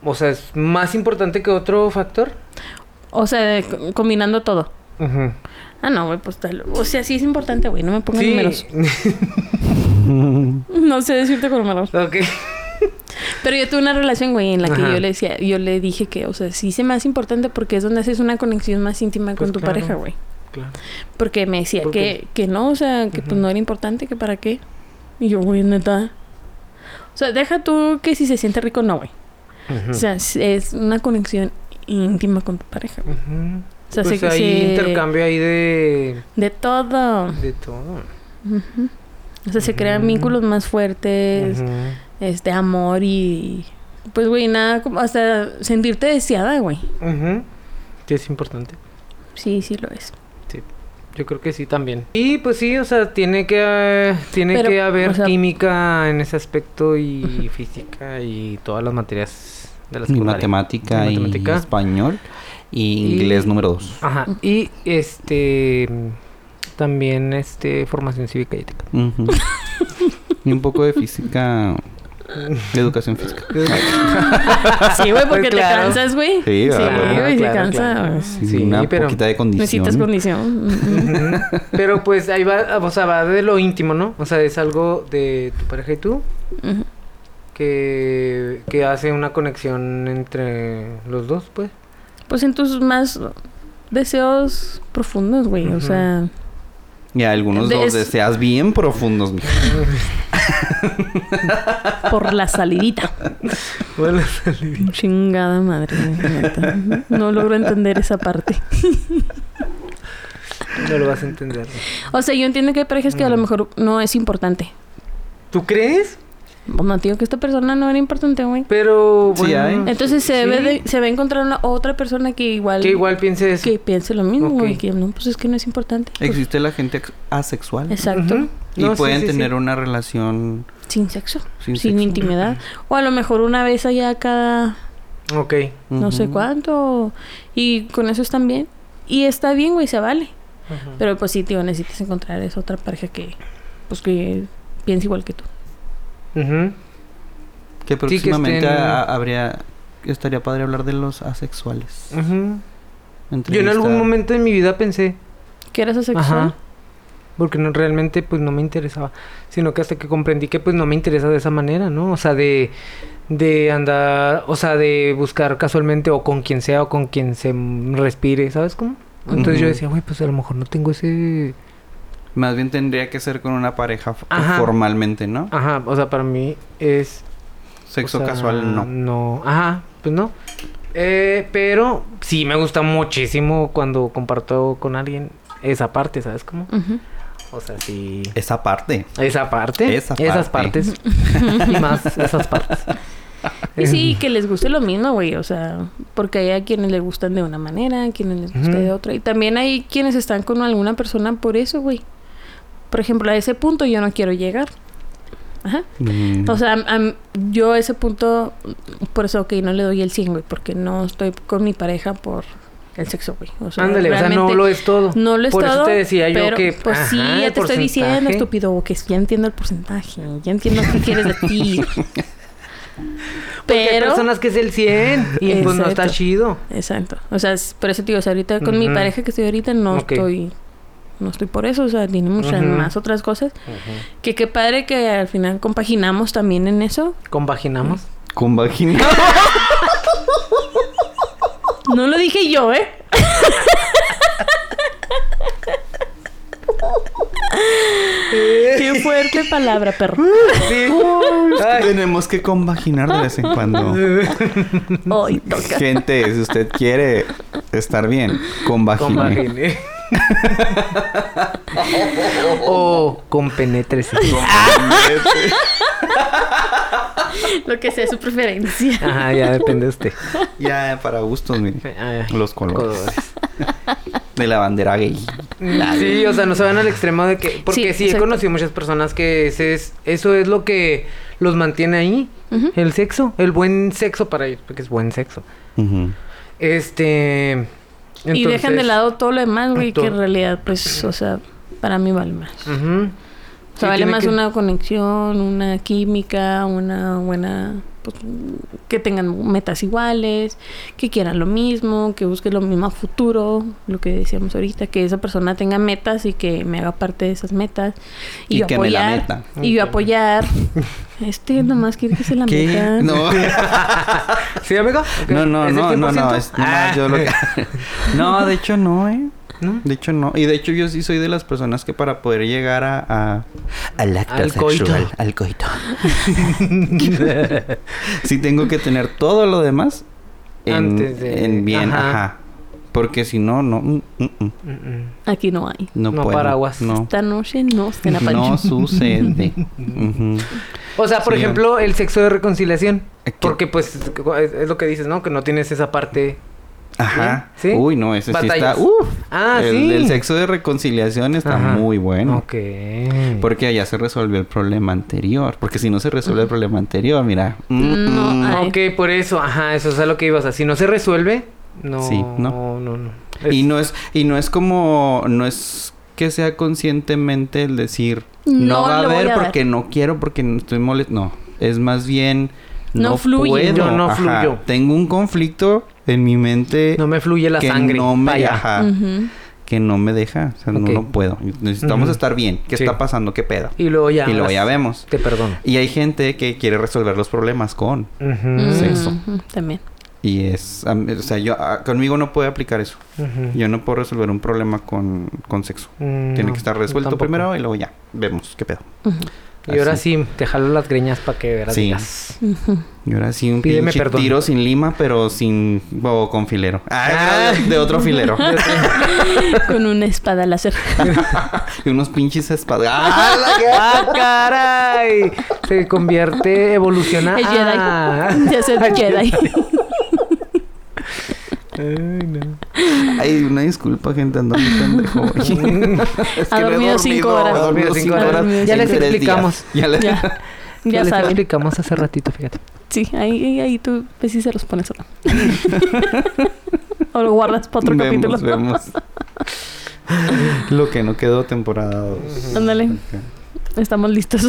[SPEAKER 4] O sea, ¿es más importante que otro factor?
[SPEAKER 3] O sea, co- combinando todo.
[SPEAKER 4] Ujú.
[SPEAKER 3] Ah, no, güey, pues tal. O sea, sí es importante, güey. No me pongas números.
[SPEAKER 4] Sí.
[SPEAKER 3] No sé decirte con
[SPEAKER 4] *laughs*
[SPEAKER 3] números.
[SPEAKER 4] ok.
[SPEAKER 3] Pero yo tuve una relación, güey, en la que
[SPEAKER 4] Ajá.
[SPEAKER 3] yo le decía, yo le dije que, o sea, sí se me hace importante porque es donde haces una conexión más íntima
[SPEAKER 4] Pues
[SPEAKER 3] con tu
[SPEAKER 4] claro.
[SPEAKER 3] pareja, güey.
[SPEAKER 4] Claro.
[SPEAKER 3] Porque me decía
[SPEAKER 4] ¿Por
[SPEAKER 3] que, que no, o sea, que pues
[SPEAKER 4] Ujú.
[SPEAKER 3] no era importante, que para qué. Y yo, güey, neta. O sea, deja tú que si se siente rico, no, güey.
[SPEAKER 4] Mm.
[SPEAKER 3] O sea, es- es una conexión íntima con tu pareja. güey.
[SPEAKER 4] Ujú.
[SPEAKER 3] O sea,
[SPEAKER 4] pues
[SPEAKER 3] se,
[SPEAKER 4] hay
[SPEAKER 3] se- Ah.
[SPEAKER 4] intercambio ahí de,
[SPEAKER 3] De todo.
[SPEAKER 4] de todo.
[SPEAKER 3] Ujú. O sea, se crean
[SPEAKER 4] Ujú.
[SPEAKER 3] vínculos más fuertes,
[SPEAKER 4] Ujú.
[SPEAKER 3] este amor y pues güey, nada, como hasta sentirte deseada, güey.
[SPEAKER 4] Ujú. Sí, es importante.
[SPEAKER 3] Sí, sí lo
[SPEAKER 4] *laughs*
[SPEAKER 3] es.
[SPEAKER 4] Yo creo que sí también. Y pues sí, o sea, tiene que, eh, tiene
[SPEAKER 3] Pero,
[SPEAKER 4] que haber
[SPEAKER 3] o sea-
[SPEAKER 4] química en ese aspecto y física y todas las materias de las
[SPEAKER 2] Y matemática,
[SPEAKER 4] Y
[SPEAKER 2] y
[SPEAKER 4] matemática.
[SPEAKER 2] español y inglés
[SPEAKER 4] Y-
[SPEAKER 2] número dos.
[SPEAKER 4] Ajá. Y este también este formación cívica y ética.
[SPEAKER 2] *laughs* Ujú. Y un poco de física. De educación física. Ah,
[SPEAKER 3] Sí, güey, porque
[SPEAKER 4] Pues Claro.
[SPEAKER 3] te cansas, güey.
[SPEAKER 2] Sí,
[SPEAKER 3] sí,
[SPEAKER 2] claro,
[SPEAKER 3] güey, te
[SPEAKER 4] claro,
[SPEAKER 3] cansa.
[SPEAKER 4] claro.
[SPEAKER 3] güey.
[SPEAKER 2] Sí,
[SPEAKER 4] Sí,
[SPEAKER 2] una
[SPEAKER 4] pero
[SPEAKER 2] poquita de condición.
[SPEAKER 3] Necesitas condición. Mm, mm.
[SPEAKER 4] Pero pues ahí va, o sea, va de lo íntimo, ¿no? O sea, es algo de tu pareja y tú *laughs*
[SPEAKER 3] Ujú.
[SPEAKER 4] que, que hace una conexión entre los dos,
[SPEAKER 2] *laughs*
[SPEAKER 4] pues.
[SPEAKER 3] Pues en tus más deseos profundos, güey. O
[SPEAKER 4] Ujú.
[SPEAKER 3] sea,
[SPEAKER 2] Y a algunos
[SPEAKER 3] De-
[SPEAKER 2] los
[SPEAKER 3] es-
[SPEAKER 2] deseas bien *laughs* profundos, mijo.
[SPEAKER 3] por
[SPEAKER 4] *laughs*
[SPEAKER 3] la salidita.
[SPEAKER 4] Bueno,
[SPEAKER 3] Chingada madre. neta. No logro entender esa parte.
[SPEAKER 4] no lo vas a entender.
[SPEAKER 3] O sea, yo entiendo que hay parejas que a lo mejor no es importante.
[SPEAKER 4] ¿Tú crees?
[SPEAKER 3] Bueno, tío, que esta persona no era importante, güey.
[SPEAKER 4] Pero
[SPEAKER 2] Sí,
[SPEAKER 4] bueno,
[SPEAKER 2] hay.
[SPEAKER 3] Entonces se
[SPEAKER 4] Mm, Sí.
[SPEAKER 3] debe de- se va a encontrar una otra persona que igual
[SPEAKER 4] que igual piense eso.
[SPEAKER 3] que piense lo mismo,
[SPEAKER 4] Ok.
[SPEAKER 3] güey, que no, pues es que no es importante. Pues,
[SPEAKER 2] Existe la gente ax- asexual.
[SPEAKER 3] exacto.
[SPEAKER 4] Ujú.
[SPEAKER 2] Y
[SPEAKER 4] No, sí,
[SPEAKER 2] pueden
[SPEAKER 4] sí, sí.
[SPEAKER 2] tener una relación
[SPEAKER 3] Sin sexo,
[SPEAKER 2] sin,
[SPEAKER 3] sin
[SPEAKER 2] sexo.
[SPEAKER 3] intimidad. O a lo mejor una vez allá cada
[SPEAKER 4] Ok.
[SPEAKER 3] no sé
[SPEAKER 2] Ujú.
[SPEAKER 3] cuánto. Y con eso están bien. Y está bien, güey, se vale.
[SPEAKER 4] Ajá.
[SPEAKER 3] Pero pues sí, tío, necesitas encontrar esa otra pareja que, pues que piense igual que tú.
[SPEAKER 4] Ujú.
[SPEAKER 2] Que próximamente
[SPEAKER 4] estén-
[SPEAKER 2] a- habría... Estaría padre hablar de los asexuales.
[SPEAKER 4] Ujú. Yo en
[SPEAKER 2] Entrevista-
[SPEAKER 4] algún momento de mi vida pensé,
[SPEAKER 3] ¿Que eras asexual?
[SPEAKER 4] Ajá. Porque no, realmente pues no me interesaba. Sino que hasta que comprendí que pues no me interesa de esa manera, ¿no? O sea, de, de andar, o sea, de buscar casualmente o con quien sea o con quien se mm, respire, ¿sabes cómo? Entonces yo
[SPEAKER 2] Ujú.
[SPEAKER 4] decía, güey, pues a lo mejor no tengo ese...
[SPEAKER 2] Más bien tendría que ser con una pareja f-
[SPEAKER 4] Ajá.
[SPEAKER 2] formalmente, ¿no?
[SPEAKER 4] Ajá, o sea, para mí es...
[SPEAKER 2] Sexo
[SPEAKER 4] o sea,
[SPEAKER 2] casual no.
[SPEAKER 4] No, ajá, pues no. Eh, pero sí me gusta muchísimo cuando comparto con alguien esa parte, ¿sabes cómo?
[SPEAKER 3] Ujú.
[SPEAKER 4] O sea, sí...
[SPEAKER 2] Esa parte.
[SPEAKER 4] Esa parte.
[SPEAKER 2] Esa
[SPEAKER 4] Esas
[SPEAKER 2] parte.
[SPEAKER 4] partes. y más esas
[SPEAKER 3] *laughs*
[SPEAKER 4] partes.
[SPEAKER 3] Y sí,
[SPEAKER 4] Eh.
[SPEAKER 3] que les guste lo mismo, güey. O sea, porque hay a quienes les gustan de una manera, a quienes les gusta
[SPEAKER 4] Ujú.
[SPEAKER 3] de otra. Y también hay quienes están con alguna persona por eso, güey. Por ejemplo, a ese punto yo no quiero llegar. Ajá.
[SPEAKER 2] Mm.
[SPEAKER 3] O sea, am- am- yo a ese punto, por eso, ok, no le doy el 100, güey, porque no estoy con mi pareja por el sexo, güey. O sea,
[SPEAKER 4] Ándale, o sea, no
[SPEAKER 3] realmente
[SPEAKER 4] lo es todo.
[SPEAKER 3] No lo es
[SPEAKER 4] Por
[SPEAKER 3] todo,
[SPEAKER 4] eso te decía yo
[SPEAKER 3] pero,
[SPEAKER 4] que.
[SPEAKER 3] Pues sí,
[SPEAKER 4] ajá,
[SPEAKER 3] ya
[SPEAKER 4] el
[SPEAKER 3] te estoy diciendo,
[SPEAKER 4] porcentaje.
[SPEAKER 3] estúpido, que ya entiendo el porcentaje, ya entiendo qué quieres de
[SPEAKER 4] *laughs*
[SPEAKER 3] ti. *laughs*
[SPEAKER 4] Porque hay
[SPEAKER 3] pero...
[SPEAKER 4] personas que es el 100 y pues no está
[SPEAKER 3] Exacto.
[SPEAKER 4] chido.
[SPEAKER 3] Exacto. O sea, es- por eso te digo, o sea, ahorita con mi
[SPEAKER 4] Ujú.
[SPEAKER 3] pareja que estoy ahorita no
[SPEAKER 4] Ok.
[SPEAKER 3] estoy... No estoy por eso, o sea, tiene muchas
[SPEAKER 4] Ujú.
[SPEAKER 3] más otras cosas. Que qué padre que al final compaginamos también en eso.
[SPEAKER 4] Compaginamos.
[SPEAKER 2] Con vagina. *laughs*
[SPEAKER 3] No lo dije yo, ¿eh? Qué fuerte palabra, perro.
[SPEAKER 2] Tenemos que convaginar de vez en *laughs* cuando.
[SPEAKER 3] Hoy toca.
[SPEAKER 2] Gente, si usted quiere estar bien, convagine. *laughs*
[SPEAKER 4] Compaginé. o compenétrese.
[SPEAKER 2] *laughs* Convaginete.
[SPEAKER 3] Lo que sea su preferencia.
[SPEAKER 4] Ajá, ya depende de usted.
[SPEAKER 2] ya, para gustos, mire.
[SPEAKER 4] Ah,
[SPEAKER 2] Los colores.
[SPEAKER 4] colores.
[SPEAKER 2] De la bandera gay.
[SPEAKER 4] Sí, o sea, no se van al extremo de que... Porque sí, he
[SPEAKER 3] exacto.
[SPEAKER 4] conocido muchas personas que ese es, eso es lo que los mantiene ahí.
[SPEAKER 3] Ujú.
[SPEAKER 4] El sexo, el buen sexo para ellos, porque es buen sexo.
[SPEAKER 2] Ujú.
[SPEAKER 4] Este...
[SPEAKER 3] y
[SPEAKER 4] entonces-
[SPEAKER 3] dejan de lado todo lo demás, güey, que en
[SPEAKER 4] Entonces-
[SPEAKER 3] realidad, pues, o sea, para mí vale más.
[SPEAKER 4] Ujú.
[SPEAKER 3] O
[SPEAKER 4] Sí,
[SPEAKER 3] sea, vale
[SPEAKER 4] tiene
[SPEAKER 3] más
[SPEAKER 4] que-
[SPEAKER 3] una conexión, una química, una buena... Pues, que tengan metas iguales, que quieran lo mismo, que busquen lo mismo a futuro, lo que decíamos ahorita, que esa persona tenga metas y que me haga parte de esas metas. Y,
[SPEAKER 2] Y
[SPEAKER 3] yo
[SPEAKER 2] que me la
[SPEAKER 3] apoyar.
[SPEAKER 2] meta.
[SPEAKER 3] Y yo apoyar.
[SPEAKER 2] *laughs*
[SPEAKER 3] Este nomás quiere que se la meta.
[SPEAKER 2] ¿Qué? No.
[SPEAKER 4] *laughs* ¿Sí, amigo?
[SPEAKER 2] No, no,
[SPEAKER 4] ¿Es el
[SPEAKER 2] no, no, no,
[SPEAKER 4] 100%?
[SPEAKER 2] es nomás
[SPEAKER 4] Ah.
[SPEAKER 2] yo lo
[SPEAKER 4] *laughs*
[SPEAKER 2] que... No, de hecho no, ¿eh?
[SPEAKER 4] ¿No?
[SPEAKER 2] De hecho no. Y de hecho yo sí soy de las personas que para poder llegar a... a- Al acto
[SPEAKER 4] Al coito.
[SPEAKER 2] sexual, al coito. *laughs* sí tengo que tener todo lo demás en,
[SPEAKER 4] Antes de-
[SPEAKER 2] en bien,
[SPEAKER 4] ajá.
[SPEAKER 2] ajá. Porque si no, no... mm, mm, mm,
[SPEAKER 4] Mm,
[SPEAKER 3] Aquí no hay.
[SPEAKER 2] no
[SPEAKER 4] No
[SPEAKER 2] puedo.
[SPEAKER 4] paraguas.
[SPEAKER 2] No.
[SPEAKER 3] Esta noche no se la pancho.
[SPEAKER 2] No
[SPEAKER 4] *laughs*
[SPEAKER 2] sucede. Ujú.
[SPEAKER 4] O sea, por
[SPEAKER 2] Sí, Eh,
[SPEAKER 4] ejemplo, el sexo de reconciliación.
[SPEAKER 2] ¿Qué?
[SPEAKER 4] Porque pues es, es lo que dices, ¿no? Que no tienes esa parte...
[SPEAKER 2] Ajá.
[SPEAKER 4] ¿Sí?
[SPEAKER 2] Uy, no, ese sí
[SPEAKER 4] Batallas.
[SPEAKER 2] está... Uf.
[SPEAKER 4] Ah,
[SPEAKER 2] el,
[SPEAKER 4] sí.
[SPEAKER 2] el sexo de reconciliación está
[SPEAKER 4] Ajá.
[SPEAKER 2] muy bueno.
[SPEAKER 4] Ok.
[SPEAKER 2] Porque allá se resolvió el problema anterior. Porque si no se resuelve el problema anterior, mira. mm,
[SPEAKER 3] No
[SPEAKER 2] mm.
[SPEAKER 3] hay.
[SPEAKER 4] Ok, por eso, ajá, eso es a lo que ibas. O sea, si no se resuelve, no.
[SPEAKER 2] Sí, no.
[SPEAKER 4] no. No, no.
[SPEAKER 2] Y no es, y no es como, no es que sea conscientemente el decir, No, va a
[SPEAKER 3] le voy
[SPEAKER 2] haber
[SPEAKER 3] dar.
[SPEAKER 2] porque no quiero, porque no estoy molesto. No, es más bien.
[SPEAKER 3] No
[SPEAKER 2] No,
[SPEAKER 3] fluye.
[SPEAKER 2] puedo.
[SPEAKER 6] Yo no
[SPEAKER 2] Ajá.
[SPEAKER 6] fluyo.
[SPEAKER 2] Tengo un conflicto en mi mente
[SPEAKER 6] No me fluye la
[SPEAKER 2] que
[SPEAKER 6] sangre.
[SPEAKER 2] no me
[SPEAKER 6] vaya.
[SPEAKER 2] ajá,
[SPEAKER 3] Ujú.
[SPEAKER 2] que no me deja, o sea,
[SPEAKER 6] Ok.
[SPEAKER 2] no lo puedo. Necesitamos
[SPEAKER 6] Ujú.
[SPEAKER 2] estar bien. ¿Qué
[SPEAKER 6] Sí.
[SPEAKER 2] está pasando? ¿Qué pedo?
[SPEAKER 6] Y luego ya.
[SPEAKER 2] Y luego ya
[SPEAKER 6] las-
[SPEAKER 2] vemos.
[SPEAKER 6] Te perdono.
[SPEAKER 2] Y hay gente que quiere resolver los problemas con
[SPEAKER 6] Ujú,
[SPEAKER 2] Mm. Sexo.
[SPEAKER 3] Ujú, También.
[SPEAKER 2] y es, a mí- o sea, yo a- conmigo no puede aplicar eso.
[SPEAKER 6] ujú.
[SPEAKER 2] Yo no puedo resolver un problema con, con sexo.
[SPEAKER 6] Mm,
[SPEAKER 2] Tiene
[SPEAKER 6] no,
[SPEAKER 2] que estar
[SPEAKER 6] yo
[SPEAKER 2] resuelto
[SPEAKER 6] tampoco.
[SPEAKER 2] primero y luego ya vemos qué pedo.
[SPEAKER 3] Ujú.
[SPEAKER 6] Y ahora sí, te jalo las greñas para que verás.
[SPEAKER 2] Sí.
[SPEAKER 6] digas.
[SPEAKER 3] Ujú. *laughs*
[SPEAKER 2] Y ahora sí un
[SPEAKER 6] Pídeme
[SPEAKER 2] pinche
[SPEAKER 6] perdón.
[SPEAKER 2] tiro sin lima, pero sin o con filero.
[SPEAKER 6] Ah.
[SPEAKER 2] Ah, de- de otro filero.
[SPEAKER 6] *laughs*
[SPEAKER 2] *laughs*
[SPEAKER 3] Con una espada láser.
[SPEAKER 2] y unos pinches espadas.
[SPEAKER 6] *laughs*
[SPEAKER 2] ¡Ah, la que-
[SPEAKER 6] ¡Ah, caray! Se convierte, evoluciona.
[SPEAKER 3] Es
[SPEAKER 6] ah.
[SPEAKER 3] Jedi. *laughs* Ya se Jedi.
[SPEAKER 6] Ay, no.
[SPEAKER 2] Ay, una disculpa, gente, ando muy
[SPEAKER 6] *laughs*
[SPEAKER 2] pendejo. hoy. Es que
[SPEAKER 3] Ha
[SPEAKER 2] no he
[SPEAKER 3] dormido cinco horas.
[SPEAKER 2] he dormido cinco
[SPEAKER 3] Ha
[SPEAKER 2] horas
[SPEAKER 3] dormido
[SPEAKER 2] en
[SPEAKER 3] Ya
[SPEAKER 6] les
[SPEAKER 2] tres días.
[SPEAKER 6] explicamos.
[SPEAKER 2] Ya les-
[SPEAKER 3] ya.
[SPEAKER 6] *laughs* Ya
[SPEAKER 3] Ya
[SPEAKER 6] les
[SPEAKER 3] saben.
[SPEAKER 6] explicamos hace ratito, fíjate.
[SPEAKER 3] Sí, ahí, ahí, ahí tú pues, sí se los pones sola. *laughs* o lo guardas para otro
[SPEAKER 2] vemos,
[SPEAKER 3] capítulo. *laughs*
[SPEAKER 2] Vemos. Lo que no quedó temporada 2.
[SPEAKER 3] Ándale, estamos listos.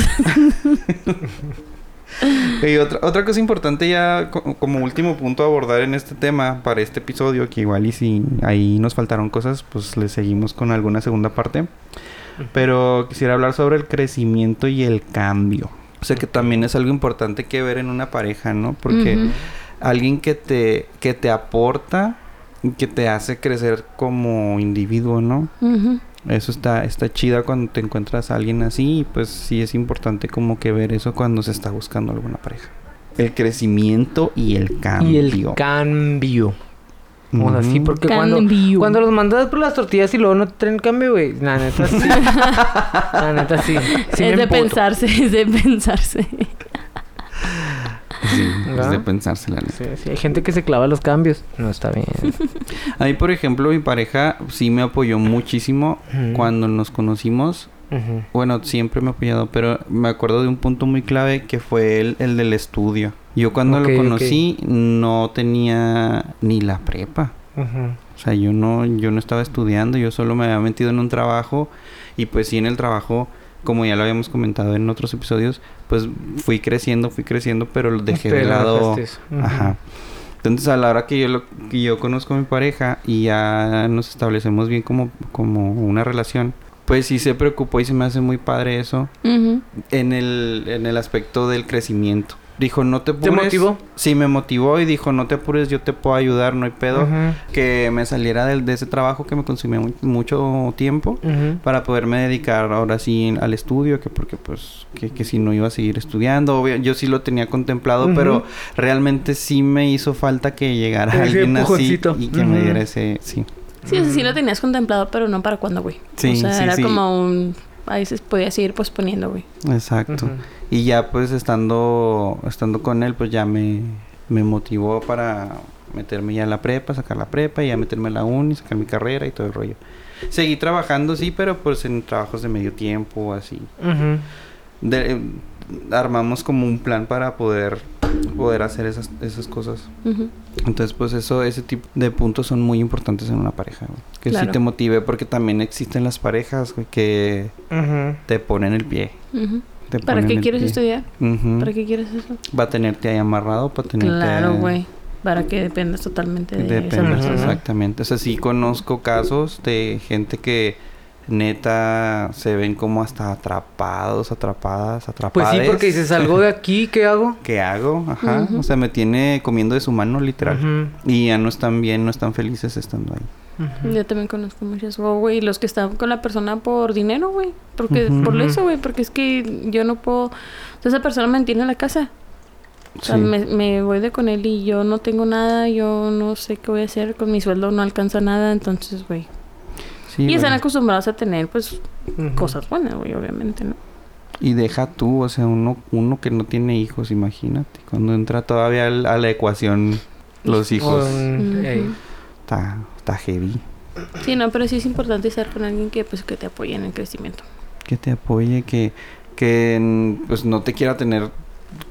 [SPEAKER 2] Y otra, otra cosa importante ya co- como último punto a abordar en este tema para este episodio, que igual y si ahí nos faltaron cosas, pues le seguimos con alguna segunda parte. Pero quisiera hablar sobre el crecimiento y el cambio. O sea que también es algo importante que ver en una pareja, ¿no? Porque
[SPEAKER 3] Ujú.
[SPEAKER 2] alguien que te, que te aporta y que te hace crecer como individuo, ¿no?
[SPEAKER 3] Ujú.
[SPEAKER 2] Eso está, está chida cuando te encuentras a alguien así y pues sí es importante como que ver eso cuando se está buscando alguna pareja. El crecimiento y el cambio.
[SPEAKER 6] Y el cambio. O sea, sí,
[SPEAKER 2] Ujú.
[SPEAKER 6] porque cuando,
[SPEAKER 3] Cambio.
[SPEAKER 6] cuando los mandas por las tortillas y luego no te traen cambio, güey. La neta sí.
[SPEAKER 3] *laughs*
[SPEAKER 6] La neta sí. Sí me
[SPEAKER 3] es de
[SPEAKER 6] emputo.
[SPEAKER 3] pensarse, es de pensarse.
[SPEAKER 2] Sí,
[SPEAKER 6] *laughs*
[SPEAKER 2] es
[SPEAKER 6] ¿Verdad?
[SPEAKER 2] de pensársela. neta.
[SPEAKER 6] Sí, sí, hay gente que se clava los cambios. No está
[SPEAKER 3] *laughs*
[SPEAKER 6] bien.
[SPEAKER 2] A mí, por ejemplo, mi pareja sí me apoyó muchísimo
[SPEAKER 6] Ujú.
[SPEAKER 2] cuando nos conocimos.
[SPEAKER 6] Ujú.
[SPEAKER 2] Bueno, siempre me ha apoyado, pero me acuerdo de un punto muy clave que fue el, el del estudio. Yo cuando
[SPEAKER 6] Ok,
[SPEAKER 2] lo
[SPEAKER 6] ok.
[SPEAKER 2] conocí no tenía ni la prepa.
[SPEAKER 6] Ujú.
[SPEAKER 2] O sea, yo no, yo no estaba estudiando, yo solo me había metido en un trabajo y pues sí en el trabajo, como ya lo habíamos comentado en otros episodios, pues fui creciendo, fui creciendo, pero lo dejé de
[SPEAKER 6] Pero
[SPEAKER 2] lado.
[SPEAKER 6] dejaste eso. Ujú.
[SPEAKER 2] Ajá. Entonces a la hora que yo lo, que yo conozco a mi pareja y ya nos establecemos bien como, como una relación, pues sí se preocupó y se me hace muy padre eso
[SPEAKER 3] Ujú.
[SPEAKER 2] en el, en el aspecto del crecimiento. Dijo, no te apures.
[SPEAKER 6] motivó?
[SPEAKER 2] Sí, me motivó y dijo, no te apures, yo te puedo ayudar, no hay pedo
[SPEAKER 6] Ujú.
[SPEAKER 2] que me saliera del- de, ese trabajo que me consumía mu- mucho tiempo
[SPEAKER 6] Ujú.
[SPEAKER 2] para poderme dedicar ahora sí al estudio, que porque pues que, que si no iba a seguir estudiando, obvio, yo sí lo tenía contemplado,
[SPEAKER 6] Ujú.
[SPEAKER 2] pero realmente sí me hizo falta que llegara
[SPEAKER 6] Ese
[SPEAKER 2] alguien así
[SPEAKER 6] empujoncito.
[SPEAKER 2] y que me
[SPEAKER 6] Ujú.
[SPEAKER 2] diera ese sí.
[SPEAKER 3] Sí, o sea, sí lo tenías contemplado, pero no para cuándo, güey.
[SPEAKER 2] Mm. Sí,
[SPEAKER 3] o sea,
[SPEAKER 2] sí,
[SPEAKER 3] era
[SPEAKER 2] sí.
[SPEAKER 3] como un... Ahí se podía seguir posponiendo, güey.
[SPEAKER 2] Exacto.
[SPEAKER 6] Ujú.
[SPEAKER 2] Y ya pues estando estando con él pues ya me me motivó para meterme ya a la prepa, sacar la prepa y ya meterme a la uni, sacar mi carrera y todo el rollo. Seguí trabajando sí, pero pues en trabajos de medio tiempo así.
[SPEAKER 6] Ujú.
[SPEAKER 2] de- eh, armamos como un plan para poder poder hacer esas, esas cosas.
[SPEAKER 3] Ujú.
[SPEAKER 2] Entonces, pues eso, ese tipo de puntos son muy importantes en una pareja, güey. Que
[SPEAKER 3] Claro.
[SPEAKER 2] sí te motive, porque también existen las parejas güey, que
[SPEAKER 6] Ujú.
[SPEAKER 2] te ponen el pie.
[SPEAKER 3] Ujú.
[SPEAKER 2] te
[SPEAKER 3] ¿Para
[SPEAKER 2] ponen
[SPEAKER 3] qué
[SPEAKER 2] el
[SPEAKER 3] quieres
[SPEAKER 2] pie. Mm.
[SPEAKER 3] estudiar?
[SPEAKER 2] Ujú.
[SPEAKER 3] ¿Para qué quieres eso?
[SPEAKER 2] Va a tenerte ahí amarrado, para tenerte...
[SPEAKER 3] Claro, güey. Para que dependas totalmente de esa
[SPEAKER 2] Depende,
[SPEAKER 3] persona.
[SPEAKER 2] exactamente. O sea, sí conozco casos de gente que neta se ven como hasta atrapados, atrapadas,
[SPEAKER 6] Pues
[SPEAKER 2] atrapadas.
[SPEAKER 6] sí, porque dices, salgo de aquí, ¿qué hago?
[SPEAKER 2] ¿Qué hago? Ajá.
[SPEAKER 3] Ujú.
[SPEAKER 2] O sea, me tiene comiendo de su mano, literal.
[SPEAKER 6] Ujú.
[SPEAKER 2] Y ya no están bien, no están felices estando ahí.
[SPEAKER 3] Yo también conozco muchas, oh, güey, los que están con la persona por dinero, güey. Porque,
[SPEAKER 2] Ujú.
[SPEAKER 3] por eso, güey, porque es que yo no puedo... O sea, esa persona me entiende la casa. O sea,
[SPEAKER 2] Sí.
[SPEAKER 3] me, me voy de con él y yo no tengo nada, yo no sé qué voy a hacer, con mi sueldo no alcanza nada, entonces, güey.
[SPEAKER 2] Sí,
[SPEAKER 3] y
[SPEAKER 2] güey.
[SPEAKER 3] están acostumbrados a tener, pues,
[SPEAKER 6] Ujú.
[SPEAKER 3] cosas buenas, güey, obviamente, ¿no?
[SPEAKER 2] Y deja tú, o sea, uno, uno que no tiene hijos, imagínate. Cuando entra todavía al- a la ecuación los hijos.
[SPEAKER 3] Mm,
[SPEAKER 6] Con- ey.
[SPEAKER 2] Está, está heavy.
[SPEAKER 3] Sí, no, pero sí es importante estar con alguien que, pues, que te apoye en el crecimiento.
[SPEAKER 2] Que te apoye, que, que mm, pues no te quiera tener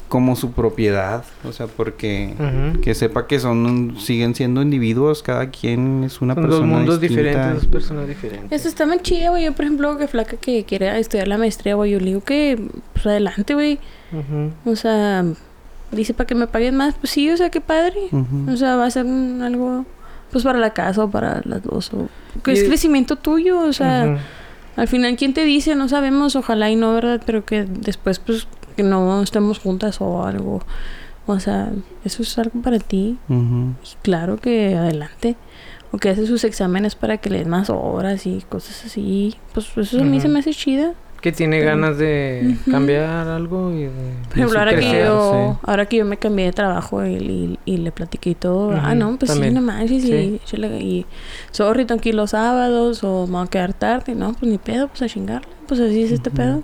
[SPEAKER 2] como su propiedad, o sea, porque
[SPEAKER 4] Ujú.
[SPEAKER 2] que sepa que son un- siguen siendo individuos, cada quien es una
[SPEAKER 4] Son
[SPEAKER 2] persona
[SPEAKER 4] dos mundos
[SPEAKER 2] distinta.
[SPEAKER 4] diferentes, dos personas diferentes.
[SPEAKER 3] Eso está bien chido, güey. Yo, por ejemplo, que flaca que quiere estudiar la maestría, güey. Yo le digo que, pues adelante, güey.
[SPEAKER 4] Ujú.
[SPEAKER 3] O sea, dice para que me paguen más. Pues sí, o sea, qué padre.
[SPEAKER 2] Ujú.
[SPEAKER 3] O sea, va a ser un- algo, pues para la casa o para las dos. O... Que es
[SPEAKER 4] Y-
[SPEAKER 3] crecimiento tuyo, o sea.
[SPEAKER 4] Ujú.
[SPEAKER 3] Al final, ¿quién te dice? No sabemos, ojalá y no, ¿verdad? Pero que después, pues, que no estemos juntas o algo. O sea, eso es algo para ti.
[SPEAKER 2] Ujú.
[SPEAKER 3] Y pues, claro que adelante. O que hace sus exámenes para que le den más horas y cosas así. Pues eso a mí
[SPEAKER 4] Ujú.
[SPEAKER 3] se me hace chida.
[SPEAKER 4] Que tiene ganas de
[SPEAKER 3] Ujú.
[SPEAKER 4] cambiar algo y de...
[SPEAKER 3] Por ejemplo,
[SPEAKER 2] su
[SPEAKER 3] ahora que,
[SPEAKER 4] crecer,
[SPEAKER 3] yo,
[SPEAKER 4] sí.
[SPEAKER 3] ahora que yo me cambié de trabajo y, y- y le platiqué y todo,
[SPEAKER 4] Ujú,
[SPEAKER 3] ah, no, pues
[SPEAKER 4] también.
[SPEAKER 3] sí, no manches,
[SPEAKER 4] Sí.
[SPEAKER 3] y, yo le- y sorry, tengo que ir los sábados o me voy a quedar tarde, no, pues ni pedo, pues a chingarle, pues así es este pedo.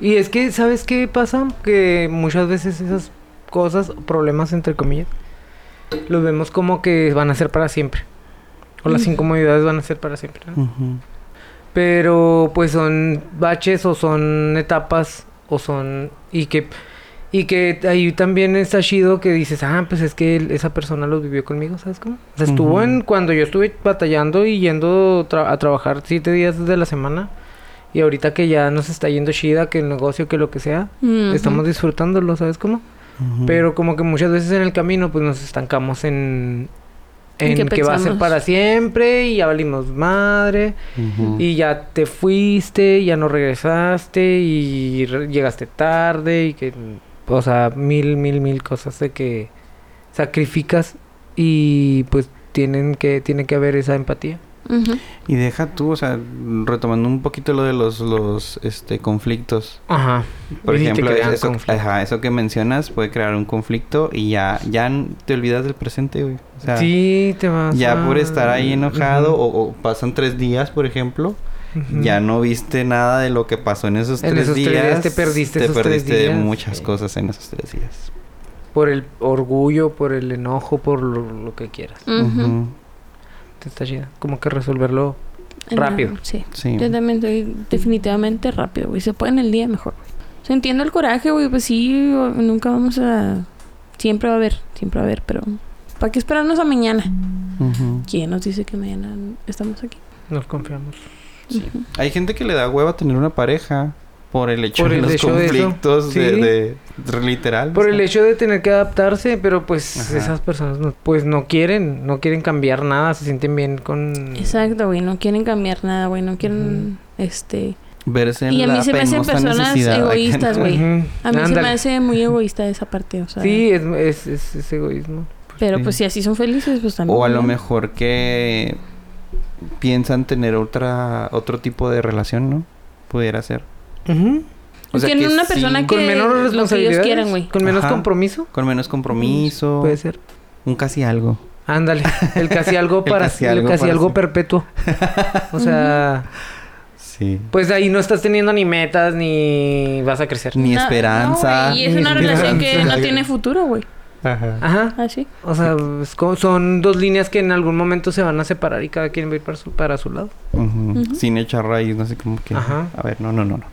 [SPEAKER 4] Y es que, ¿sabes qué pasa? Que muchas veces esas cosas, problemas entre comillas, los vemos como que van a ser para siempre. O las incomodidades van a ser para siempre. ¿no?
[SPEAKER 2] Ujú.
[SPEAKER 4] Pero pues son baches o son etapas o son... Y que, y que ahí también está chido que dices, ah, pues es que él- esa persona los vivió conmigo, ¿sabes cómo? O sea, estuvo
[SPEAKER 2] Ujú.
[SPEAKER 4] en... Cuando yo estuve batallando y yendo tra- a trabajar siete días de la semana. Y ahorita que ya nos está yendo chida, que el negocio, que lo que sea.
[SPEAKER 3] Ujú.
[SPEAKER 4] Estamos disfrutándolo, ¿sabes cómo?
[SPEAKER 2] Ujú.
[SPEAKER 4] Pero como que muchas veces en el camino pues nos estancamos en... En,
[SPEAKER 3] ¿En qué
[SPEAKER 4] que va a ser
[SPEAKER 3] pensamos?
[SPEAKER 4] para siempre y ya valimos madre
[SPEAKER 2] Ujú.
[SPEAKER 4] y ya te fuiste, ya no regresaste y re- llegaste tarde y que... O sea, mil, mil, mil cosas de que sacrificas y pues tienen que, tiene que haber esa empatía.
[SPEAKER 3] Ujú.
[SPEAKER 2] Y deja tú, o sea, retomando un poquito lo de los, los este, conflictos.
[SPEAKER 4] Ajá.
[SPEAKER 2] Por
[SPEAKER 4] Y te
[SPEAKER 2] ejemplo,
[SPEAKER 4] crean
[SPEAKER 2] eso,
[SPEAKER 4] conflicto.
[SPEAKER 2] ajá, eso que mencionas puede crear un conflicto y ya, ya n- te olvidas del presente, güey. O sea,
[SPEAKER 4] sí, te vas
[SPEAKER 2] ya
[SPEAKER 4] a-
[SPEAKER 2] por estar ahí enojado
[SPEAKER 4] Ujú,
[SPEAKER 2] o, o pasan tres días, por ejemplo,
[SPEAKER 4] ujú.
[SPEAKER 2] ya no viste nada de lo que pasó en esos,
[SPEAKER 4] En
[SPEAKER 2] tres,
[SPEAKER 4] esos tres
[SPEAKER 2] días,
[SPEAKER 4] días te perdiste
[SPEAKER 2] Te
[SPEAKER 4] esos tres
[SPEAKER 2] perdiste de
[SPEAKER 4] días,
[SPEAKER 2] muchas
[SPEAKER 4] sí.
[SPEAKER 2] cosas en esos tres días.
[SPEAKER 4] Por el orgullo, por el enojo, por lo, lo que quieras.
[SPEAKER 3] Ujú.
[SPEAKER 2] Ujú.
[SPEAKER 4] Está chido. Como que resolverlo.
[SPEAKER 3] En
[SPEAKER 4] Rápido.
[SPEAKER 3] la- sí.
[SPEAKER 2] Sí.
[SPEAKER 3] Yo también soy definitivamente rápido, güey. Se puede en el día mejor, güey. O sea, entiendo el coraje, güey. Pues sí, o- nunca vamos a... Siempre va a haber, siempre va a haber, pero... ¿Para qué esperarnos a mañana?
[SPEAKER 2] Ujú.
[SPEAKER 3] ¿Quién nos dice que mañana estamos aquí?
[SPEAKER 4] Nos confiamos.
[SPEAKER 2] Sí. Hay gente que le da hueva tener una pareja por el hecho
[SPEAKER 4] Por
[SPEAKER 2] de
[SPEAKER 4] el
[SPEAKER 2] los
[SPEAKER 4] hecho de eso.
[SPEAKER 2] conflictos de,
[SPEAKER 4] Sí.
[SPEAKER 2] de- de- literal.
[SPEAKER 4] Por
[SPEAKER 2] o
[SPEAKER 4] el
[SPEAKER 2] sea.
[SPEAKER 4] hecho de tener que adaptarse, pero pues
[SPEAKER 2] Ajá.
[SPEAKER 4] esas personas no, pues no quieren, no quieren cambiar nada, se sienten bien
[SPEAKER 2] Mm.
[SPEAKER 4] con...
[SPEAKER 3] Exacto, güey. No quieren cambiar nada, güey. No quieren, este...
[SPEAKER 2] verse en
[SPEAKER 3] Y a mí
[SPEAKER 2] la
[SPEAKER 3] se me hacen
[SPEAKER 2] penosa
[SPEAKER 3] personas
[SPEAKER 2] necesidad *laughs* de que-
[SPEAKER 3] egoístas, güey.
[SPEAKER 4] Ujú.
[SPEAKER 3] A mí se me
[SPEAKER 4] Ándale.
[SPEAKER 3] hace ¿eh? muy egoísta esa parte, o sea...
[SPEAKER 4] Sí, es, es, es- es egoísmo.
[SPEAKER 3] Pero
[SPEAKER 2] sí.
[SPEAKER 3] pues si así son felices, pues también.
[SPEAKER 2] O a lo
[SPEAKER 3] ¿no?
[SPEAKER 2] mejor que piensan tener otra otro tipo de relación, ¿no? Pudiera ser.
[SPEAKER 4] Ujú.
[SPEAKER 2] O sea
[SPEAKER 3] Tienen
[SPEAKER 2] que
[SPEAKER 3] una
[SPEAKER 2] sí,
[SPEAKER 3] persona que...
[SPEAKER 4] Con menos
[SPEAKER 3] lo que ellos
[SPEAKER 4] responsabilidades,
[SPEAKER 3] quieran, güey.
[SPEAKER 4] con menos
[SPEAKER 2] Ajá.
[SPEAKER 4] compromiso,
[SPEAKER 2] Con menos compromiso.
[SPEAKER 4] puede ser.
[SPEAKER 2] Un casi algo.
[SPEAKER 4] Ándale, el casi algo
[SPEAKER 2] *laughs* El
[SPEAKER 4] para...
[SPEAKER 2] casi
[SPEAKER 4] el
[SPEAKER 2] algo
[SPEAKER 4] casi
[SPEAKER 2] para
[SPEAKER 4] algo
[SPEAKER 2] sí. *laughs*
[SPEAKER 4] perpetuo. O sea...
[SPEAKER 2] Sí.
[SPEAKER 4] Pues ahí no estás teniendo ni metas ni vas a crecer.
[SPEAKER 2] Ni
[SPEAKER 3] No,
[SPEAKER 2] esperanza.
[SPEAKER 3] Ah, no, güey, y
[SPEAKER 2] *laughs*
[SPEAKER 3] es
[SPEAKER 2] ni
[SPEAKER 3] una relación que
[SPEAKER 2] esperanza.
[SPEAKER 3] no tiene futuro, güey. Ah,
[SPEAKER 2] Ajá.
[SPEAKER 4] Ajá.
[SPEAKER 3] Así.
[SPEAKER 4] O sea, es como- son dos líneas que en algún momento se van a separar y cada quien va a ir para su, para su lado.
[SPEAKER 2] Ujú.
[SPEAKER 3] Ujú.
[SPEAKER 2] Sin echar raíz, no sé cómo que.
[SPEAKER 4] Ajá.
[SPEAKER 2] A ver, no, no, no, no.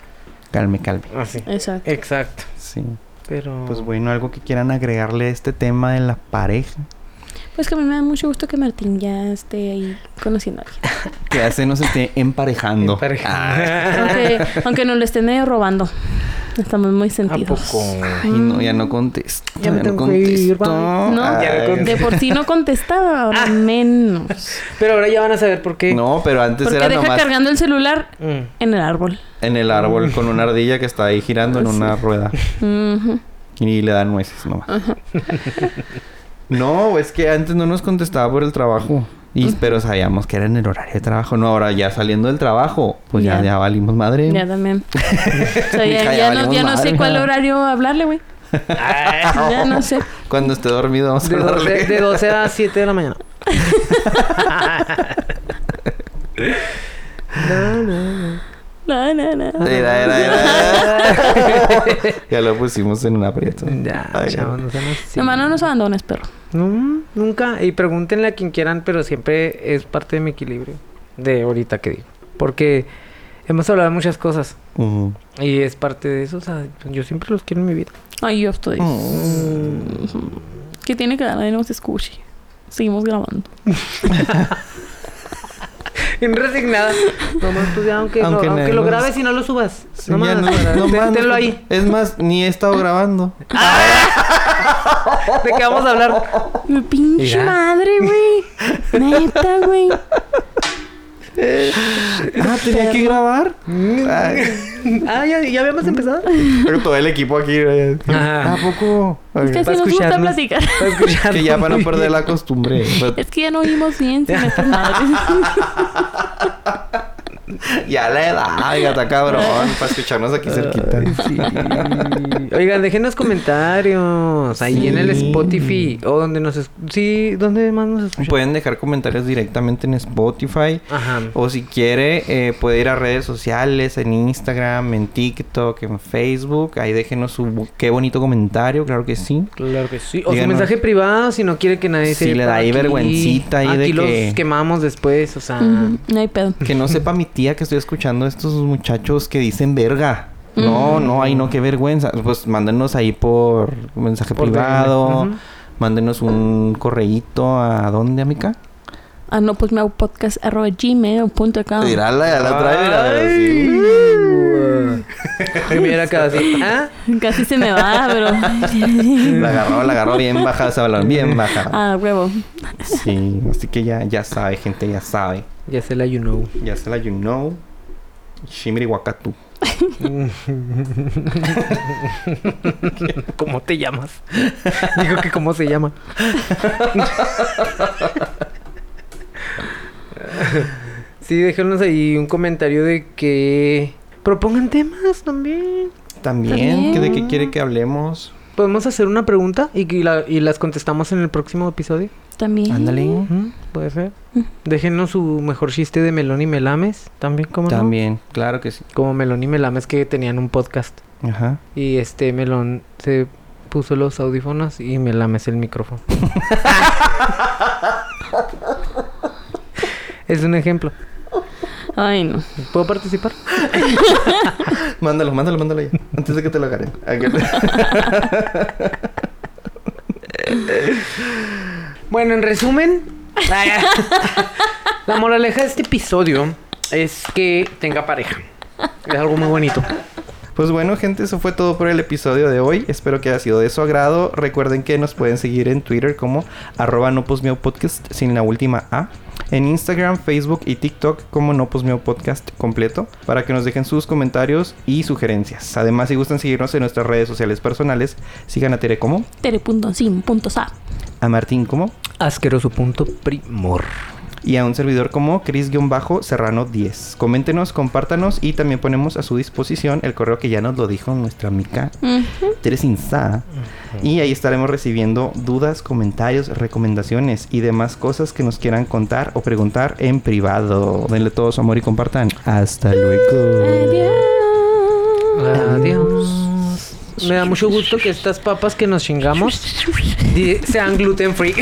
[SPEAKER 2] Calme, calme.
[SPEAKER 4] Así.
[SPEAKER 3] Exacto.
[SPEAKER 4] Exacto.
[SPEAKER 2] Sí.
[SPEAKER 4] Pero.
[SPEAKER 2] Pues bueno, algo que quieran agregarle a este tema de la pareja.
[SPEAKER 3] Pues que a mí me da mucho gusto que Martín ya esté ahí conociendo a alguien.
[SPEAKER 2] Que hace nos esté emparejando.
[SPEAKER 4] en pareja.
[SPEAKER 2] Ah. *laughs*
[SPEAKER 3] Aunque, aunque nos lo estén medio robando. Estamos
[SPEAKER 4] *laughs*
[SPEAKER 3] muy
[SPEAKER 4] ¿A
[SPEAKER 3] sentidos.
[SPEAKER 4] poco?
[SPEAKER 2] Ay, no, ya
[SPEAKER 3] Mm.
[SPEAKER 2] no contesto.
[SPEAKER 4] Ya me tengo que ir,
[SPEAKER 2] contesto.
[SPEAKER 4] bye.
[SPEAKER 3] No,
[SPEAKER 2] Ay,
[SPEAKER 4] Ya no contesto.
[SPEAKER 3] de por sí no contestaba, ahora
[SPEAKER 2] Ah.
[SPEAKER 3] menos.
[SPEAKER 4] Pero ahora ya van a saber por qué.
[SPEAKER 2] No, pero antes
[SPEAKER 3] Porque
[SPEAKER 2] era
[SPEAKER 3] deja
[SPEAKER 2] nomás
[SPEAKER 3] cargando el celular
[SPEAKER 2] *laughs*
[SPEAKER 4] Mm.
[SPEAKER 3] en el árbol.
[SPEAKER 2] en el árbol con una ardilla que está ahí girando en una rueda
[SPEAKER 3] Ujú.
[SPEAKER 2] y le dan nueces nomás. No, es que antes no nos contestaba por el trabajo. Y, pero sabíamos que era en el horario de trabajo. No, ahora ya saliendo del trabajo, pues ya,
[SPEAKER 3] Ya.
[SPEAKER 2] ya valimos madre. *laughs*
[SPEAKER 3] Ya también. O sea, ya,
[SPEAKER 2] Hija, ya
[SPEAKER 3] ya no,
[SPEAKER 2] valimos
[SPEAKER 3] ya no sé
[SPEAKER 2] madre. *laughs*
[SPEAKER 3] cuál horario hablarle, güey. Ya no sé. *laughs*
[SPEAKER 2] Cuando esté dormido vamos a
[SPEAKER 4] Ah, De,
[SPEAKER 2] hablarle.
[SPEAKER 4] 12, de 12 a 7 de
[SPEAKER 2] *laughs*
[SPEAKER 4] la mañana. no, no, no.
[SPEAKER 3] No, no, no.
[SPEAKER 2] Era, era, era.
[SPEAKER 3] *laughs*
[SPEAKER 2] ya lo pusimos en un aprieto.
[SPEAKER 4] Ya,
[SPEAKER 2] Ay,
[SPEAKER 4] chavos, no sean así.
[SPEAKER 3] Nomás no nos abandones, perro.
[SPEAKER 4] No, nunca. Y pregúntenle a quien quieran, pero siempre es parte de mi equilibrio. De ahorita que digo. Porque Hemos hablado de muchas cosas.
[SPEAKER 2] Ujú.
[SPEAKER 4] Y es parte de eso. O sea, yo siempre los quiero en mi vida. *laughs*
[SPEAKER 3] Ay, yo estoy.
[SPEAKER 2] Mm.
[SPEAKER 3] ¿Qué tiene que dar? Nadie nos escuche. Seguimos grabando.
[SPEAKER 4] En resignada. Nomás, pues, ya, aunque,
[SPEAKER 2] Aunque
[SPEAKER 4] lo, aunque
[SPEAKER 2] no-
[SPEAKER 4] lo
[SPEAKER 2] no-
[SPEAKER 4] grabes y no lo subas.
[SPEAKER 2] Sí,
[SPEAKER 4] No
[SPEAKER 2] ya
[SPEAKER 4] más.
[SPEAKER 2] no- no más,
[SPEAKER 4] Tenlo
[SPEAKER 2] no-
[SPEAKER 4] ahí.
[SPEAKER 2] Es más, ni he estado
[SPEAKER 3] *laughs*
[SPEAKER 2] grabando.
[SPEAKER 4] ¿De qué vamos a hablar?
[SPEAKER 3] Mi pinche
[SPEAKER 9] Mira.
[SPEAKER 3] madre, güey. Neta, güey.
[SPEAKER 2] Ah, tenía que grabar. Ay,
[SPEAKER 4] *laughs* Ah, ya, ya habíamos
[SPEAKER 2] Mm.
[SPEAKER 4] empezado.
[SPEAKER 2] pero todo el equipo aquí. eh.
[SPEAKER 9] Ajá.
[SPEAKER 2] ¿A poco?
[SPEAKER 3] Es que
[SPEAKER 2] Ok.
[SPEAKER 3] así nos gusta
[SPEAKER 4] escucharnos.
[SPEAKER 3] platicar.
[SPEAKER 2] Que ya para no perder la costumbre. Pues, Pero
[SPEAKER 3] Es que ya no oímos bien sin estas
[SPEAKER 2] *laughs*
[SPEAKER 3] madres.
[SPEAKER 2] Ya la edad, gata cabrón. Para escucharnos aquí cerquita.
[SPEAKER 4] Sí. Ah, Oigan, déjenos comentarios ahí en el
[SPEAKER 2] Sí.
[SPEAKER 4] Spotify o donde nos es- sí, ¿dónde más nos escuchan?
[SPEAKER 2] Pueden dejar comentarios directamente en Spotify.
[SPEAKER 4] Ajá.
[SPEAKER 2] O si quiere, eh, puede ir a redes sociales, en Instagram, en TikTok, en Facebook. Ahí déjenos su qué bonito comentario, claro que sí.
[SPEAKER 4] Claro que sí. O su
[SPEAKER 2] Díganos.
[SPEAKER 4] mensaje privado si no quiere que nadie
[SPEAKER 2] Sí, le
[SPEAKER 4] sepa
[SPEAKER 2] da ahí
[SPEAKER 4] aquí.
[SPEAKER 2] vergüencita ahí
[SPEAKER 4] aquí
[SPEAKER 2] de
[SPEAKER 4] los
[SPEAKER 2] que-
[SPEAKER 4] quemamos después, o sea,
[SPEAKER 3] Ujú, No hay pedo.
[SPEAKER 2] Que no sepa mi tía que estoy escuchando a estos muchachos que dicen verga. No, no, ay no, qué vergüenza. Pues mándenos ahí por mensaje
[SPEAKER 4] Por
[SPEAKER 2] privado.
[SPEAKER 4] DM. Ujú.
[SPEAKER 2] Mándenos un correíto a dónde, amica?
[SPEAKER 3] Ah, no, pues me hago podcast arroba gmail.com.
[SPEAKER 2] Tirala, ya la trae, mira, así.
[SPEAKER 4] *laughs* primera casa. ¿Ah?
[SPEAKER 3] Casi se me va, pero.
[SPEAKER 2] La agarró, la agarró bien baja ese balón, bien baja.
[SPEAKER 3] *laughs* Ah, huevo.
[SPEAKER 2] Sí, así que ya, ya sabe, gente, ya sabe.
[SPEAKER 4] Ya se la you know.
[SPEAKER 2] Ya se la you know. Shimiri Wakatu.
[SPEAKER 4] ¿Cómo te llamas? *laughs* Digo que cómo se llama. *laughs* sí, déjenos ahí un comentario de que propongan temas también.
[SPEAKER 2] También,
[SPEAKER 3] También.
[SPEAKER 2] ¿que ¿de qué quiere que hablemos?
[SPEAKER 4] Podemos hacer una pregunta y, que la- y las contestamos en el próximo episodio.
[SPEAKER 3] También.
[SPEAKER 2] Ándale.
[SPEAKER 4] Ujú, Puede ser. Déjenos su mejor chiste de Melón y Melames. También, como
[SPEAKER 2] También, claro que sí.
[SPEAKER 4] Como Melón y Melames que tenían un podcast.
[SPEAKER 2] Ajá.
[SPEAKER 4] Y este Melón se puso los audífonos y Melames el micrófono. *laughs* es un ejemplo.
[SPEAKER 3] Ay, no.
[SPEAKER 4] ¿Puedo participar?
[SPEAKER 2] *laughs* Mándalo, mándalo, mándalo ya. Antes de que te lo agarren.
[SPEAKER 4] Bueno, en resumen, *laughs* la moraleja de este episodio es que tenga pareja. Es algo muy bonito.
[SPEAKER 2] Pues bueno, gente, eso fue todo por el episodio de hoy. Espero que haya sido de su agrado. Recuerden que nos pueden seguir en Twitter como arroba no Pues Miau podcast sin la última A. En Instagram, Facebook y TikTok como no Pues Miau podcast completo para que nos dejen sus comentarios y sugerencias. Además, si gustan seguirnos en nuestras redes sociales personales, sigan a Tere como,
[SPEAKER 3] Tere.sim.sa.
[SPEAKER 2] a Martín como
[SPEAKER 4] Asqueroso punto primor.
[SPEAKER 2] y a un servidor como Cris-Serrano10. Coméntenos, compártanos y también ponemos a su disposición el correo que ya nos lo dijo nuestra amiga
[SPEAKER 3] Ujú.
[SPEAKER 2] Teres Insa. Y ahí estaremos recibiendo dudas, comentarios, recomendaciones y demás cosas que nos quieran contar o preguntar en privado. Denle todo su amor y compartan. Hasta luego.
[SPEAKER 3] Adiós.
[SPEAKER 4] Adiós. Me da mucho gusto que estas papas que nos chingamos di- sean gluten free.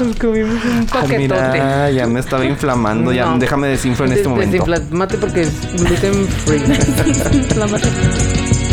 [SPEAKER 4] Nos comimos un paquetote.
[SPEAKER 2] Ah, Mira, ya me estaba inflamando. Ya,
[SPEAKER 4] No. este
[SPEAKER 2] déjame desinflo en este momento.
[SPEAKER 4] Desinflamate porque es gluten free.
[SPEAKER 3] La madre.